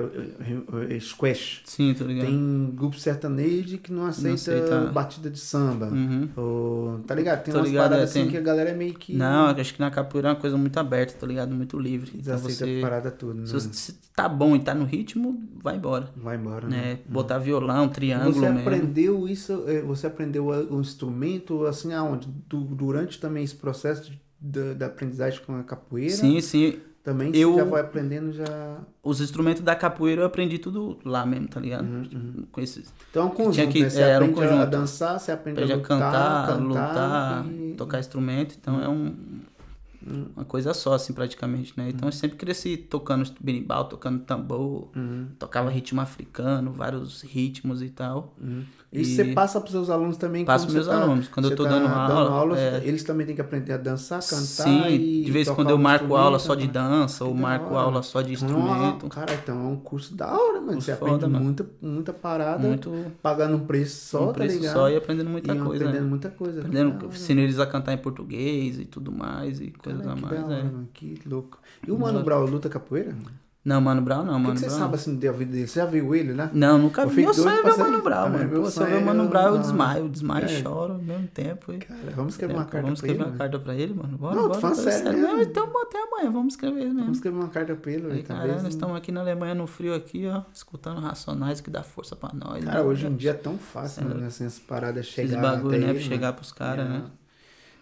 S1: é, é, é, squash.
S2: Sim, tô ligado.
S1: Tem grupo sertanejo que não aceita,
S2: É. aceita.
S1: batida de samba.
S2: Uhum.
S1: Ou- tá ligado? Tem
S2: Tô
S1: umas
S2: ligado, é,
S1: paradas assim
S2: tem.
S1: que a galera é meio que
S2: Não, eu acho que na capoeira é uma coisa muito aberta, tá ligado? Muito livre. Então
S1: desaceita
S2: você,
S1: a parada toda, né?
S2: se você se tá bom e tá no ritmo, vai embora.
S1: Vai embora, né?
S2: Né? Botar violão, triângulo
S1: Você
S2: É, mesmo.
S1: aprendeu isso, é, você aprendeu a- o instrumento, assim, aonde? Du- durante também esse processo de- da, da aprendizagem com a capoeira?
S2: Sim, sim.
S1: Também
S2: Eu-
S1: você já vai aprendendo, já...
S2: Os instrumentos da capoeira eu aprendi tudo lá mesmo, tá ligado?
S1: Uhum,
S2: Com esses.
S1: Então é um conjunto,
S2: Tinha que-
S1: né? Você
S2: é, era um
S1: aprende a
S2: conjunto.
S1: dançar, você aprende
S2: Aprendi
S1: a
S2: a
S1: lutar,
S2: cantar,
S1: cantar
S2: lutar,
S1: e- Uhum.
S2: tocar instrumento. Então é um, uma coisa só, assim, praticamente, né? Então eu sempre cresci tocando berimbau, tocando tambor,
S1: Uhum.
S2: tocava ritmo africano, vários ritmos e tal.
S1: Uhum. E você passa para seus alunos também?
S2: Passo
S1: quando
S2: pros
S1: você
S2: meus
S1: tá-
S2: alunos. Quando eu
S1: você
S2: tô
S1: tá
S2: dando aula, é.
S1: aula, eles também têm que aprender a dançar, cantar
S2: Sim,
S1: e
S2: de vez em
S1: tocar
S2: quando eu
S1: um
S2: marco aula só
S1: instrumento,
S2: de
S1: né?
S2: dança, ou
S1: Que da
S2: marco
S1: hora.
S2: aula só de
S1: Então, é uma-
S2: instrumento.
S1: Cara, então é um curso da hora, mano.
S2: Curso
S1: Você
S2: foda,
S1: aprende
S2: mano.
S1: muita, muita parada,
S2: Muito
S1: pagando um preço só,
S2: um
S1: tá
S2: preço
S1: ligado?
S2: só e aprendendo muita
S1: E
S2: coisa.
S1: aprendendo
S2: né?
S1: muita coisa. que da
S2: Aprendendo,
S1: hora.
S2: ensinando eles a cantar em português e tudo mais, e coisas
S1: Cara,
S2: a
S1: que da
S2: mais.
S1: hora,
S2: é.
S1: mano. Que louco. E o Mano Brown luta capoeira? mano?
S2: Não, Mano Brown não,
S1: O que
S2: Mano
S1: que você
S2: Brown.
S1: sabe assim da vida dele? Você já viu ele né? lá?
S2: Não, nunca
S1: Eu
S2: vi.
S1: fico
S2: Meu sonho
S1: doido
S2: é ver
S1: pra
S2: o Mano
S1: sair.
S2: Brown,
S1: Também
S2: mano.
S1: meu
S2: Pô, se eu
S1: sonho
S2: ver o
S1: é
S2: Mano
S1: ver o
S2: Brown, eu
S1: Mano
S2: desmaio, eu
S1: É.
S2: desmaio e choro ao mesmo tempo. E...
S1: Cara, vamos escrever uma carta
S2: É, vamos
S1: pra ele,
S2: escrever uma
S1: mano.
S2: carta pra ele, mano? Bora,
S1: Não, tô
S2: bora.
S1: falando
S2: bora,
S1: sério
S2: Não,
S1: mesmo.
S2: então até amanhã, vamos escrever mesmo.
S1: Vamos escrever uma carta pra ele,
S2: né? Aí,
S1: velho.
S2: caralho,
S1: Talvez.
S2: nós estamos aqui na Alemanha no frio aqui, ó, escutando Racionais que dá força pra nós.
S1: Cara,
S2: né?
S1: hoje em dia é tão fácil, mano, assim, essas paradas
S2: Esses
S1: chegar
S2: bagulho,
S1: até
S2: né?
S1: ele,
S2: Pra
S1: mano.
S2: chegar pros caras, né?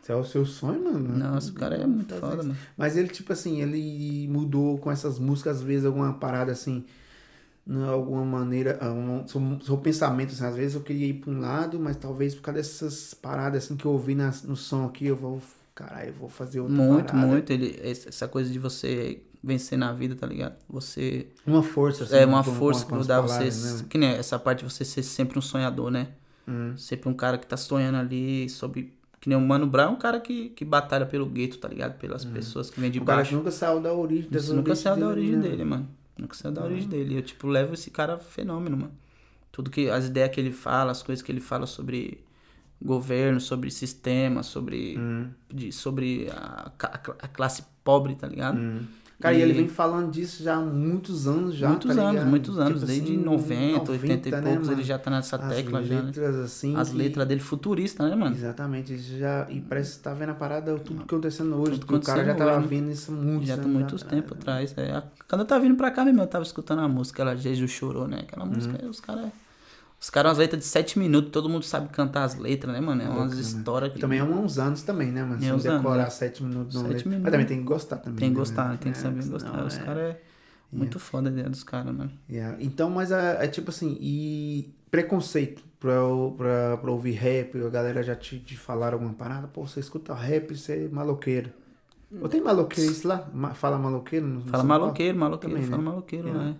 S1: Esse é o seu sonho, mano.
S2: Nossa, o cara é muito
S1: Fazer
S2: foda,
S1: isso.
S2: mano.
S1: Mas ele, tipo assim, ele mudou com essas músicas, às vezes, alguma parada assim, de alguma maneira, ah, um, seu, seu pensamento, assim, às vezes eu queria ir pra um lado, mas talvez por causa dessas paradas assim que eu ouvi nas- no som aqui, eu vou. Caralho, eu vou fazer outra
S2: Muito,
S1: parada.
S2: muito. Ele, esse- essa coisa de você vencer na vida, tá ligado? Você.
S1: Uma força, assim,
S2: é uma
S1: com- com-
S2: força
S1: com
S2: que
S1: as
S2: dá você.
S1: palavras, né?
S2: Que nem essa parte de você ser sempre um sonhador, né?
S1: Hum.
S2: Sempre um cara que tá sonhando ali, sobre. Que nem o Mano Brown, um cara que, que batalha pelo gueto, tá ligado? Pelas pessoas que vêm de
S1: Uhum. O cara
S2: baixo.
S1: que nunca saiu da origem das
S2: Isso nunca
S1: origens
S2: saiu da origem
S1: né,
S2: dele, mano. Nunca saiu da origem dele. Eu, tipo, levo esse cara fenômeno, mano. Tudo que. As ideias que ele fala, as coisas que ele fala sobre governo, sobre sistema, sobre.
S1: Hum.
S2: de- sobre a, ca- a classe pobre, tá ligado?
S1: Hum. Cara, e... ele vem falando disso já há muitos anos já,
S2: muitos
S1: tá
S2: anos,
S1: ligado?
S2: muitos anos.
S1: Tipo
S2: desde
S1: assim,
S2: 90, 80 e
S1: 90, né,
S2: poucos,
S1: mano?
S2: ele já tá nessa
S1: As
S2: tecla já, né?
S1: letras assim
S2: As
S1: que-
S2: letras dele futurista, né, mano?
S1: Exatamente, isso já... E parece que você tá vendo a parada, tudo que acontecendo hoje.
S2: Tudo
S1: que o cara já
S2: acontecendo
S1: tava
S2: hoje, né?
S1: vendo isso há muitos
S2: Já tá
S1: anos
S2: muitos
S1: atrás,
S2: tempo
S1: né?
S2: atrás. É. A- Quando eu tava vindo pra cá mesmo, eu tava escutando a música, ela Jesus chorou, né?
S1: Uhum.
S2: Aquela música, os caras. Os caras, umas letras de 7 minutos, todo mundo sabe cantar as letras, né, mano? É umas
S1: Loucura, né?
S2: histórias que.
S1: Também é uns anos também, né, mano? Se
S2: É
S1: não
S2: uns anos,
S1: decorar
S2: né?
S1: sete minutos, não
S2: Sete
S1: letra.
S2: minutos.
S1: Mas também tem que gostar também.
S2: Tem que
S1: né,
S2: gostar,
S1: mano?
S2: tem que
S1: É,
S2: saber
S1: senão
S2: gostar. Os
S1: é-
S2: caras é. Muito foda a ideia dos caras, mano.
S1: Yeah. Então, mas é, é tipo assim, e preconceito pra, pra, pra ouvir rap, a galera já te, te falaram alguma parada, pô, você escuta rap, você é maloqueiro. Ou tem maloqueiro isso lá? Ma- Fala maloqueiro? no- no
S2: Fala
S1: São Paulo?
S2: maloqueiro, maloqueiro,
S1: Também, né?
S2: fala maloqueiro,
S1: É.
S2: né?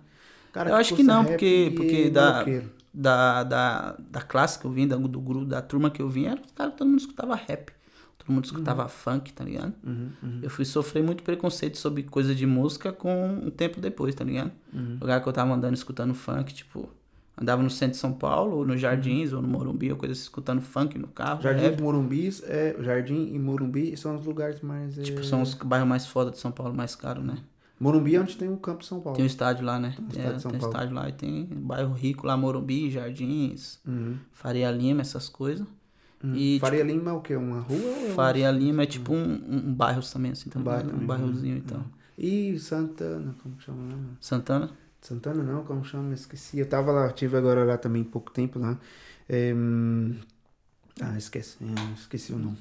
S1: Cara,
S2: Eu acho que
S1: cursa
S2: não,
S1: rap
S2: porque-
S1: e é
S2: porque dá-
S1: maloqueiro.
S2: Da, da, da classe que eu vim, da, do grupo, da turma que eu vim, era os caras que todo mundo escutava rap. Todo mundo escutava funk, tá ligado?
S1: Uhum, uhum.
S2: Eu fui sofrer muito preconceito sobre coisa de música com um tempo depois, tá ligado?
S1: Uhum.
S2: Lugar que eu tava andando escutando funk, tipo, andava no centro de São Paulo, ou nos jardins, ou no Morumbi, ou coisa assim, escutando funk no carro.
S1: Jardim
S2: rap.
S1: e Morumbi, é, Jardim e Morumbi são os lugares mais... é,
S2: Tipo, são os bairros mais foda de São Paulo, mais caro, né?
S1: Morumbi é onde tem o campo de São Paulo.
S2: Tem um estádio lá, né? Tem,
S1: estádio de São
S2: tem
S1: Paulo.
S2: estádio lá e tem bairro rico lá, Morumbi, Jardins,
S1: Uhum,
S2: Faria Lima, essas coisas.
S1: uhum.
S2: um- E, tipo,
S1: Faria Lima é o quê? Uma rua ou é um-
S2: Faria Lima é tipo um, um- um bairro também, assim, tá
S1: Um bairro
S2: ligado? Um
S1: também, Hum.
S2: bairrozinho e tal.
S1: Ih, Santana, como chama lá, mano?
S2: Santana?
S1: Santana não, como chama? Esqueci. Eu tava lá, eu tive agora lá também pouco tempo lá. É, hum, Ah, esquece. Eu esqueci o nome.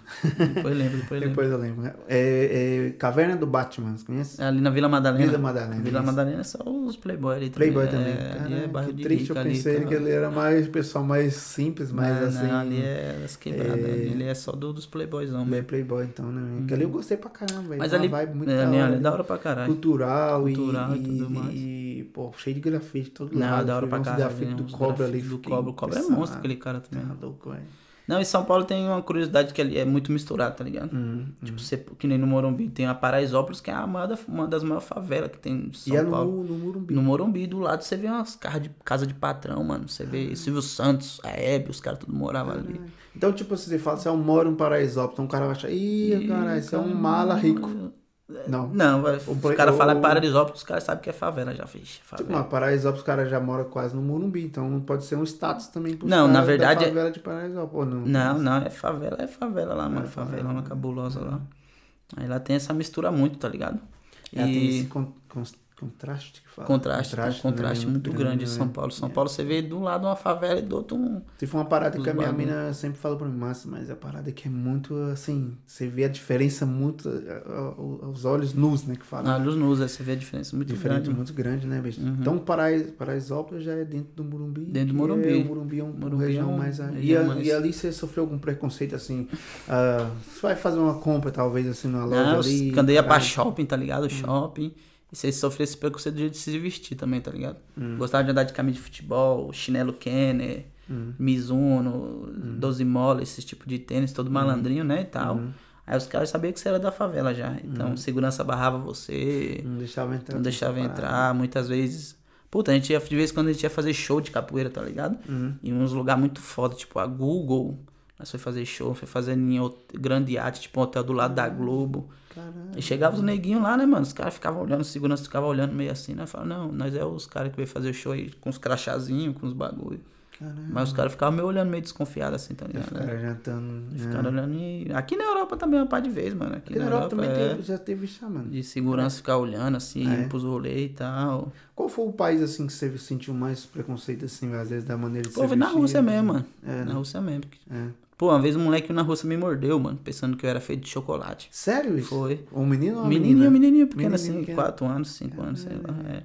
S2: Depois lembro, depois lembro.
S1: Depois eu lembro. É, é Caverna do Batman, você conhece?
S2: É Ali na Vila Madalena.
S1: Vila Madalena,
S2: Vila
S1: isso.
S2: Madalena é só os Playboy ali também.
S1: Playboy também.
S2: É, ali é
S1: Caraca,
S2: bairro
S1: que
S2: de
S1: triste,
S2: rico
S1: eu
S2: ali,
S1: pensei
S2: tá?
S1: que ele era mais pessoal mais simples, mais
S2: Não,
S1: assim.
S2: Não, ali é das quebradas.
S1: é-
S2: ali é só do, dos Playboys, não.
S1: meio Playboy, então, né? Porque ali eu gostei pra caramba. velho.
S2: Uhum. Mas
S1: Uma
S2: ali.
S1: vibe muito
S2: é,
S1: da
S2: ali,
S1: hora,
S2: olha,
S1: né?
S2: da hora pra caralho.
S1: cultural, e-
S2: Cultural
S1: e,
S2: e tudo mais.
S1: e, pô, cheio de grafite, todo
S2: Não,
S1: lado.
S2: da
S1: Fui
S2: hora
S1: ver
S2: pra
S1: uns
S2: caralho.
S1: grafites
S2: né?
S1: do
S2: Os
S1: Cobra ali.
S2: grafites Do
S1: fiquei
S2: Cobra. O Cobra é
S1: impressionado.
S2: monstro, aquele cara também.
S1: Tá louco, velho.
S2: Não, em São Paulo tem uma curiosidade que ali é muito misturado, tá ligado?
S1: Hum, hum.
S2: Tipo, você, que nem no Morumbi, tem a Paraisópolis, que é a maior da- uma das maiores favelas que tem em São
S1: E é no,
S2: Paulo.
S1: Mu- no Murumbi.
S2: No Morumbi, do lado, você vê umas casas de, casa de patrão, mano. Você vê Silvio Santos, a Hebe, os caras tudo moravam ali.
S1: Então, tipo, se você fala, se eu moro em Paraisópolis, então o cara vai achar, ih, caralho, você é um mala rico.
S2: é.
S1: Não.
S2: Não, vai-
S1: O
S2: os
S1: pre-
S2: caras falam
S1: o-
S2: Paraisópolis, os caras sabem que é favela já, vixe,
S1: Tipo,
S2: favela.
S1: mas Paraisópolis, os caras já moram quase no Murumbi, então pode ser um status também pros
S2: Não,
S1: caras
S2: na
S1: da
S2: verdade é-
S1: favela de Paraisópolis. Ou não,
S2: Não, não, é favela, é favela lá, mano.
S1: É
S2: favela,
S1: favela,
S2: uma cabulosa lá. Aí lá tem essa mistura muito, tá ligado?
S1: Ela É, tem
S2: E
S1: esse con- cons- contraste que fala.
S2: contraste, contraste,
S1: né?
S2: contraste muito grande de São Paulo. São Paulo você vê de um lado uma favela e do outro um,
S1: Se for uma parada
S2: Os
S1: que a minha
S2: bagulho.
S1: mina sempre falou pra mim, massa, mas a parada é que é muito assim, você vê a diferença muito, eh, ao- aos olhos nus, né, que
S2: Na
S1: fala.
S2: luz nos, aí você vê a diferença muito
S1: Diferente,
S2: grande. mano.
S1: muito grande, né, bicho? Então, Parais, Paraisópolis já é dentro do Murumbi.
S2: Dentro do
S1: que
S2: Morumbi.
S1: É, o Murumbi é um
S2: Morumbi é
S1: região
S2: um-
S1: mais... a- E,
S2: região
S1: a-
S2: mais-
S1: e ali você sofreu algum preconceito, assim, ah, você vai fazer uma compra, talvez, assim, numa loja
S2: Não,
S1: ali...
S2: quando eu ia pra
S1: caralho. Hum.
S2: shopping, tá ligado? Shopping. E vocês sofriam esse preconceito do jeito de se vestir também, tá ligado?
S1: Hum.
S2: Gostava de andar de camisa de futebol, chinelo Kenner,
S1: Hum.
S2: Mizuno, Doze Mola, esse tipo de tênis,
S1: Hum.
S2: todo malandrinho, né? E tal. Aí os caras sabiam que você era da favela já. Então,
S1: Hum.
S2: segurança barrava você,
S1: Não deixava entrar.
S2: não deixava
S1: nessa Hum. parada.
S2: entrar. Muitas vezes. Puta, a gente ia, de vez em quando a gente ia fazer show de capoeira, tá ligado?
S1: Uhum.
S2: Em uns lugares muito foda, tipo a Google. Nós foi fazer show, foi fazer em hot- grande arte, tipo um hotel do lado
S1: Hum.
S2: da Globo.
S1: Caralho.
S2: E chegava os neguinhos lá, né, mano? Os caras ficavam olhando, os segurança ficavam olhando meio assim, né? Falaram, não, nós é os caras que veio fazer o show aí com os crachazinhos, com os bagulho.
S1: Caralho.
S2: Mas os caras ficavam meio olhando, meio desconfiado assim, tá ligado?
S1: Os caras já estão...
S2: Ficando olhando e... Aqui na Europa também é uma par de vez, mano. Aqui,
S1: é. Aqui né? na Europa também
S2: é
S1: teve- já teve chamando.
S2: De segurança ficar olhando assim,
S1: É.
S2: indo pros rolês e tal.
S1: Qual foi o país assim que você sentiu mais preconceito assim, às vezes da maneira de
S2: Pô,
S1: se
S2: foi na
S1: vestir?
S2: Rússia mesmo, mano.
S1: É,
S2: na Rússia mesmo. porque-
S1: É.
S2: Pô, uma vez um moleque na Rússia me mordeu, mano, pensando que eu era feito de chocolate.
S1: Sério isso?
S2: Foi.
S1: Um menino ou uma
S2: Menininho,
S1: menina?
S2: menininho, pequeno
S1: Menininho
S2: assim,
S1: pequeno.
S2: 4 anos, 5 anos, sei lá. é.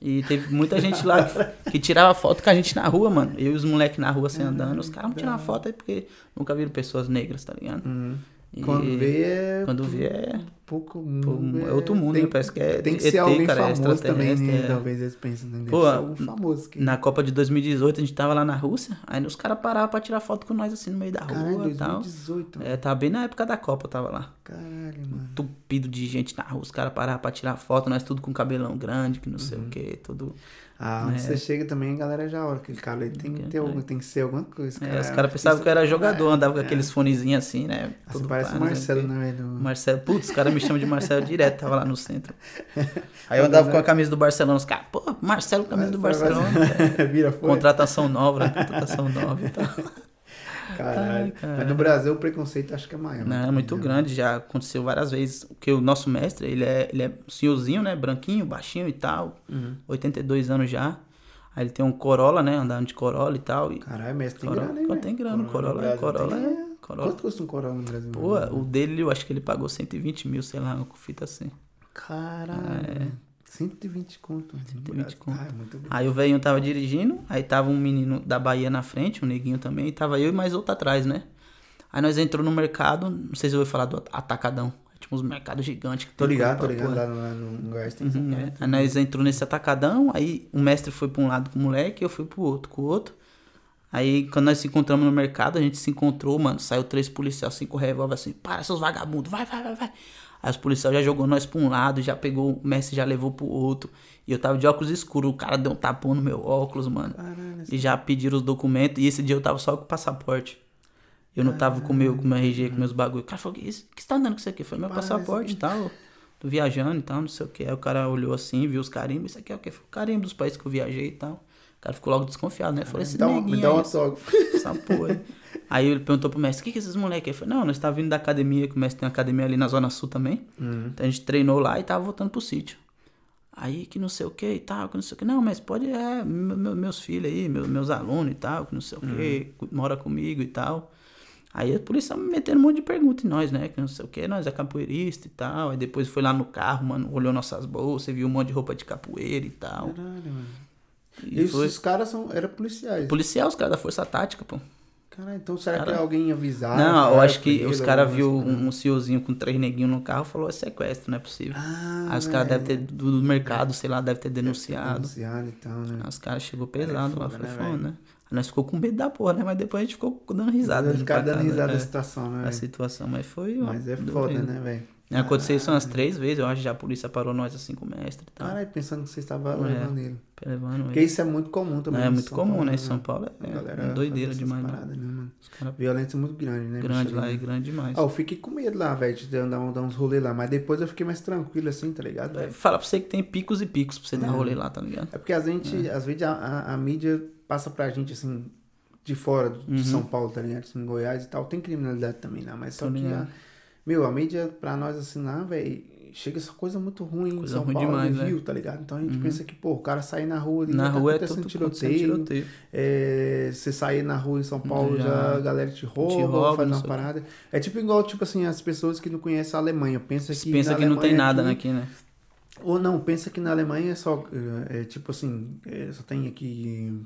S2: E teve muita gente lá que, que tirava foto com a gente na rua, mano. Eu e os moleques na rua assim andando, os caras não tiravam foto aí porque nunca viram pessoas negras, tá ligado?
S1: Uhum.
S2: E
S1: Quando vê é
S2: Quando vê é,
S1: pouco
S2: pô,
S1: mundo.
S2: é outro mundo,
S1: tem,
S2: né? Parece que é
S1: Tem que
S2: ET,
S1: ser alguém
S2: cara, é
S1: famoso também,
S2: extraterrestre,
S1: né?
S2: é.
S1: Talvez eles pensem, né? Deve
S2: Pô,
S1: ser algum famoso que...
S2: Na Copa de 2018 a gente tava lá na Rússia, aí os caras paravam pra tirar foto com nós assim no meio da
S1: Caralho,
S2: rua e tal.
S1: 2018. mano.
S2: É, tava bem na época da Copa, eu tava lá.
S1: Caralho, mano.
S2: Tupido de gente na rua, os caras paravam pra tirar foto, nós tudo com cabelão grande, que não sei
S1: Uhum.
S2: o que, tudo. É.
S1: Ah, onde você chega também, a galera já olha. Aquele cara ele tem que, ter algum, tem que ser alguma coisa,
S2: É,
S1: cara.
S2: os caras pensavam que eu era jogador, andava com aqueles fonezinhos assim, né?
S1: Ah, Você
S2: Todo
S1: parece
S2: pá,
S1: o
S2: não sei
S1: Marcelo,
S2: o quê.
S1: né, velho?
S2: Marcelo, é putz, os caras me chamam de Marcelo direto, tava lá no centro. Aí eu andava com
S1: né?
S2: a camisa do Barcelona, os caras, pô, Marcelo, camisa do Barcelona. né?
S1: Vira fora.
S2: Contratação nova, né? contratação nova e tal. Ai,
S1: Caralho.
S2: cara.
S1: Mas no Brasil o preconceito acho que é maior.
S2: Não, é
S1: também,
S2: muito
S1: né?
S2: grande, já aconteceu várias vezes. Porque o nosso mestre, ele é, ele é um senhorzinho, né? Branquinho, baixinho e tal.
S1: Uhum.
S2: 82 anos já. Aí ele tem um Corolla, né? Andando de Corolla e tal. E
S1: Caralho, mas tem
S2: Corolla,
S1: grana, hein?
S2: tem grana, Corolla,
S1: no
S2: é,
S1: Brasil
S2: Corolla,
S1: tem-
S2: é, Corolla.
S1: Quanto custa um Corolla no Brasil?
S2: Pô, o dele, eu acho que ele pagou 120 mil, sei lá, uma fita assim.
S1: Caralho. 120 conto.
S2: 120 conto. Tá,
S1: Ah, é muito bom.
S2: Aí o velhinho tava dirigindo, aí tava um menino da Bahia na frente, um neguinho também, e tava eu e mais outro atrás, né? Aí nós entrou no mercado, não sei se eu vou falar do at- atacadão. Tinha uns mercados gigantes. que
S1: Tô
S2: tem
S1: ligado, tô
S2: coisa pra
S1: ligado.
S2: porra.
S1: Lá no, lá no, no Goiás tem essa
S2: Uhum,
S1: parada.
S2: é. Aí nós entrou nesse atacadão, aí o mestre foi pra um lado com o moleque, eu fui pro outro com o outro. Aí quando nós se encontramos no mercado, a gente se encontrou, mano, saiu três policiais, cinco revólver assim, para seus vagabundos, vai, vai, vai, vai. Aí os policiais já jogou nós pra um lado, já pegou, o mestre já levou pro outro. E eu tava de óculos escuros, o cara deu um tapão no meu óculos, mano.
S1: Caralho.
S2: E já pediram os documentos, e esse dia eu tava só com o passaporte. Eu não tava com o meu, com o meu RG, com meus bagulho. O cara falou, o que isso- que você tá andando com isso aqui? Foi meu
S1: Parece
S2: passaporte e tal. Tô viajando e tal, não sei o que. Aí o cara olhou assim, viu os carimbos, isso aqui é o quê? Foi o carimbo dos países que eu viajei e tal. O cara ficou logo desconfiado, né? Falou, esse
S1: Me dá, um,
S2: neguinho
S1: me dá um
S2: aí,
S1: autógrafo.
S2: essa porra. aí." Aí ele perguntou pro mestre, o que que esses moleques? Ele falou, não, nós tá vindo da academia, que o mestre tem uma academia ali na Zona Sul também.
S1: Uhum.
S2: Então a gente treinou lá e tava voltando pro sítio. Aí que não sei o que e tal, que não sei o que. Não, mas pode, é, meu- meu- meus filhos aí, meu- meus alunos e tal, que não sei o que, mora comigo e tal. Aí a polícia me metendo um monte de pergunta em nós, né? Que não sei o que, nós é capoeirista e tal. Aí depois foi lá no carro, mano, olhou nossas bolsas, viu um monte de roupa de capoeira e tal.
S1: Caralho, mano.
S2: E
S1: E
S2: foi-
S1: esses caras são, eram policiais.
S2: Policial, os caras da Força Tática, pô.
S1: Caralho, então será
S2: Cara-
S1: que alguém avisava?
S2: Não, eu
S1: Era
S2: acho que
S1: apelido,
S2: os caras
S1: alguma
S2: viu
S1: coisa?
S2: um senhorzinho com três neguinhos no carro e falou, é sequestro, não é possível.
S1: Ah,
S2: Aí os caras
S1: velho.
S2: devem ter, do, do mercado, sei lá, deve ter denunciado. Ah,
S1: Denunciado e tal, né?
S2: Aí os caras chegou pesado
S1: foda,
S2: lá, foi
S1: né,
S2: foda,
S1: velho?
S2: né? Aí nós ficou com medo da porra, né? Mas depois a gente ficou dando risada.
S1: Os
S2: indo
S1: caras
S2: pra
S1: dando
S2: casa,
S1: risada
S2: é,
S1: da situação, né?
S2: a
S1: velho?
S2: situação, mas foi... ó,
S1: Mas é
S2: doido.
S1: foda, né, Ah. velho?
S2: Aconteceu isso umas três vezes, eu acho, já a polícia parou nós assim com o mestre e tal.
S1: Caralho, pensando que você estava
S2: É.
S1: levando ele.
S2: levando
S1: Porque
S2: ele.
S1: isso é muito comum também.
S2: é
S1: em
S2: muito
S1: São
S2: comum,
S1: Paulo,
S2: né? Em São Paulo é,
S1: A
S2: é
S1: galera
S2: doideras
S1: faz
S2: demais,
S1: essas
S2: né?
S1: paradas, né, mano?
S2: Os caras
S1: Violência muito grande, né?
S2: grande
S1: bicho,
S2: lá,
S1: ali,
S2: é
S1: né?
S2: grande demais.
S1: Ah, eu fiquei com medo lá, velho, de dar, dar uns rolês lá. Mas depois eu fiquei mais tranquilo, assim, tá ligado?
S2: É,
S1: velho?
S2: Fala pra você que tem picos e picos pra você dar rolê lá, tá ligado?
S1: É porque a gente, às vezes a, a- a mídia passa pra gente, assim, de fora de
S2: Uhum.
S1: São Paulo, tá ligado? Assim, em Goiás e tal. Tem criminalidade também lá, mas só
S2: Tô
S1: que,
S2: ligado.
S1: a, meu, a mídia pra nós, assim, lá, velho, chega essa coisa muito ruim
S2: Coisa
S1: em São
S2: ruim
S1: Paulo
S2: demais,
S1: no
S2: né?
S1: Rio, tá ligado? Então a gente pensa que, pô, o cara sair na rua ali,
S2: Na
S1: tá
S2: rua é
S1: acontecendo
S2: todo
S1: tiroteio.
S2: tiroteio.
S1: É, você sair na rua em São Paulo,
S2: Já.
S1: já, a galera te rouba,
S2: Te rouba,
S1: faz
S2: não
S1: uma
S2: sei o quê.
S1: parada. É tipo igual, tipo assim, as pessoas que não conhecem a Alemanha. Pensa que,
S2: Pensa
S1: na
S2: que não tem
S1: Alemanha
S2: nada
S1: aqui-
S2: aqui, né?
S1: ou não, pensa que na Alemanha é só, é, é tipo assim, é, só tem aqui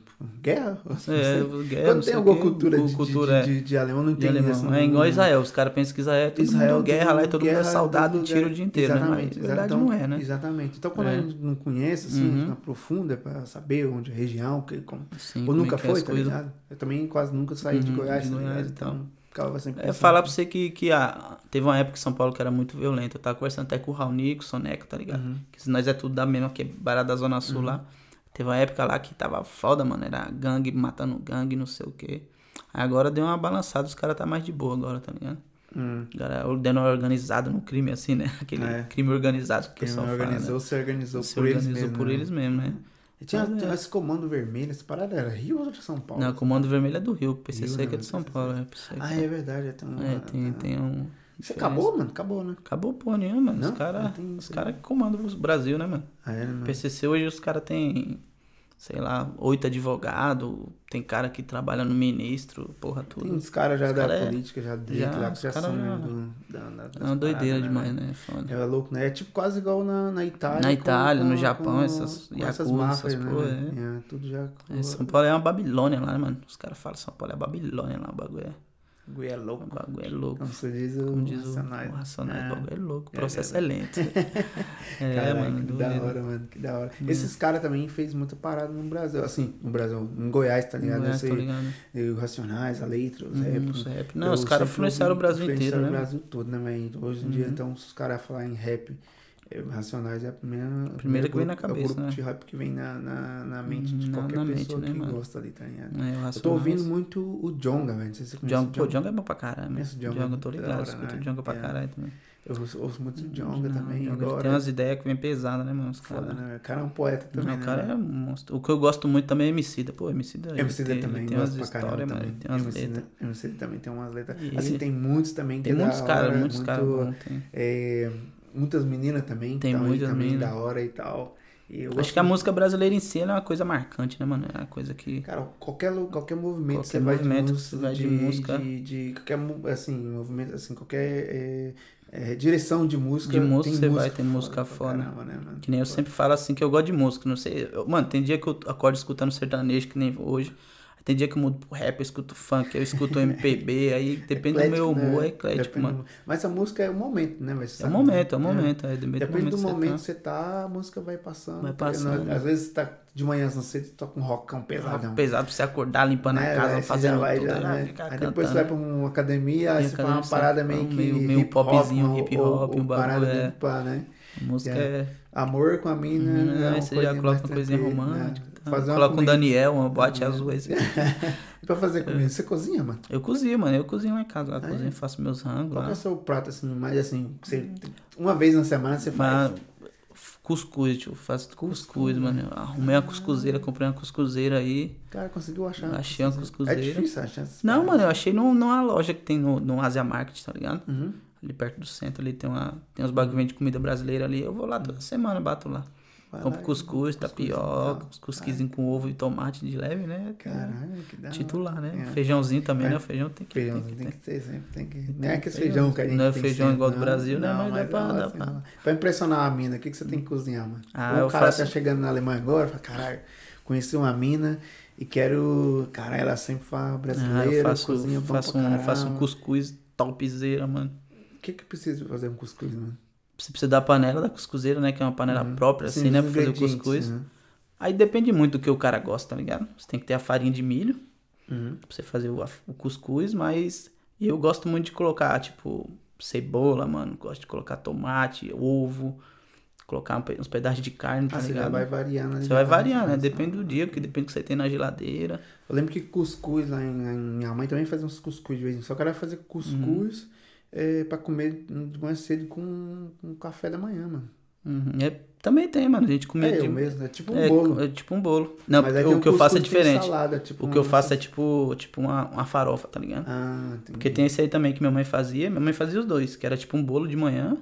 S1: guerra? Não
S2: É,
S1: sei.
S2: guerra, não
S1: Quando
S2: sei
S1: tem
S2: o
S1: alguma
S2: quê,
S1: cultura, de,
S2: cultura,
S1: de, de, de alemão, não
S2: é, de
S1: tem
S2: alemão.
S1: isso,
S2: É igual
S1: não-
S2: Israel, os caras pensam que Israel é todo
S1: Israel,
S2: mundo
S1: todo
S2: guerra lá e todo mundo é
S1: guerra,
S2: saudado e
S1: todo
S2: tiro o
S1: lugar.
S2: dia inteiro, né? Mas
S1: Exatamente, Então,
S2: na verdade
S1: exatamente.
S2: não é, né?
S1: Exatamente. Então quando
S2: É.
S1: a gente não conhece, assim,
S2: Uhum.
S1: na profunda, pra saber onde é região, que, como...
S2: Sim,
S1: Ou
S2: como é
S1: nunca
S2: que é
S1: foi,
S2: as
S1: tá
S2: coisas.
S1: ligado? Eu também quase nunca saí de
S2: Uhum,
S1: Goiás,
S2: de
S1: tá
S2: Goiás,
S1: ligado?
S2: então.
S1: Então, ficava sempre
S2: É,
S1: pensando.
S2: falar pra você que, que ah, teve uma época em São Paulo que era muito violenta. Eu tava conversando até com o Raoni, com o Soneca, tá
S1: Uhum.
S2: ligado? Que se nós é tudo da mesma quebrada da Zona Sul lá. Teve uma época lá que tava foda, mano. Era gangue matando gangue, não sei o quê. Aí Agora deu uma balançada, os caras tá mais de boa agora, tá ligado?
S1: Hum,
S2: Agora dando uma organizada no crime, assim, né? Aquele
S1: É.
S2: crime organizado que o
S1: quem
S2: pessoal
S1: não organizou,
S2: fala,
S1: se organizou
S2: né? Se
S1: por
S2: organizou
S1: eles mesmo.
S2: por
S1: né?
S2: eles mesmo, né?
S1: E tinha,
S2: Mas é.
S1: tinha esse comando vermelho, essa parada era Rio ou de São Paulo?
S2: Não, Comando Vermelho é do Rio, PC
S1: Rio,
S2: Seca
S1: né?
S2: é de São
S1: PCC.
S2: Paulo, é PC.
S1: Ah, é verdade. Tem uma, tá.
S2: É, tem, tem um.
S1: Você
S2: diferença.
S1: acabou, mano? Acabou, né?
S2: Acabou porra nenhuma, mano.
S1: Não?
S2: Os caras
S1: Ah, tem-
S2: os cara que comandam o Brasil, né, mano?
S1: Ah, é, né, mano?
S2: PCC hoje os caras tem, sei lá, oito advogados, tem cara que trabalha no ministro, porra,
S1: Tem
S2: tudo.
S1: uns caras já
S2: Os
S1: da
S2: cara é-
S1: política, já dentro,
S2: já,
S1: lá,
S2: os
S1: que já
S2: cara
S1: são
S2: já-
S1: né, do- da- da- das
S2: É uma doideira
S1: paradas, né,
S2: demais,
S1: velho?
S2: né? Foda.
S1: É louco, né? É tipo quase igual na, na Itália.
S2: Na
S1: com-
S2: Itália, no
S1: com-
S2: Japão,
S1: com-
S2: essas
S1: com
S2: Yakuza,
S1: máfias,
S2: essas
S1: né,
S2: porra,
S1: velho? É, tudo já... com-
S2: É, São Paulo é uma Babilônia lá, né, mano? Os caras falam São Paulo é a Babilônia lá, o bagulho é,
S1: Bagulho é
S2: o
S1: louco.
S2: bagulho é louco.
S1: Como se diz o
S2: Como diz o
S1: Racionais.
S2: o Racionais,
S1: É.
S2: o bagulho é louco, o
S1: É
S2: processo é, lento. é,
S1: Caraca,
S2: mano,
S1: que
S2: doido. Hum.
S1: da hora, mano, que da hora. Esses caras também fez muita parada no Brasil, assim, no Brasil, em Goiás, tá ligado?
S2: Não é,
S1: Esse-
S2: tô ligado?
S1: eh, o Racionais, a Letra, os
S2: Hum,
S1: rap,
S2: os rap. Não,
S1: Eu
S2: os caras
S1: sempre
S2: influenciaram o
S1: ouvi-
S2: Brasil inteiro, né? Uhum.
S1: Influenciaram o
S2: mano?
S1: Brasil todo, né, velho? Hoje em dia, então, se os caras falarem em rap, eh, Racionais é a primeira... o
S2: Primeira que
S1: grupo-
S2: vem na
S1: É o
S2: cabeça,
S1: grupo
S2: né?
S1: de rap que vem na, na, na mente de
S2: Na-
S1: qualquer
S2: na mente,
S1: pessoa
S2: né,
S1: que
S2: mano?
S1: gosta ali, tá ligado?
S2: É, o
S1: Eu tô
S2: Racionais.
S1: ouvindo muito o Jonga, velho, não sei se você conhece
S2: Django,
S1: o
S2: pô,
S1: Jonga.
S2: Django é bom pra caralho, mano.
S1: Conhece o Django,
S2: Django, eu tô
S1: da
S2: ligado,
S1: hora,
S2: escuto
S1: né?
S2: Django pra
S1: É.
S2: caralho também.
S1: Eu ouço, ouço muito o Jonga também,
S2: Django, ele
S1: agora.
S2: tem umas ideias que vem pesada, né, mano? Os
S1: Foda,
S2: cara...
S1: né? velho? O cara é um poeta
S2: Não,
S1: também,
S2: o
S1: né,
S2: cara
S1: velho?
S2: é um monstro. O que eu gosto muito também é MC da. Pô, MC da.
S1: MC
S2: ele tem,
S1: também,
S2: ele tem umas
S1: gosto pra caramba
S2: histórias, mano.
S1: também.
S2: Ele tem umas
S1: MC,
S2: letras.
S1: MC também tem umas letras.
S2: E
S1: assim,
S2: ele-
S1: tem muitos também. que
S2: Tem
S1: é da
S2: muitos caras,
S1: hora,
S2: muitos
S1: muito,
S2: caras bons. tem.
S1: é, muitas meninas também.
S2: Tem
S1: então, e
S2: muitas
S1: também
S2: meninas.
S1: da hora e tal. E eu
S2: Acho
S1: gosto
S2: que a
S1: muito.
S2: música brasileira em si ela é uma coisa marcante, né, mano? É uma coisa que.
S1: Cara, qualquer, lu- qualquer movimento que
S2: Qualquer
S1: você vai de
S2: movimento que
S1: música,
S2: você vai de música.
S1: de- de qualquer, mu- assim, movimento, assim, qualquer é, é, direção de música.
S2: De música
S1: tem
S2: você vai, tem música
S1: pra
S2: foda.
S1: caramba, né, mano?
S2: Que nem eu sempre falo assim que eu gosto de música, não sei. eu- mano, tem dia que eu acordo escutando sertanejo, que nem hoje. Tem dia que eu mudo pro rap, eu escuto funk, eu escuto MPB, aí depende do meu
S1: Eclético, né?
S2: humor, é eclético,
S1: Depende
S2: mano.
S1: do- Mas a música é o momento, né? velho? Você
S2: É o
S1: sabe, né?
S2: momento, é o momento, é depende do
S1: Depende
S2: momento.
S1: do
S2: que você
S1: momento
S2: tá.
S1: que você tá, a música vai passando.
S2: Vai
S1: tá ligado?
S2: passando. né?
S1: Às vezes você tá de manhãzinha cedo, você toca um rockão
S2: Pesado,
S1: pesadão.
S2: pesado pra você acordar limpando
S1: né,
S2: a casa,
S1: velho? Você
S2: fazendo
S1: já vai,
S2: tudo.
S1: já,
S2: aí
S1: né?
S2: vai
S1: Aí
S2: ficar
S1: depois
S2: cantando.
S1: você vai pra uma academia, aí
S2: Tem
S1: você faz uma
S2: academia,
S1: parada
S2: você
S1: meio
S2: faz
S1: que
S2: um meio- meio
S1: hip hop,
S2: popzinho,
S1: ou-
S2: hip
S1: ou-
S2: hop,
S1: ou
S2: um
S1: parada
S2: bagulho,
S1: meio
S2: é.
S1: pá, né?
S2: A música
S1: É.
S2: é.
S1: Amor com a mina,
S2: Hum,
S1: é
S2: aí
S1: uma
S2: você já
S1: coisinha
S2: coloca
S1: mais
S2: uma coisinha
S1: tranquila, né?
S2: romântica. tá?
S1: Fazer uma
S2: Coloca um É.
S1: comida. É.
S2: Daniel, uma boate azul. Aí você...
S1: E pra fazer comida, você cozinha, mano?
S2: Eu cozinho, mano. Eu cozinho lá em casa. Lá cozinho, faço meus rangos
S1: É. Qual que é
S2: lá.
S1: o seu prato, assim, mais assim, que você, uma vez na semana você faz?
S2: Mas cuscuz, tio. Faço cuscuz, mano. Eu Arrumei uma cuscuzeira, comprei uma cuscuzeira aí.
S1: Cara, conseguiu achar.
S2: Achei uma
S1: É
S2: cuscuzeira.
S1: difícil achar essas
S2: Não,
S1: paradas.
S2: mano, eu achei num- numa loja que tem no, no Asia Market, tá ligado?
S1: Uhum.
S2: Ali perto do centro, ali tem, uma, tem uns bagulho que vende comida brasileira ali. Eu vou lá toda semana, bato lá.
S1: vai
S2: Compro
S1: lá e-
S2: cuscuz,
S1: cuscuzinho e
S2: tapioca,
S1: tal.
S2: os cusquizinho com ovo e tomate de leve, né?
S1: Caralho, que da hora.
S2: Titular, né?
S1: É.
S2: Feijãozinho também,
S1: É.
S2: né? O feijão tem que
S1: Feijão,
S2: tem
S1: tem,
S2: que ter.
S1: que ter sempre, tem que. Não é aquele feijão que a gente
S2: Não é
S1: tem
S2: feijão
S1: sempre,
S2: igual do
S1: não.
S2: Brasil, né?
S1: Não,
S2: Mas dá
S1: é
S2: pra-
S1: lá,
S2: dá
S1: assim,
S2: pra-
S1: lá. Pra impressionar a mina, o que, que você tem que cozinhar, mano?
S2: Ah,
S1: Ou
S2: eu
S1: o cara
S2: faço-
S1: tá chegando na Alemanha agora, fala, caralho, conheci uma mina e quero. Caralho, ela sempre fala brasileira,
S2: Ah, eu faço,
S1: cozinha, bom
S2: faço,
S1: pra
S2: um,
S1: caralho.
S2: faço um cuscuz topzera, mano.
S1: O que que precisa pra fazer um cuscuz, mano?
S2: Você precisa da panela da cuscuzeira, né? Que é uma panela própria, assim, né? Pra
S1: os
S2: fazer o
S1: Uhum. ingredientes,
S2: cuscuz.
S1: né?
S2: Aí depende muito do que o cara gosta, tá ligado? Você tem que ter a farinha de milho
S1: Uhum.
S2: pra você fazer o, af- o cuscuz, mas eu gosto muito de colocar, tipo, cebola, mano. Gosto de colocar tomate, ovo, colocar um pe- uns pedaços de carne, tá
S1: Ah, você já
S2: ligado?
S1: vai variando. né?
S2: Você vai variar, né? Depende do dia, porque depende do que você tem na geladeira.
S1: Eu lembro que cuscuz lá em, lá em- minha mãe também fazia uns cuscuz de vez em quando. Só que ela fazia cuscuz
S2: Uhum.
S1: eh, pra comer de manhã cedo com, com café da manhã, mano.
S2: Uhum. É, também tem, mano. A gente comia
S1: é
S2: de...
S1: eu mesmo, é tipo um
S2: é,
S1: bolo.
S2: é tipo um bolo. Não,
S1: Mas aí
S2: porque
S1: tem
S2: o que eu faço é
S1: cuscuz, tem
S2: diferente.
S1: Salada, tipo
S2: O que eu
S1: um-
S2: faço é tipo, tipo uma, uma farofa, tá ligado?
S1: Ah, tem...
S2: Porque tem esse aí também que minha mãe fazia. Minha mãe fazia os dois, que era tipo um bolo de manhã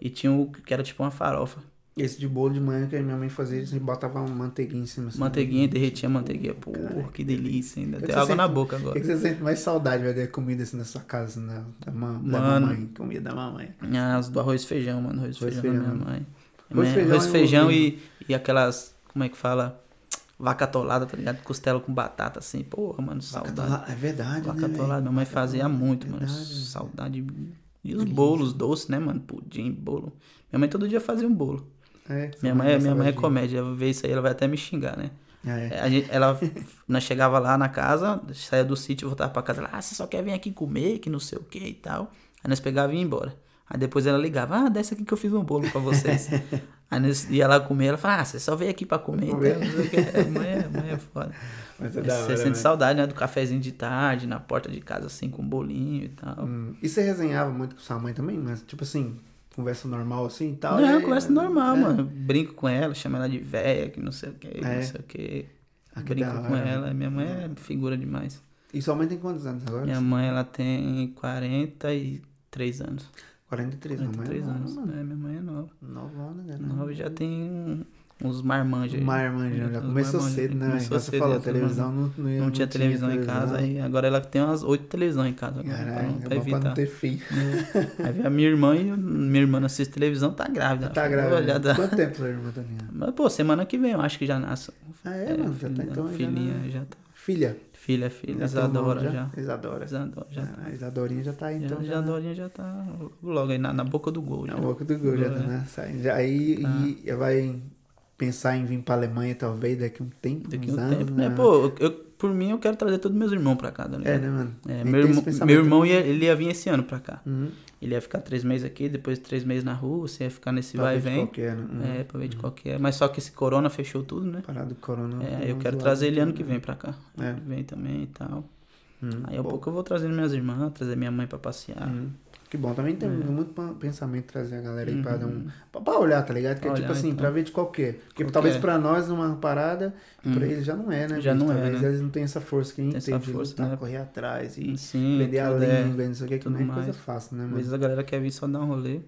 S2: e tinha o que era tipo uma farofa.
S1: Esse de bolo de manhã que a minha mãe fazia, eles botavam uma manteiguinha em cima. Assim.
S2: Manteiguinha, derretia a manteiguinha. Pô, que delícia, ainda.
S1: Eu
S2: Tem
S1: que
S2: água
S1: sei
S2: na
S1: que-
S2: boca
S1: O que
S2: agora.
S1: que você sente mais saudade, velho, da comida assim na sua casa, né? da, ma da
S2: Mano.
S1: mamãe? Comida da mamãe.
S2: Ah, os do arroz e feijão, mano. Arroz e
S1: Arroz e
S2: feijão, da minha
S1: feijão.
S2: mãe.
S1: Arroz e
S2: Minha-
S1: feijão
S2: Arroz
S1: é
S2: e
S1: um
S2: feijão e, e aquelas, como é que fala? Vaca atolada, tá ligado? Costela com batata, assim. Porra, mano,
S1: Vaca
S2: saudade.
S1: atolada, é verdade,
S2: Vaca
S1: né, velho?
S2: atolada, minha mãe
S1: Vaca
S2: fazia
S1: atolada, é
S2: muito, mano.
S1: verdade.
S2: Saudade. E os bolos doces, né, mano? Pudim, bolo. Minha mãe todo dia fazia um bolo.
S1: É,
S2: Minha mãe, minha mãe é
S1: saudade.
S2: comédia, ela vê isso aí, ela vai até me xingar, né?
S1: É.
S2: É, a gente- ela, nós chegava lá na casa, saía do sítio, voltava pra casa, ela, ah, você só quer vir aqui comer, que não sei o que e tal. Aí nós pegava e ia embora. Aí depois ela ligava, ah, desce aqui que eu fiz um bolo pra vocês. aí nós ia lá comer, ela falava, ah, você só veio aqui pra comer,
S1: Comer.
S2: então, não sei o quê. Mãe, é- mãe é foda.
S1: Mas é da hora,
S2: Você
S1: velho.
S2: sente saudade, né, do cafezinho de tarde, na porta de casa, assim, com bolinho e tal.
S1: Hum, E você resenhava muito com sua mãe também? Mas, tipo assim, conversa normal assim e tal?
S2: Não,
S1: e-
S2: conversa normal,
S1: é.
S2: mano. Brinco com ela, chamo ela de véia, que não sei o que, que
S1: É.
S2: não sei o que.
S1: Ah, que
S2: Brinco
S1: da hora,
S2: com
S1: né?
S2: ela. Minha mãe é figura demais.
S1: E sua mãe tem quantos anos agora?
S2: Minha mãe, ela tem 43 anos.
S1: 43, minha mãe é
S2: 43
S1: nova,
S2: anos.
S1: mano.
S2: É, minha mãe é nova.
S1: Novona, né?
S2: Nova e já tem um- uns marmanjos aí.
S1: Uma irmã já, já
S2: Uns
S1: começou
S2: marmanjos.
S1: cedo, né?
S2: Começou
S1: Igual você
S2: cedo,
S1: falou,
S2: essa
S1: televisão não, não,
S2: Não, tinha televisão em casa, aí agora ela tem umas oito televisões em casa. agora, pra
S1: Caralho, é
S2: não- pra
S1: bom pra não
S2: evitar. É.
S1: ter fim.
S2: Aí vem a minha irmã e minha irmã não assiste televisão, tá grávida.
S1: Tá
S2: Ela
S1: grávida.
S2: falou, "Olha, dá-
S1: Quanto tempo sua irmã tá minha?
S2: Mas, pô, semana que vem eu acho que já nasce.
S1: Ah, é, mano, já tá
S2: filha-
S1: então.
S2: Filhinha,
S1: já...
S2: já tá.
S1: na- Filha. Então,
S2: Filha, filha,
S1: já tem o nome
S2: Isadora já.
S1: Isadora.
S2: Isadora já tá.
S1: Ah, Isadorinha já tá aí, então.
S2: já,
S1: já na-
S2: Isadorinha já tá logo aí na, na boca do gol.
S1: Na
S2: Já.
S1: boca do gol, já tá, né? Saindo. Já aí
S2: Ah.
S1: e já vai pensar em vir pra Alemanha, talvez, daqui um tempo,
S2: Daqui
S1: uns
S2: um
S1: anos,
S2: tempo, né?
S1: né?
S2: Pô, eu- eu, por mim eu quero trazer todos meus irmãos pra cá, tá
S1: É,
S2: ligado?
S1: né, mano?
S2: É,
S1: Tem que
S2: meu,
S1: ter
S2: irmão,
S1: esse
S2: meu
S1: pensamento,
S2: irmão
S1: né?
S2: ia, ele ia vir esse ano pra cá.
S1: Uhum.
S2: Ele ia ficar três meses aqui, depois três meses na rua, você ia ficar nesse vai e
S1: Talvez
S2: vem.
S1: Qualquer, né? Uhum. Uhum.
S2: É, pra ver de qualquer. Mas só que esse corona fechou tudo, né?
S1: Parado do corona.
S2: É,
S1: deu
S2: aí eu
S1: uma
S2: quero
S1: zoada
S2: trazer ele
S1: aqui,
S2: ano
S1: né?
S2: que vem pra cá.
S1: É.
S2: Ano que vem também e tal.
S1: Hum,
S2: Aí ao
S1: bom.
S2: pouco eu vou trazendo minhas irmãs, trazer minha mãe pra passear.
S1: Hum. Que bom, também tem
S2: É. Uhum.
S1: muito pa- pensamento trazer a galera aí pra dar um. Pra, pra olhar, tá ligado? Que é
S2: Pra
S1: tipo
S2: olhar,
S1: assim,
S2: então.
S1: pra ver de qualquer. Porque
S2: Qualquer.
S1: talvez pra nós é uma parada,
S2: Hum.
S1: pra eles já não é, né?
S2: Já
S1: bicho?
S2: não é,
S1: Talvez
S2: né?
S1: eles não tenham essa força que a gente
S2: Tem essa
S1: tem, de
S2: força,
S1: lutar,
S2: né?
S1: correr atrás e
S2: Sim,
S1: aprender a
S2: tudo é.
S1: língua, não sei o que, que
S2: tudo
S1: não é coisa
S2: mais.
S1: fácil, né,
S2: Às
S1: mano?
S2: vezes a galera quer vir só dar um rolê.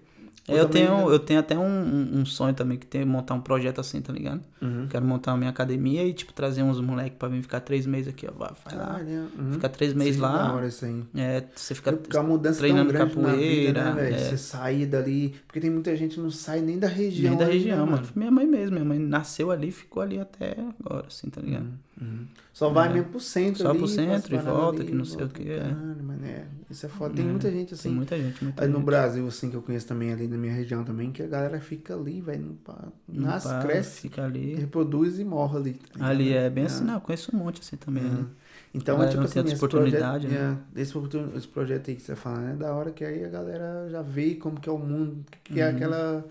S1: Eu
S2: É, Eu,
S1: também,
S2: tenho,
S1: né?
S2: eu tenho até um, um- um sonho também, que tem montar um projeto assim, tá ligado?
S1: Uhum.
S2: Eu quero montar a minha academia e, tipo, trazer uns moleques pra vir ficar três meses aqui, ó. Vai, vai lá.
S1: Ah, né? Uhum.
S2: Ficar três meses
S1: Seja da
S2: lá.
S1: hora isso aí.
S2: É, você fica.
S1: Porque a mudança é
S2: treinando
S1: tão grande na vida,
S2: capoeira,
S1: né, velho?
S2: é.
S1: Você sair dali. Porque tem muita gente que não sai nem da região.
S2: Nem da
S1: ali, né,
S2: região, mano. Minha mãe mesmo, minha mãe nasceu ali e ficou ali até agora, assim, tá ligado?
S1: Uhum. Só vai
S2: É.
S1: mesmo pro centro
S2: Só
S1: ali.
S2: pro
S1: faz
S2: centro e
S1: parada
S2: volta, que não sei o
S1: volta,
S2: quê, é.
S1: Caralho, mano, é. Isso é foda. Tem muita gente assim.
S2: Tem muita gente, muita
S1: Aí no
S2: gente.
S1: Brasil, assim, que eu conheço também ali na minha região também, que a galera fica ali, velho. não pa-
S2: Não
S1: Nasce,
S2: para,
S1: cresce,
S2: Fica ali.
S1: reproduz e morre ali. tá ligado?
S2: Ali é bem assim, não, eu conheço um monte assim também. né?
S1: Então,
S2: Galera
S1: tipo
S2: não
S1: assim,
S2: tem outra
S1: esse projeto,
S2: oportunidade, né?
S1: é, esse, oportun- esse projeto aí que você fala, né? Da hora que aí a galera já vê como que é o mundo, que é aquela...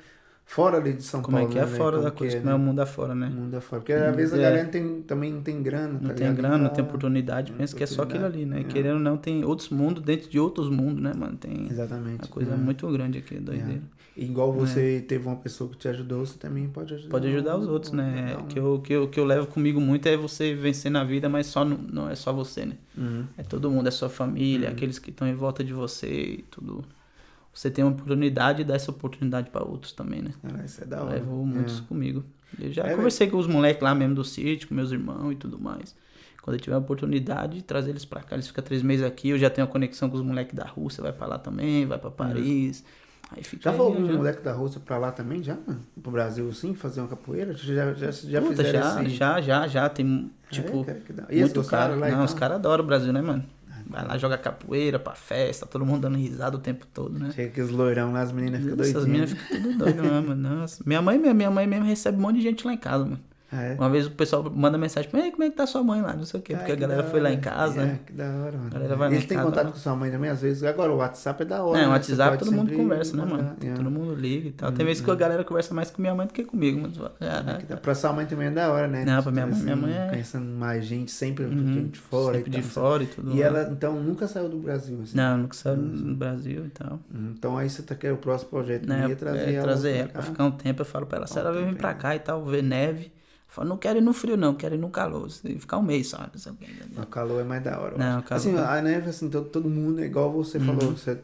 S1: Fora ali de São
S2: Uhum. Como
S1: Paulo,
S2: é que é
S1: né, velho,
S2: fora
S1: como
S2: da
S1: que
S2: coisa,
S1: é,
S2: como é
S1: né?
S2: o mundo afora, né?
S1: mundo afora. Porque às vezes a
S2: É.
S1: galera não tem, também não tem grana, tá
S2: Não tem
S1: ligado?
S2: grana, não
S1: tá-
S2: tem oportunidade, pensa que é só aquilo ali, né?
S1: É.
S2: Querendo ou não, tem outros mundos dentro de outros mundos, né, mano? Tem
S1: Exatamente.
S2: uma coisa
S1: é.
S2: muito grande aqui, doideira.
S1: E Igual você teve uma pessoa que te ajudou, você também pode ajudar.
S2: Pode ajudar os
S1: um-
S2: outros, né?
S1: um-
S2: Que eu, que, eu, que eu levo comigo muito é você vencer na vida, mas só não, não é só você, né?
S1: Uhum.
S2: É todo mundo, é sua família, aqueles que estão em volta de você e tudo. Você tem uma oportunidade e dá essa oportunidade pra outros também, né?
S1: Cara, isso é da
S2: Eu
S1: hora.
S2: levo muito isso comigo.
S1: É.
S2: Eu já conversei com os moleques lá mesmo do sítio, com meus irmãos e tudo mais. Quando eu tiver a oportunidade, trazer eles pra cá. Eles ficam três meses aqui, eu já tenho a conexão com os moleques da Rússia, vai pra lá também, vai pra Paris. Aí fica
S1: Uhum. Já
S2: aí,
S1: foi algum
S2: já-
S1: moleque da Rússia pra lá também, já? mano? Pro Brasil, sim, fazer uma capoeira? Já, já, já
S2: Puta,
S1: fizeram
S2: já,
S1: esse...
S2: já, já, já. Tem,
S1: É,
S2: tipo,
S1: cara, que da- E eles
S2: muito
S1: gostaram
S2: caro.
S1: lá então? Ah, e
S2: Não,
S1: tal?
S2: os caras adoram o Brasil, né, mano? Vai lá, joga capoeira pra festa, todo mundo dando risada o tempo todo, né?
S1: Chega aqueles loirão lá, as meninas ficam
S2: Essas
S1: doidinhas.
S2: meninas ficam tudo doidas, né, mano? Nossa. Minha mãe mesmo, minha mãe mesmo recebe um monte de gente lá em casa, mano.
S1: Ah, é?
S2: Uma vez o pessoal manda mensagem pra mim, "Ei, como é que tá sua mãe lá? Não sei o quê,
S1: Ah,
S2: porque a
S1: que
S2: galera
S1: da
S2: foi lá
S1: hora.
S2: em casa.
S1: É,
S2: né?
S1: que da hora, mano.
S2: A galera vai lá
S1: Eles
S2: em
S1: têm
S2: casa,
S1: contato
S2: né?
S1: com sua mãe também, às vezes. Agora o WhatsApp é da hora.
S2: É,
S1: né?
S2: o
S1: Você
S2: WhatsApp
S1: pode
S2: todo mundo
S1: sempre
S2: conversa, né, mano?
S1: mandar, é.
S2: Todo mundo liga e tal. Tem vezes que a galera conversa mais com minha mãe do que comigo, mano. Fala,
S1: É Que
S2: Caraca.
S1: dá- Pra sua mãe também é da hora, né?
S2: Não, pra minha mãe- minha mãe é-
S1: Conhecendo mais gente, sempre
S2: uhum,
S1: gente fora
S2: sempre
S1: e tal,
S2: de
S1: não sei.
S2: fora e tudo.
S1: E
S2: né?
S1: ela, então, nunca saiu do Brasil, assim.
S2: Não, nunca saiu no Brasil e tal.
S1: Hum, Então aí você tá querendo o próximo projeto
S2: né?
S1: minha é trazer
S2: é,
S1: ela
S2: trazer
S1: pra
S2: ela pra
S1: cá.
S2: ficar um tempo. Eu falo pra ela, se
S1: Ficar um
S2: ela vir
S1: tempo
S2: pra
S1: aí.
S2: cá e tal, ver neve. Eu falo, não quero ir no frio, não, quero ir no calor. Se ficar um mês só, não sei o que.
S1: O calor é mais da hora. eu
S2: Não,
S1: acho.
S2: o calor- Uhum.
S1: Assim, a neve, assim, todo, todo mundo é igual você falou. Você,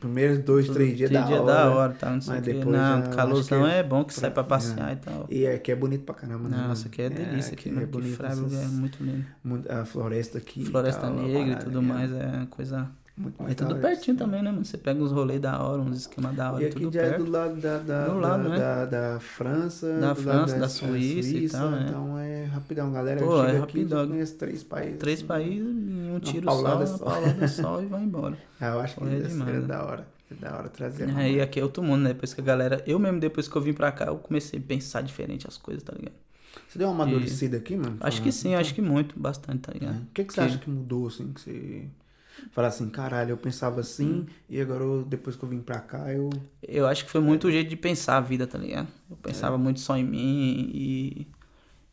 S1: primeiros dois, três dias é da
S2: dia
S1: hora.
S2: é da hora, tal, não sei o
S1: Mas
S2: que.
S1: depois já-
S2: Não,
S1: acho
S2: calorzão
S1: que
S2: é bom que sai pra passear e tal.
S1: E aqui é bonito pra caramba, né?
S2: Nossa,
S1: mano?
S2: aqui é delícia, aqui, né?
S1: é
S2: Aqui
S1: bonito.
S2: Freiburg é
S1: essas-
S2: muito lindo.
S1: mu- A floresta aqui. e
S2: Floresta
S1: tal, a
S2: Negra e
S1: parada,
S2: tudo
S1: né?
S2: mais é coisa.
S1: Muito
S2: É
S1: mais da
S2: tudo
S1: hora
S2: pertinho
S1: isso, né?
S2: também, né, mano? Você pega uns rolês da hora, uns esquemas da hora,
S1: E
S2: é
S1: aqui
S2: tudo
S1: já é
S2: perto.
S1: do lado da, da,
S2: Do
S1: da,
S2: lado, né?
S1: da, da França,
S2: Da
S1: do lado
S2: França, da Suíça e tal, né?
S1: Então é rapidão, galera. chega
S2: Pô, é
S1: aqui, já
S2: rapidão.
S1: conhece três países. assim, né?
S2: Três países em um tiro só,
S1: paulada
S2: uma
S1: só.
S2: paulada só e vai embora.
S1: Ah, eu acho que
S2: Pô, é
S1: é
S2: demais, né?
S1: da hora. É da hora trazer.
S2: É, e aqui é outro mundo, né? Depois que a galera. Eu mesmo, depois que eu vim pra cá, eu comecei a pensar diferente as coisas, tá ligado?
S1: Você deu uma amadurecida aqui, mano?
S2: Acho que sim, acho que muito, bastante, tá ligado?
S1: O que, que você
S2: Que-
S1: acha que mudou, assim, que você... Fala assim, caralho, eu pensava
S2: Hum.
S1: assim, e agora eu- depois que eu vim pra cá, eu...
S2: Eu acho que foi muito o jeito de pensar a vida, tá ligado? Eu pensava muito só em mim e.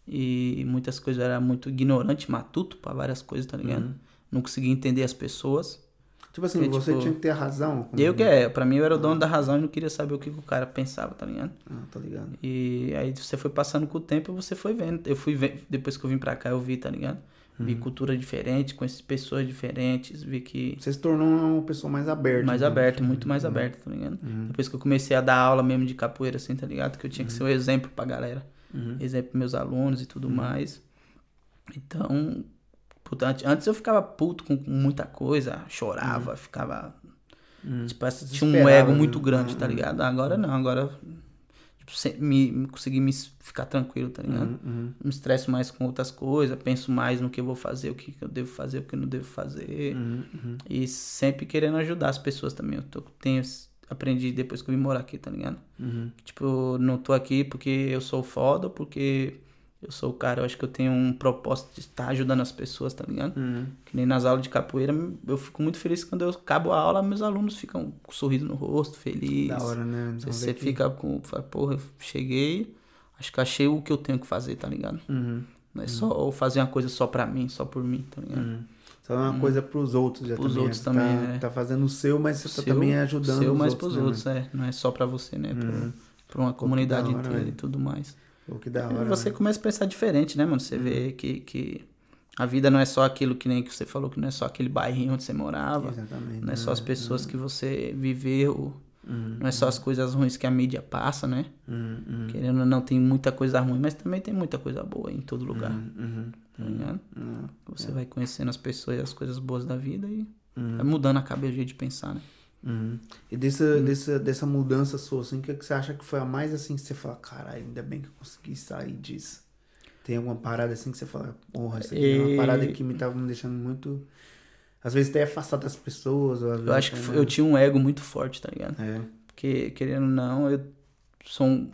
S2: E muitas coisas eu era muito ignorante, matuto pra várias coisas, tá ligado?
S1: Uhum.
S2: Não conseguia entender as pessoas.
S1: Hum. Tipo assim,
S2: Porque,
S1: você
S2: tipo,
S1: tinha que ter a razão. como-
S2: Eu que é, pra mim eu era o dono da razão e não queria saber o que que o cara pensava, tá ligado?
S1: Ah, tá ligado.
S2: E aí você foi passando com o tempo, você foi vendo. Eu fui vendo, depois que eu vim pra cá, eu vi, tá ligado? Vi cultura diferente, conheci pessoas diferentes, vi que
S1: Você se tornou uma pessoa mais aberta.
S2: mais
S1: então. Uhum.
S2: aberto, muito mais aberto, tá ligado? Depois que eu comecei a dar aula mesmo de capoeira, assim, tá ligado? Que eu tinha que ser
S1: Uhum.
S2: um exemplo pra galera, exemplo pros meus alunos e tudo mais. Então, puta, antes- antes eu ficava puto com com muita coisa, chorava, ficava. Tipo, assim, tinha um
S1: Uhum. Desesperava,
S2: ego
S1: né?
S2: muito grande,
S1: Uhum.
S2: tá ligado? Agora não, agora. Tipo, se- me, me- consegui me s- ficar tranquilo, tá ligado?
S1: Uhum, uhum.
S2: Não me estresso mais com outras coisas, penso mais no que eu vou fazer, o que que eu devo fazer, o que eu não devo
S1: hum,
S2: fazer. E sempre querendo ajudar as pessoas também. Eu tô, tenho s- aprendi depois que eu vim morar aqui, tá ligado?
S1: hum,
S2: Tipo, eu não tô aqui porque eu sou foda, porque eu sou o cara, eu acho que eu tenho um propósito de estar ajudando as pessoas, tá ligado?
S1: hum.
S2: Que nem nas aulas de capoeira, eu fico muito feliz quando eu acabo a aula, meus alunos ficam com um sorriso no rosto, feliz.
S1: Da hora, né?
S2: Você,
S1: Então,
S2: você
S1: vê que-
S2: fica com. Fala, porra, eu cheguei, acho que achei o que eu tenho que fazer, tá ligado?
S1: Uhum,
S2: Não é só fazer uma coisa só pra mim, só por mim, tá ligado?
S1: uhum. Só é uma coisa pros outros já
S2: Hum. Pros
S1: também.
S2: outros
S1: Você
S2: também,
S1: tá,
S2: é.
S1: tá fazendo o seu, mas você
S2: O
S1: tá
S2: seu-
S1: também ajudando
S2: o seu,
S1: os
S2: mas
S1: outros, né, Uhum.
S2: pros outros, é. Não é só pra você, né? Pra, pra uma comunidade
S1: da hora,
S2: inteira
S1: velho.
S2: e tudo mais.
S1: né? O que da
S2: E
S1: hora,
S2: É,
S1: Uhum.
S2: você
S1: né?
S2: começa a pensar diferente, né, mano? Você vê que, que a vida não é só aquilo que nem que você falou, que não é só aquele bairrinho onde você morava.
S1: Exatamente.
S2: Não é só as pessoas que você viveu,
S1: Uhum,
S2: não é só as coisas ruins que a mídia passa, né?
S1: uhum, uhum,
S2: Querendo ou não, tem muita coisa ruim, mas também tem muita coisa boa em todo lugar,
S1: uhum,
S2: tá ligado?
S1: uhum.
S2: Você vai conhecendo as pessoas e as coisas boas da vida e vai mudando a cabeça, o jeito de pensar, né?
S1: Uhum. E dessa, dessa, dessa mudança sua, assim, o que, que você acha que foi a mais assim que você fala, caralho, ainda bem que eu consegui sair disso? Tem alguma parada assim que você fala, porra, isso aqui é uma
S2: E-
S1: parada que me tava me deixando muito. Às vezes até afastado das pessoas. Ou às
S2: Eu
S1: vezes
S2: acho que
S1: até,
S2: foi-
S1: né?
S2: eu tinha um ego muito forte, tá ligado?
S1: É.
S2: Porque, querendo ou não, eu sou um...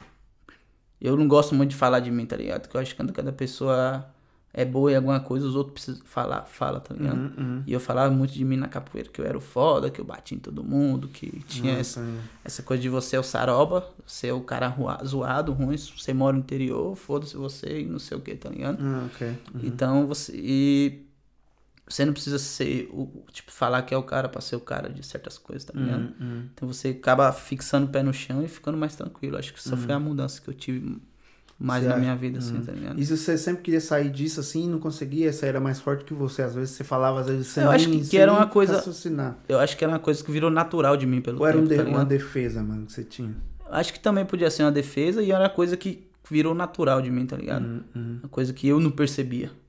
S2: Eu não gosto muito de falar de mim, tá ligado? Porque eu acho que quando cada pessoa é boa em alguma coisa, os outros precisam falar, fala, tá ligado?
S1: Uhum, uhum.
S2: E eu falava muito de mim na capoeira, que eu era o foda, que eu bati em todo mundo, que tinha essa,
S1: Nossa, é.
S2: essa coisa de você é o saroba, você é o cara rua- zoado, ruim, você mora no interior, foda-se você e não sei o que, tá ligado?
S1: Ah, ok.
S2: Então você. E você não precisa ser o. Tipo, falar que é o cara pra ser o cara de certas coisas, tá ligado?
S1: Uhum.
S2: Então você acaba fixando o pé no chão e ficando mais tranquilo. Acho que só foi a mudança que eu tive mais
S1: Uhum. Você acha?
S2: na
S1: Uhum.
S2: minha vida, assim, tá ligado?
S1: E se você sempre queria sair disso assim, não conseguia, essa era mais forte que você. Às vezes você falava, às vezes você
S2: Eu
S1: nem,
S2: acho que-
S1: você
S2: que era
S1: nem
S2: uma coisa-
S1: raciocinar.
S2: Eu acho que era uma coisa que virou natural de mim pelo
S1: Ou era um
S2: tempo,
S1: de-
S2: tá
S1: uma
S2: ligado?
S1: defesa, mano, que você tinha?
S2: Acho que também podia ser uma defesa e era uma coisa que virou natural de mim, tá ligado? Uma coisa que eu não percebia.
S1: Uhum.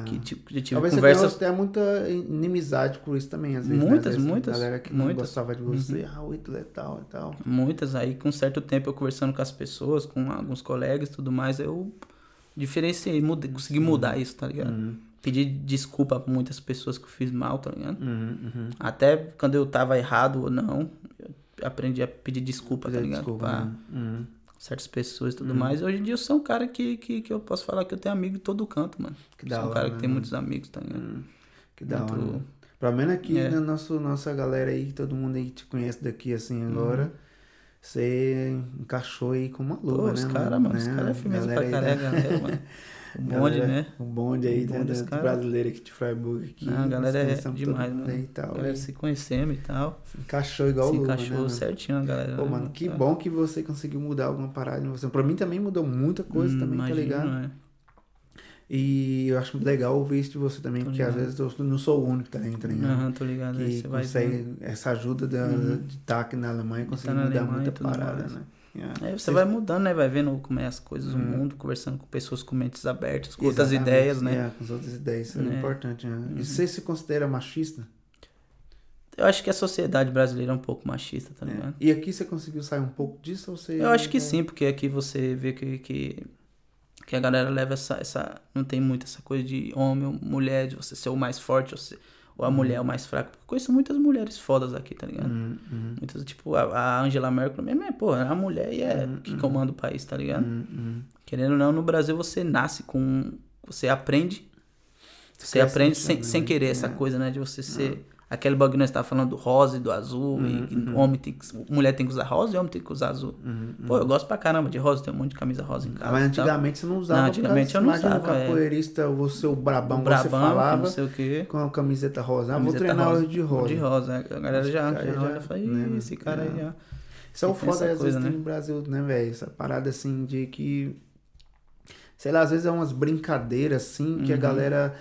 S1: Ah.
S2: Que tipo, já tive
S1: Talvez
S2: conversa.
S1: você tenha até muita inimizade por isso também, às vezes.
S2: Muitas,
S1: né? Às vezes,
S2: muitas,
S1: A galera que não
S2: muitas. Uhum.
S1: gostava de você, ah, o Hitler e tal e tal.
S2: Muitas aí, com certo tempo eu conversando com as pessoas, com alguns colegas e tudo mais, eu diferenciei, mudei, consegui
S1: Uhum.
S2: mudar isso, tá ligado? Pedi desculpa pra muitas pessoas que eu fiz mal, tá ligado? Até quando eu tava errado ou não, eu aprendi a pedir desculpa, tá
S1: Pedir
S2: ligado?
S1: desculpa,
S2: Pra
S1: né? Uhum.
S2: certas pessoas e tudo mais. Hoje em dia eu sou um cara que, que, que eu posso falar que eu tenho amigo em todo canto, mano.
S1: Que da
S2: sou um
S1: hora,
S2: cara que
S1: né,
S2: tem
S1: mano?
S2: muitos amigos, tá ligado?
S1: Que da
S2: Muito-
S1: hora. né? Pelo menos aqui
S2: É.
S1: na nosso, nossa galera aí, que todo mundo aí que te conhece daqui assim
S2: Uhum.
S1: agora, você encaixou aí com uma
S2: Pô,
S1: luva, né?
S2: os caras, mano, os caras é firmeza pra
S1: caralho.
S2: caralho, galera, mano. O bonde, né?
S1: O bonde aí
S2: O
S1: da,
S2: bonde
S1: da,
S2: dos
S1: do
S2: cara.
S1: brasileiro aqui de Freiburg. Aqui,
S2: Não, a
S1: nós
S2: galera é
S1: conhecemos todo
S2: demais,
S1: mundo
S2: mano.
S1: aí e tal,
S2: A galera
S1: e
S2: se conhecemos e tal.
S1: se encaixou igual
S2: se é,
S1: luva, né,
S2: encaixou
S1: mano?
S2: certinho a galera. né, Tá.
S1: Pô, mano, que bom que você conseguiu mudar alguma parada em você. Pra mim também mudou muita coisa também, tá ligado?
S2: né?
S1: E eu acho legal ouvir isso de você também,
S2: Tô
S1: porque às vezes eu não sou o único também, tá ligado?
S2: Aham, tô ligado. né? aí
S1: que
S2: você vai
S1: consegue
S2: vendo. Uhum. Tá
S1: essa ajuda da, de estar aqui na Alemanha, consegue
S2: na
S1: mudar
S2: Alemanha e
S1: muita
S2: tudo
S1: parada,
S2: mais. É,
S1: né? Yeah.
S2: Aí você vai mudando, né? Vai vendo como é as coisas do mundo, conversando com pessoas com mentes abertas, com outras
S1: Uhum. Exatamente.
S2: ideias, né?
S1: Yeah, com as outras ideias, isso é,
S2: Né?
S1: importante. Né? E você se considera machista?
S2: Eu acho que a sociedade brasileira é um pouco machista, tá
S1: É.
S2: ligado?
S1: E aqui você conseguiu sair um pouco disso ou você...
S2: Eu acho que sim, porque aqui você vê que, que, que a galera leva essa, essa. Não tem muito essa coisa de homem ou mulher, de você ser o mais forte ou, ser- ou a mulher é o mais fraco. Porque eu conheço muitas mulheres fodas aqui, tá ligado?
S1: Hum, hum,
S2: Muitas, tipo, a, a Angela Merkel mesmo é, pô, é a mulher e é que comanda o país, tá ligado?
S1: hum, hum.
S2: Querendo ou não, no Brasil você nasce com. Você aprende. Você
S1: cresce
S2: aprende
S1: nisso,
S2: sem,
S1: né?
S2: sem querer essa
S1: É.
S2: coisa, né? De você ser. Aquele bagulho que nós tava falando do rosa e do azul,
S1: Uhum,
S2: e que homem tem que, mulher tem que usar rosa e homem tem que usar azul. Pô, eu gosto pra caramba de rosa, tem um monte de camisa rosa em casa.
S1: Uhum, Mas
S2: e tal.
S1: antigamente você não usava.
S2: Não, antigamente
S1: porque
S2: eu não
S1: imagina
S2: usava, é.
S1: o capoeirista, você, o brabão,
S2: O brabão,
S1: você
S2: que
S1: falava
S2: não sei o quê.
S1: com a camiseta rosa. Ah, vou
S2: camiseta
S1: treinar
S2: rosa.
S1: hoje de rosa.
S2: De rosa, né? a galera
S1: Esse
S2: já,
S1: cara
S2: já,
S1: já-
S2: olha e fala,
S1: né,
S2: "Ih,
S1: mano?
S2: esse cara aí,
S1: É.
S2: ó.
S1: Isso é o
S2: Tem
S1: foda,
S2: essa
S1: às
S2: coisa,
S1: vezes,
S2: né?
S1: tem no Brasil, né, velho? Essa parada, assim, de que... Sei lá, às vezes é umas brincadeiras, assim, que a galera...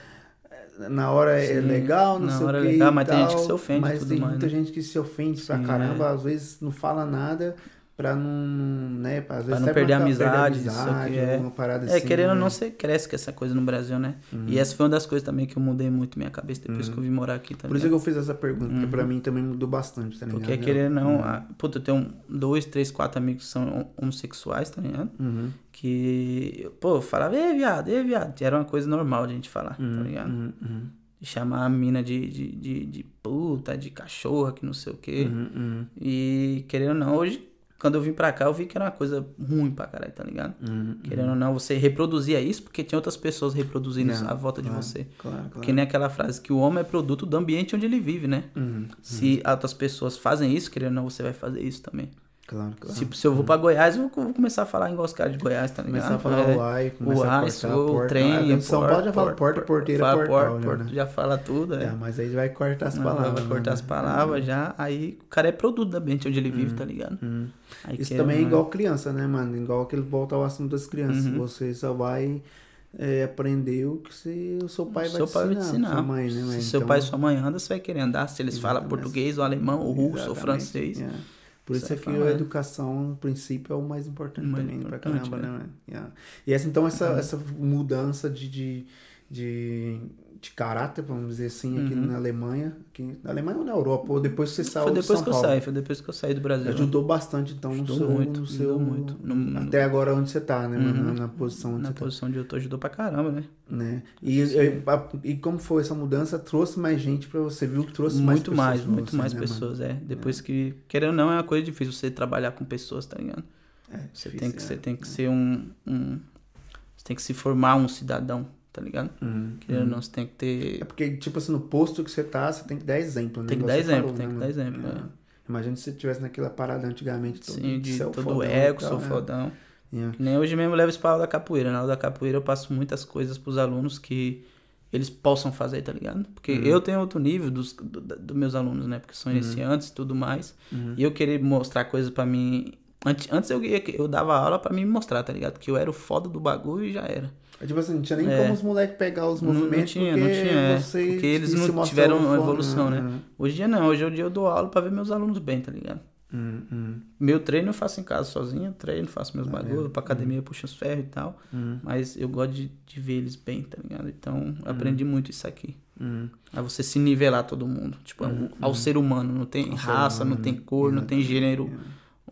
S1: eh, Na hora é
S2: Uhum. Sim,
S1: legal, não
S2: na
S1: sei
S2: hora é
S1: o que
S2: legal, mas tem gente que se ofende e
S1: Mas
S2: tudo
S1: tem
S2: mais,
S1: muita
S2: né?
S1: gente que se ofende pra
S2: Sim, é.
S1: caramba. Às vezes não fala nada pra não... Né, pra, às vezes
S2: não
S1: até
S2: perder a
S1: pra
S2: amizade, isso aqui é-
S1: alguma parada
S2: É,
S1: assim,
S2: querendo ou
S1: né? Uhum.
S2: não, você cresce com essa coisa no Brasil, né? E essa foi uma das coisas também que eu mudei muito minha cabeça depois que eu vim morar aqui também.
S1: Por isso que eu fiz essa pergunta, porque pra mim também mudou bastante, tá ligado?
S2: né? Uhum. Porque é querendo ou não, a- puta, eu tenho dois, três, quatro amigos que são homossexuais, tá ligado?
S1: Uhum,
S2: Que, pô, eu falava, ei, viado, ei, viado. Era uma coisa normal de a gente falar, tá ligado?
S1: uhum, uhum,
S2: E Chamar a mina de, de, de, de puta, de cachorra, que não sei o quê.
S1: uhum, uhum,
S2: E querendo ou não, hoje, quando eu vim pra cá, eu vi que era uma coisa ruim pra caralho, tá ligado?
S1: uhum.
S2: Querendo ou não, você reproduzia isso porque tinha outras pessoas reproduzindo isso
S1: Não,
S2: à volta
S1: claro,
S2: de você.
S1: Claro, claro.
S2: Que nem aquela frase que o homem é produto do ambiente onde ele vive, né?
S1: Uhum,
S2: Se outras pessoas fazem isso, querendo ou não, você vai fazer isso também.
S1: claro, claro.
S2: Tipo, Se, se eu vou pra Goiás, eu vou vou começar a falar igual os caras de Goiás, tá ligado?
S1: Começar a falar
S2: É.
S1: o ai, começar a
S2: ai,
S1: cortar
S2: sou,
S1: a porta.
S2: trem,
S1: Ah, em São
S2: porta,
S1: Paulo já fala porta, porteira,
S2: fala
S1: portal,
S2: porta,
S1: né,
S2: porta,
S1: né?
S2: já fala tudo, é.
S1: É, mas aí vai cortar as
S2: Não,
S1: palavras.
S2: vai cortar
S1: né?
S2: as palavras já, aí o cara é produto do ambiente onde ele vive, tá ligado? Aí
S1: Uhum. Isso
S2: que
S1: também é
S2: não Uhum.
S1: igual criança, né, mano? Igual aquele volta ao assunto das crianças. Você só vai é, aprender o que se- o seu pai
S2: seu
S1: vai
S2: pai
S1: te
S2: vai
S1: ensinar.
S2: te ensinar.
S1: Sua mãe, né,
S2: Se
S1: mãe?
S2: seu
S1: Então,
S2: pai e sua mãe andam, você vai querer andar. Se eles falam
S1: Exatamente.
S2: português, ou alemão, ou russo, ou
S1: exatamente,
S2: francês.
S1: yeah. Por isso
S2: Você
S1: é que
S2: fala,
S1: a
S2: é.
S1: educação, no princípio, é o mais importante
S2: Mais
S1: também pra
S2: importante,
S1: caramba,
S2: é.
S1: né, mano? Yeah. E essa, então, essa, essa mudança de, de, de, de caráter, vamos dizer assim, aqui na Alemanha, aqui, na Alemanha ou na Europa, ou depois que você saiu
S2: Uhum. Foi
S1: de
S2: depois
S1: São
S2: que eu
S1: Paulo.
S2: saí, foi depois que eu saí do Brasil.
S1: Ajudou bastante, então,
S2: Ajudou
S1: no seu...
S2: muito,
S1: no
S2: ajudou
S1: seu
S2: muito. No-
S1: Até agora onde você tá, né, mano? Na, na posição onde
S2: Na
S1: você tá,
S2: posição de eu tô, ajudou pra caramba, né?
S1: né? E, e- a- e como foi essa mudança? Trouxe mais gente pra você, viu que trouxe mais
S2: muito
S1: pessoas
S2: mais,
S1: pra
S2: muito
S1: você,
S2: mais
S1: né, mano?
S2: pessoas, é. Depois que. Querendo ou não, é uma coisa difícil você trabalhar com pessoas, tá ligado?
S1: É,
S2: Você
S1: difícil,
S2: tem que, você
S1: é.
S2: tem que ser um, um- Você tem que se formar um cidadão, tá ligado?
S1: Hum.
S2: Querendo ou não, você tem que
S1: É
S2: ter.
S1: porque, tipo assim, no posto que você tá, você tem que dar exemplo, né?
S2: Tem que
S1: Igual
S2: dar
S1: você
S2: exemplo,
S1: falou,
S2: tem
S1: né,
S2: que dar
S1: mano?
S2: exemplo,
S1: É. Imagina se você tivesse naquela parada antigamente, todo,
S2: Sim, de
S1: céu
S2: todo
S1: fodão e
S2: ego,
S1: tal, É.
S2: sou
S1: né?
S2: fodão.
S1: Yeah.
S2: Que nem hoje mesmo eu levo isso pra aula da capoeira. Na aula da capoeira eu passo muitas coisas pros alunos que eles possam fazer, tá ligado? Porque
S1: Uhum.
S2: eu tenho outro nível dos do- da- dos meus alunos, né? Porque são iniciantes e tudo mais.
S1: Uhum.
S2: E eu querer mostrar coisas pra mim. Antes, antes eu, ia- eu dava aula pra mim me mostrar, tá ligado? Que eu era o foda do bagulho e já era.
S1: É, Tipo assim, não tinha nem
S2: É.
S1: como os moleques pegar os
S2: Não- não
S1: movimentos
S2: tinha,
S1: porque
S2: não tinha, é.
S1: você
S2: Porque eles
S1: se
S2: não
S1: mostrou
S2: tiveram né?
S1: fora,
S2: é evolução, né? Hoje em dia não, hoje em dia eu dou aula pra ver meus alunos bem, tá ligado?
S1: Hum, hum.
S2: Meu treino eu faço em casa sozinho, treino, faço meus bagulhos, pra academia
S1: Uhum.
S2: eu puxo os ferros e tal.
S1: Hum.
S2: Mas eu gosto de, de ver eles bem, tá ligado?
S1: Uhum.
S2: Então eu aprendi muito isso aqui.
S1: Hum.
S2: A você se nivelar todo mundo. Tipo, ao-
S1: Uhum.
S2: ao ser humano, não tem raça, não tem cor, não tem gênero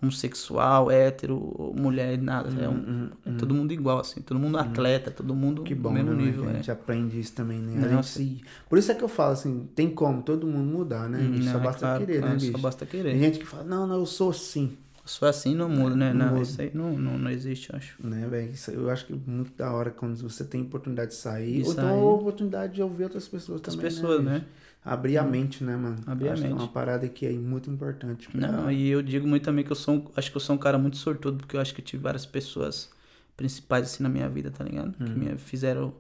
S2: homossexual, hétero, mulher, nada.
S1: hum,
S2: É, um- é todo mundo igual, assim, todo mundo atleta, todo mundo
S1: Uhum. Que bom,
S2: no mesmo
S1: né,
S2: nível,
S1: que a
S2: né?
S1: gente aprende isso também, né? A
S2: Não,
S1: gente se- Por isso é que eu falo assim, tem como todo mundo mudar, né? bicho? só
S2: Não, é
S1: basta
S2: claro,
S1: querer, né,
S2: claro,
S1: bicho?
S2: Só basta querer.
S1: Tem gente que fala, não, não, eu sou assim,
S2: Só assim não muda, né?
S1: Não
S2: Não,
S1: muda.
S2: isso aí não, não, não existe, eu acho.
S1: né, velho? Isso Eu acho que é muito da hora quando você tem oportunidade de sair,
S2: De
S1: ou então
S2: sair.
S1: a oportunidade de ouvir outras pessoas
S2: As
S1: também,
S2: pessoas,
S1: bicho?
S2: né?
S1: Abrir a mente, né, mano?
S2: Abrir a
S1: Acho que é
S2: mente.
S1: uma parada que é muito importante. pra-
S2: Não, é e eu digo muito também que eu sou um, acho que eu sou um cara muito sortudo, porque eu acho que eu tive várias pessoas principais assim na minha vida, tá ligado? Que
S1: Uhum.
S2: me fizeram.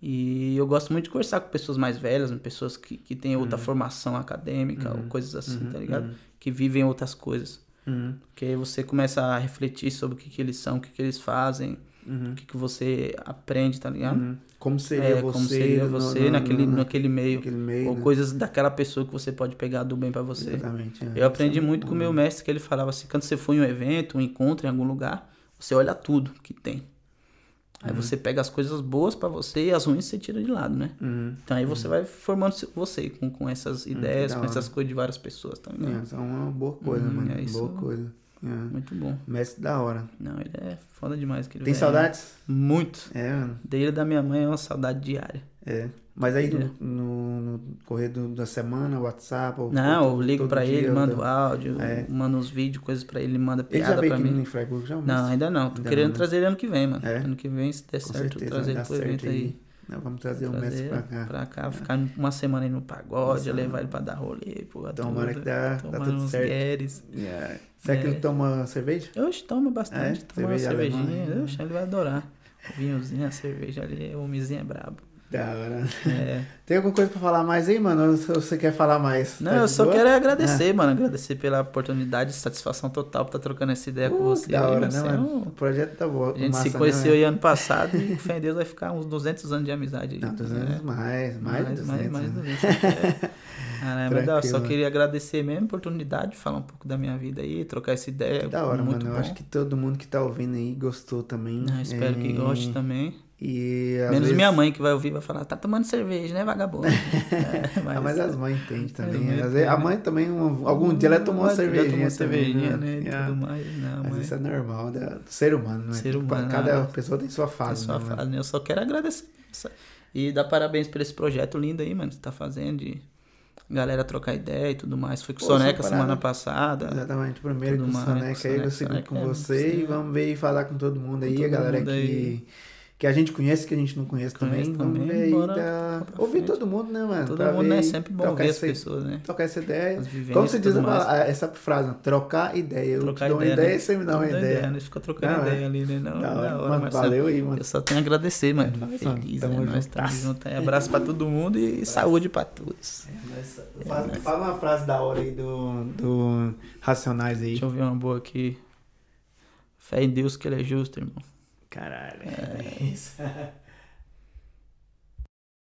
S2: E eu gosto muito de conversar com pessoas mais velhas, né? pessoas que, que
S1: Uhum.
S2: têm outra formação acadêmica ou coisas assim, tá ligado? Que vivem outras coisas.
S1: Uhum,
S2: Porque aí você começa a refletir sobre o que, que eles são, o que, que eles fazem,
S1: uhum,
S2: o que, que você aprende, tá ligado?
S1: uhum. Como seria
S2: É,
S1: você,
S2: como seria
S1: no-
S2: você
S1: no-
S2: naquele,
S1: no-
S2: naquele meio.
S1: naquele meio,
S2: ou
S1: né?
S2: coisas daquela pessoa que você pode pegar do bem pra você.
S1: Exatamente. é.
S2: Eu aprendi muito com o meu mestre, que ele falava assim, quando você for em um evento, um encontro, em algum lugar, você olha tudo que tem. Aí você pega as coisas boas pra você e as ruins você tira de lado, né?
S1: Uhum. Hum,
S2: Então aí você vai formando seu- você com, com essas ideias,
S1: da
S2: com
S1: hora.
S2: essas coisas de várias pessoas, tá ligado?
S1: É, isso é uma boa coisa,
S2: Hum,
S1: mano.
S2: é isso.
S1: Boa coisa. É.
S2: Muito bom.
S1: Mestre da hora.
S2: Não, ele é foda demais. Aquele
S1: Tem
S2: velho.
S1: saudades?
S2: Muito.
S1: É, mano.
S2: Dele e da minha mãe é uma saudade diária.
S1: É. Mas aí
S2: É.
S1: no, no, no correr do- da semana, WhatsApp. Ou,
S2: Não,
S1: ou
S2: eu
S1: todo-
S2: ligo
S1: todo
S2: pra
S1: dia,
S2: ele,
S1: ou
S2: mando
S1: tá-
S2: áudio,
S1: É.
S2: mando uns vídeos, coisas pra ele, manda
S1: Ele já
S2: piada
S1: veio
S2: pra
S1: aqui
S2: mim.
S1: em Freiburg já? é um mas
S2: Não, ainda não. Tô
S1: Ainda
S2: querendo
S1: não, né?
S2: trazer ele ano que vem, mano.
S1: É?
S2: Ano que vem, se der
S1: com
S2: certo,
S1: certeza,
S2: trazer
S1: dá
S2: ele pro evento
S1: certo
S2: aí.
S1: Nós vamos trazer o
S2: Trazer
S1: mestre pra cá.
S2: pra cá, ficar uma semana aí no pagode, levar ele pra dar rolê, pô.
S1: Tomara que dá- dá
S2: tomar
S1: tudo
S2: uns
S1: certo.
S2: Guedes.
S1: Yeah. Será que
S2: É.
S1: ele toma cerveja?
S2: Oxe, toma bastante,
S1: É?
S2: toma uma
S1: Cerveja alemã,
S2: cervejinha.
S1: né?
S2: Oxe, ele vai adorar. O vinhozinho, a cerveja ali, o homenzinho é brabo.
S1: Da hora.
S2: É.
S1: Tem alguma coisa pra falar mais aí, mano? Ou você quer falar mais?
S2: Não,
S1: Tá
S2: eu
S1: de
S2: só
S1: boa? Ah.
S2: quero é agradecer, mano. Agradecer pela oportunidade, satisfação total por estar trocando essa ideia com
S1: Uh,
S2: você.
S1: da
S2: aí,
S1: hora, né,
S2: mano. Você é
S1: mano?
S2: um-
S1: O projeto tá bom.
S2: A gente
S1: massa,
S2: se
S1: né,
S2: conheceu
S1: velho?
S2: aí ano passado e, com fé em Deus, vai ficar uns 200 anos de amizade. aí,
S1: Não, 200
S2: né?
S1: mais. Mais, de 200.
S2: mais, mais
S1: né?
S2: 200. é. Caramba, mas eu só
S1: Tranquilo.
S2: queria agradecer mesmo a oportunidade, falar um pouco da minha vida aí, trocar essa ideia.
S1: Da hora,
S2: É muito
S1: mano.
S2: Bom.
S1: Eu acho que todo mundo que tá ouvindo aí gostou também.
S2: Não, espero que
S1: É,
S2: goste também.
S1: E às
S2: Menos
S1: vezes-
S2: minha mãe que vai ouvir vai falar, tá tomando cerveja, né, vagabundo? É,
S1: Ah, mas as mães entendem também.
S2: mães
S1: Às vezes, a
S2: entendem.
S1: mãe também, um- algum dia ela tomou uma
S2: Já
S1: cervejinha.
S2: tomou
S1: também,
S2: cervejinha, né? E
S1: Yeah.
S2: tudo mais. Não,
S1: Mas
S2: mas
S1: isso é normal da- do ser humano, né?
S2: Ser
S1: Tipo,
S2: humano,
S1: Cada
S2: né?
S1: pessoa tem sua
S2: tem
S1: fase.
S2: sua
S1: né, mano?
S2: fase, né? Eu só quero agradecer essa- e dar parabéns por esse projeto lindo aí, mano, que você tá fazendo de galera trocar ideia e tudo mais. Fui com
S1: Pô,
S2: o
S1: essa
S2: Soneca
S1: parada-
S2: semana passada.
S1: Exatamente. Primeiro
S2: né?
S1: com
S2: Tudo
S1: o
S2: mais,
S1: Soneca, aí
S2: Soneca,
S1: eu sigo
S2: Soneca
S1: com
S2: é
S1: você
S2: você.
S1: e vamos ver e falar com todo mundo aí,
S2: todo
S1: a galera
S2: mundo
S1: que,
S2: aí.
S1: que a gente conhece, que a gente não conhece também.
S2: Conhece
S1: Vamos
S2: também,
S1: ver aí.
S2: bora
S1: da-
S2: pra
S1: Ouvir
S2: frente.
S1: todo mundo, né, mano?
S2: Todo
S1: Pra
S2: mundo, né?
S1: ver,
S2: É sempre bom
S1: trocar
S2: ver as
S1: essa-
S2: pessoas, né?
S1: Trocar essa ideia.
S2: As vivências
S1: Como se
S2: e
S1: diz a
S2: tudo mais.
S1: palavra- essa frase, né? trocar ideia. Eu
S2: Trocar
S1: te dou uma
S2: ideia,
S1: ideia
S2: né?
S1: e você me dá uma
S2: Toda
S1: ideia.
S2: né? Fica trocando
S1: Não, é.
S2: ideia ali, né? Não,
S1: Da hora.
S2: hora,
S1: Mano,
S2: Marcelo.
S1: valeu aí, mano.
S2: Eu só tenho a agradecer, mano.
S1: nóis, mano.
S2: Feliz,
S1: Tamo
S2: né? Nós estamos
S1: juntas.
S2: juntos aí. Abraço pra todo mundo e saúde pra
S1: É
S2: todos.
S1: Fala, fala uma frase da hora aí do, do Racionais aí.
S2: Deixa eu ver uma boa aqui. Fé em Deus que ele é justo, irmão.
S1: Caralho. É isso.